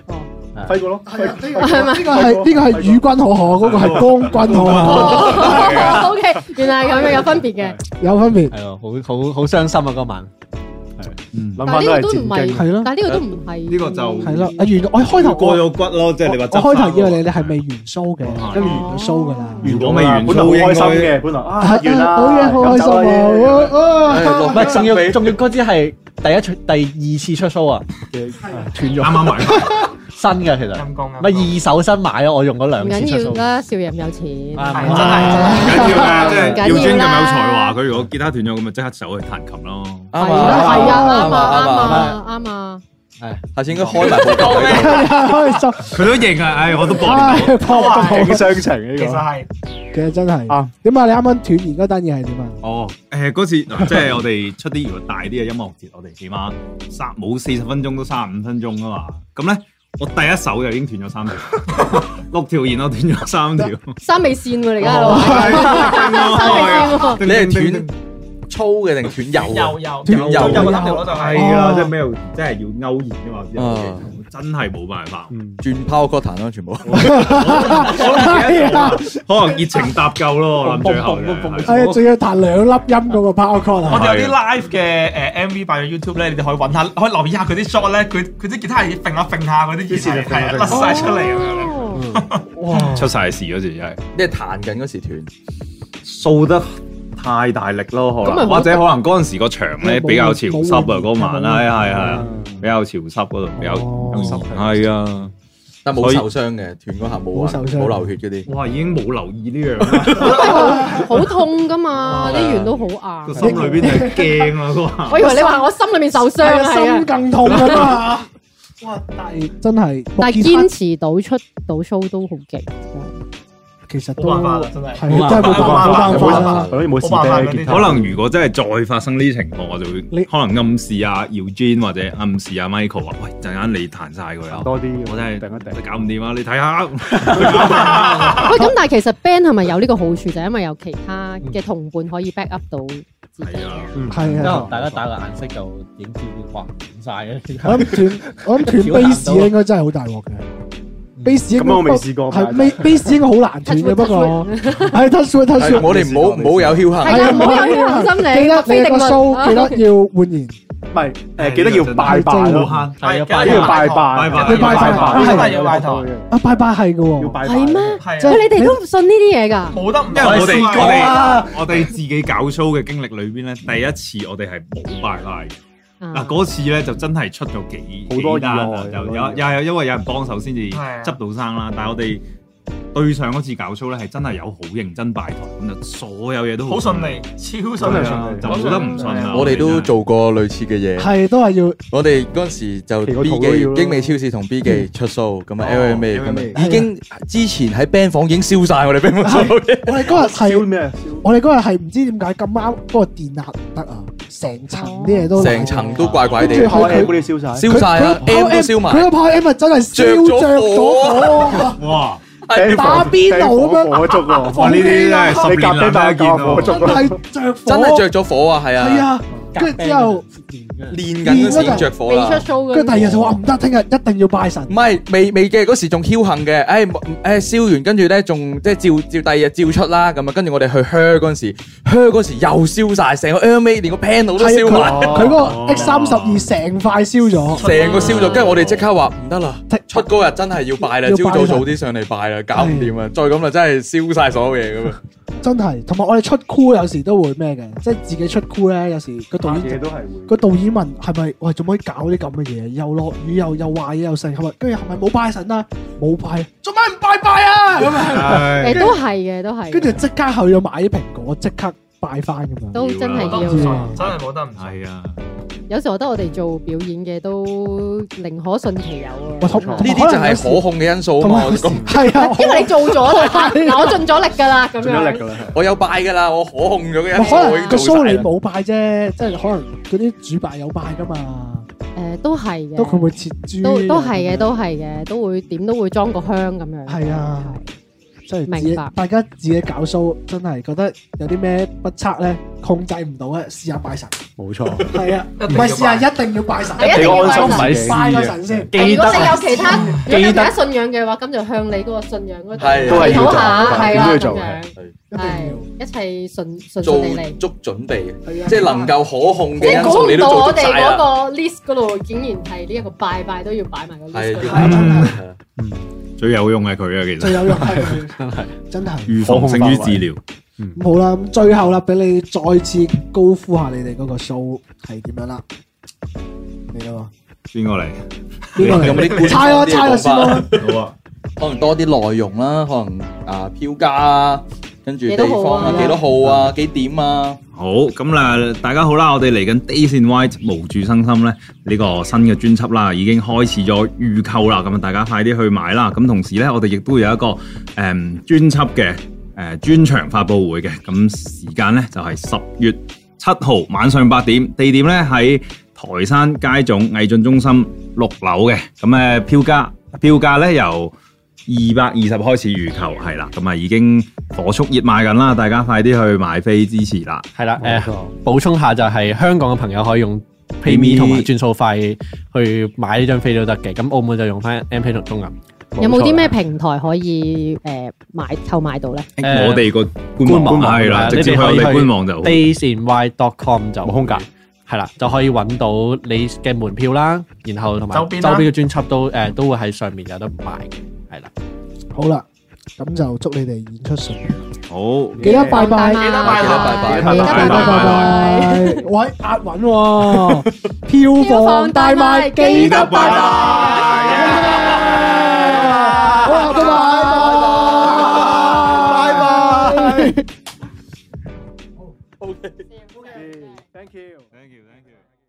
S6: 揮過咯，
S1: 係啊呢個呢個係呢個係與君可可，嗰個係光君可
S3: *laughs*
S1: 可，
S3: 哦，OK，原來係咁樣有分別嘅，
S1: 有分別。
S7: 係咯，好好好傷心啊嗰晚。
S6: 諗
S3: 但係呢
S6: 翻都
S3: 個
S6: 係
S3: 都唔
S6: 戰
S3: 係，
S6: 經。
S1: 係咯
S3: 但係呢個都唔係
S4: 呢個就
S1: 係咯，啊原來我開頭
S4: 過咗骨咯，即係你話
S1: 我
S4: 執
S1: 開
S4: 生
S1: 頭以為
S4: 嗰
S1: 你
S4: 個
S1: 哋係未完 show
S4: 哦
S1: 嘅，跟住完咗 show 噶啦。
S4: 如果未完
S6: 本來好
S4: show，
S6: 開心
S4: 應
S6: 嘅，本來啊
S1: 啊
S6: 完啦，
S1: 好嘢，好開心啊！哇
S2: 哎
S7: *laughs* 唔
S2: 落
S7: 係，仲要仲要嗰支係第一出第二次出 show 啊，
S4: 啱
S7: 斷咗
S4: 啱埋。
S7: *laughs* 新嘅其實，
S5: 陰公啊！
S7: 咪二手新買啊，我用咗
S3: 唔
S7: 兩次出
S3: 緊要
S7: show。
S3: 啦，少爺唔有錢。
S7: 啊
S5: 真係
S4: 緊要嘅，即
S3: 唔
S4: 係
S3: 緊要啦
S4: 耀尊咁有才華，佢如果吉他斷咗，咁咪即刻走去彈琴咯。
S2: 啱
S3: 係
S2: 啊
S3: 啊，
S2: 啱
S3: 係啊，啱啊，啱啊，啱啊。
S2: 下次應該開埋部機
S1: 開心，
S4: 佢都認啊，唉，我都搏唔到。
S1: 唉，破
S6: 勁
S1: 咗。
S6: 傷情
S5: 其實
S6: 呢
S5: 係
S1: 其實真係
S6: 啊
S1: 點啊？你啱啱斷言嗰單嘢係點啊？
S4: 哦，誒嗰次嗱，即係我哋出啲如果大啲嘅音樂節，我哋起碼三冇四十分鐘都三十五分鐘啊嘛。咁咧，我第一首就已經斷咗三條，六條弦我斷咗三條。
S3: 三味線喎，你而家喺度。三味線喎。
S2: 你係斷粗嘅定斷幼啊
S5: 又？又
S2: 斷
S5: 又
S2: 幼
S5: 又
S2: 啊
S5: 嗰條嗰度係
S4: 係啦，即係咩？真係要勾弦噶嘛，真係冇辦法。
S6: 個，
S4: 我
S2: 轉拋 cut 彈咯，全部。
S4: 我唔記
S1: *laughs*
S4: 得
S1: 係啊，
S4: 可能熱情搭救咯，我諗最後就係
S1: 係啊，仲要彈兩粒音嗰個 power chord
S5: 我
S1: 啊！
S5: 哦哋有啲 live 嘅誒 MV 擺咗 YouTube 咧，你哋可以揾下，可以留意下佢啲 shot 咧，佢佢啲吉他係揈下揈下嗰啲
S6: 啲線
S5: 熱
S6: 係揈下揈
S5: 係
S6: 下
S5: 啊甩晒出嚟咁樣咧。
S3: 哦
S4: 出晒事嗰時真係
S2: 即係彈緊嗰時斷，
S4: 掃得太大力咯，可
S3: 咁咪
S4: 能
S3: 冇
S4: 或者可能嗰陣時個場咧
S1: 冇
S4: 比較潮濕啊，嗰晚
S1: 冇
S4: 係係係啊，比較潮濕嗰度比較
S5: 濕
S4: 係啊。
S2: 但冇
S4: 所以
S2: 受傷嘅，斷嗰下冇
S1: 冇受
S2: 啊
S1: 傷
S2: 冇流血嗰啲。
S4: 哇！已經冇留意呢樣啦，
S3: 好痛噶嘛，啲弦都好
S4: 個
S3: 硬。
S5: 啊
S4: 心裏邊係驚啊！嗰下
S3: 我以為你話我心裏面受傷
S1: 係
S3: 啊，
S1: 啊，
S3: 係
S1: 心
S3: 啊，
S1: 更痛啊嘛！哇！但係真係，
S3: 但係
S1: 吉他
S3: 堅持到出到 show 都好勁。
S1: 其實都
S5: 冇辦法啦，真係。
S1: 係真係冇辦法冇辦法啦。
S6: 好似冇
S5: 冇辦
S6: 士
S5: 法
S6: 啤吉他
S4: 可能如果真係再發生呢啲情況，我就
S1: 你
S4: 會可能暗示啊 Eugene 或者暗示啊 Michael 啊，喂陣間你彈晒佢啊！
S6: 多啲，
S4: 我真係
S6: 定一定。
S4: 搞唔掂啊！你睇下，
S3: 喂，咁但係其實 band 係咪有呢個好處，就係因為有其他嘅同伴可以 back up 到自己
S4: 係。啊，
S1: 係啊，
S7: 大家打個顏色就影照片，哇，滿晒嘅。
S1: *laughs* 我諗
S2: *laughs*
S1: 斷，我諗斷 bass 應該真係好大鑊嘅。bass 應該
S6: 咁我未試過
S1: 係 bass 應該好難斷嘅，不過係 touch wood touch
S2: 係
S1: wood。
S2: 我哋唔好唔好有僥倖。
S3: 係啊，唔好有呢個心理。
S1: 記得你個 show 記
S3: 得
S1: 得要換言，
S6: 唔係誒，記得要拜拜
S1: 係真係
S6: 咯，
S5: 慳，係啊
S6: 記得要拜
S5: 拜
S6: 拜，
S5: 拜，
S1: 要拜
S5: 拜
S1: 拜
S5: 真係要拜堂，
S1: 啊拜拜係嘅喎，
S6: 要拜拜。
S3: 係咩？
S5: 係啊
S3: 喂，你哋都唔信呢啲嘢㗎？
S5: 冇得唔
S4: 因為我哋
S5: 試過
S4: 我哋
S5: 啊
S4: 我哋自己搞 show 嘅經歷裏邊咧，第一次我哋係冇拜拜嘅。嗱
S3: 啊
S4: 嗰次咧就真係出咗幾
S6: 好多
S4: 幾單啊！
S6: 意外
S4: 就
S6: 好
S4: 有
S6: 多
S4: 又
S6: 意
S4: 係因為有人幫手先至
S5: 係啊
S4: 執到生啦。但係我哋對上嗰次搞 show 咧係真係有好認真拜台，咁就所有嘢都
S5: 好順利，超順
S6: 真係
S5: 利
S6: 順利
S5: 啊。
S4: 就冇得唔信啊！
S2: 我哋都
S4: 真係
S2: 做過類似嘅嘢。
S1: 係都係要
S6: *laughs*
S2: 我哋嗰陣時就
S6: 祈個
S2: B
S6: 禱都要
S2: 記
S6: 啦
S2: 英美超市同 B 記出 show，咁啊
S4: 哦
S2: LMA
S4: LMA
S2: 咁啊，已經之前喺 band 房已經燒晒我哋 band 房所有嘢。
S1: 我哋嗰日
S6: 燒
S1: 係
S6: 咩？
S1: 我哋嗰日係唔知點解咁啱嗰個電壓唔得啊，成層啲嘢都
S2: 成層都怪怪地，
S1: 跟住
S6: 後
S1: 後
S6: 尾嗰啲燒晒，
S2: 燒晒啦
S1: 佢
S2: ，M 都燒
S1: 佢
S2: 埋，
S1: 個炮 M 啊真係燒
S2: *laughs*
S1: 着咗火，
S4: 哇！
S1: 打邊爐咁樣，
S6: 火燭喎，
S4: 哇！呢啲真
S1: 啊
S4: 係十年難得一見
S6: 你夾
S4: 喎
S6: 俾。
S1: 真係着火，
S2: 真係着咗火啊！係
S1: 係
S2: 啊，
S1: 啊，跟住之後，
S2: 練緊嗰時已經着火
S3: 未
S2: 啦
S3: 出。show 嘅。
S1: 跟住第二日就話唔得，聽日一定要拜神
S2: 唔。係未未嘅嗰時仲僥倖嘅，誒誒燒完跟住咧仲即係照照第二日照出啦，咁啊跟住我哋去 her 嗰陣時，her 嗰時又燒晒，成個 LMA 連個 panel 都燒埋。
S1: 啊
S6: 哦
S1: 佢嗰個 X 三十二成塊燒咗，
S2: 成個燒咗，跟住我哋即刻話唔得啦
S1: 即，
S2: 出嗰日真係要拜啦，
S1: 要
S2: 朝
S1: 拜
S2: 早
S1: 啦
S2: 早啲上嚟拜啦，搞唔掂啊！再咁就真係燒晒所有嘢咁啊！
S1: 真係。同埋我哋出 crew 有時都會咩嘅，即係自己出 crew 咧，有時個導
S6: 拍
S1: 演
S6: 嘢都係會。
S1: 個導演問係咪喂做乜搞啲咁嘅嘢？又落雨又又壞嘢又剩，係咪？跟住係咪冇拜神啊？冇拜，做咩唔拜拜啊？咁啊，
S3: 誒都係嘅，都係嘅。
S1: 跟住即刻去咗買啲蘋果，即刻拜翻咁樣。
S3: 都真係
S5: 冇得
S3: 要
S5: 唔信
S1: 要啊
S5: 真係冇得唔信。
S4: 係啊，
S3: 有時我覺得我哋做表演嘅都寧可信其有啊。
S1: 我同
S2: 呢啲就係可控嘅因素啊
S1: 同
S2: 嘛！
S1: 埋
S2: 我
S1: 有時
S2: 講
S1: 係啊，
S3: 因為你做
S1: *laughs*
S3: 咗啦，嗱我盡咗力㗎啦，咁
S6: 盡咗
S3: 樣。
S6: 力㗎啦，
S2: *laughs* 我有拜㗎啦，我可控咗嘅因素
S1: 可
S2: 我
S1: 能
S2: 已經
S1: 個
S2: 做
S1: show
S2: 晒
S1: 你
S2: 啦。
S1: 冇拜啫，即係可能嗰啲主辦有拜噶嘛，
S3: 誒，都係嘅。
S1: 都佢會切豬，
S3: 都都係嘅，都係嘅，都會點都會裝個香咁樣。
S1: 係啊即係自己
S3: 明白
S1: 大家自己搞 show，真係覺得有啲咩不測咧，控制唔到咧，試下拜神。
S7: 冇錯，
S1: 係啊，
S5: 一
S1: 唔
S5: 定要
S1: 係試下一定要拜神，
S3: 係一定要拜神
S6: 你安心唔係
S1: 拜個
S6: 試
S1: 神先。
S3: 係。如果你有其他，如果你有其
S6: 記
S3: 他
S6: 得
S3: 信仰嘅話，咁就向你嗰個信仰嗰度
S2: 係
S6: 都係
S3: 祈
S6: 要
S3: 禱
S6: 做
S3: 下，係
S6: 點
S3: 啦
S6: 都要
S3: 咁
S6: 做
S3: 樣，
S1: 一
S3: 係
S1: 定
S3: 一切順順
S2: 做
S3: 順利利。
S2: 足準備，
S1: 要，
S2: 即係能夠可控
S3: 即
S2: 嘅
S3: 係
S2: 因
S3: 估
S2: 素你
S3: 唔
S2: 都
S3: 到
S2: 做
S3: 我
S2: 足
S3: 哋
S2: 晒
S3: 嗰
S2: 啦。
S3: 個 list 嗰度，竟然係呢一個拜拜都要擺埋個嗯
S2: 係
S3: list 嗰
S2: 係
S3: 度。
S2: 啦
S4: 最有用係佢啊，其
S1: 最
S4: 實
S1: 有用係真係真係。
S4: 預防勝於治療。
S1: 咁好啦，咁最後啦，俾你再次高呼下你哋嗰個 show 係點樣啦？你啦
S4: 邊個嚟？
S1: 喎，邊個
S2: 用
S1: 嚟？
S2: 啲官
S1: *laughs* 猜啊咯，猜咯
S2: 方啲嘅講
S1: 先
S2: 法
S1: 咯。
S4: 好啊，
S2: 可能多啲內容啦，可能啊票價啊，跟住
S3: 幾
S2: 地
S3: 多號
S2: 方
S3: 啊
S2: 啊，幾多號啊，幾點啊，
S4: 好咁啦，大家好啦，我哋嚟緊 Days in White 無住生心咧呢個新嘅專輯啦，已經開始咗預購啦，咁啊大家快啲去買啦。咁同時咧，我哋亦都有一個誒、嗯、專輯嘅誒專場發佈會嘅，咁時間咧就係十月七號晚上八點，地點咧喺台山街總藝進中心六樓嘅，咁誒票價票價咧由二百二十開始預購，係啦，咁啊已經火速熱賣緊啦，大家快啲去買飛支持啦！
S7: 係啦，誒，補充下就係香港嘅朋友可以用 PayMe
S4: PayMe
S7: 同埋轉數快去買呢張飛都得嘅，咁澳門就用翻 M Pay 同中銀。
S3: 有冇啲咩平台可以诶買購買到咧？
S7: 誒
S4: 我哋個官
S7: 官
S4: 網
S7: 網
S4: 係啦，
S7: 你哋
S4: 直接去我
S7: 可以去
S4: 哋官網就好。
S7: daysinwy.com 就
S6: 冇空格，
S7: 係啦，就可以揾到你嘅門票啦，然後同埋
S5: 周
S7: 周
S5: 邊啦
S7: 邊嘅專輯都誒都會喺上面有得買嘅，係啦。
S1: 好啦，咁就祝你哋演出順利。
S4: 好，
S1: 記得拜拜，
S3: 記得
S5: 拜
S3: 拜
S1: 記得拜
S3: 啊記得拜拜。
S1: 拜，喂押韻喎，票房大賣，記得拜拜，好，拜拜，拜拜。
S6: Thank you。
S4: Thank you，thank you。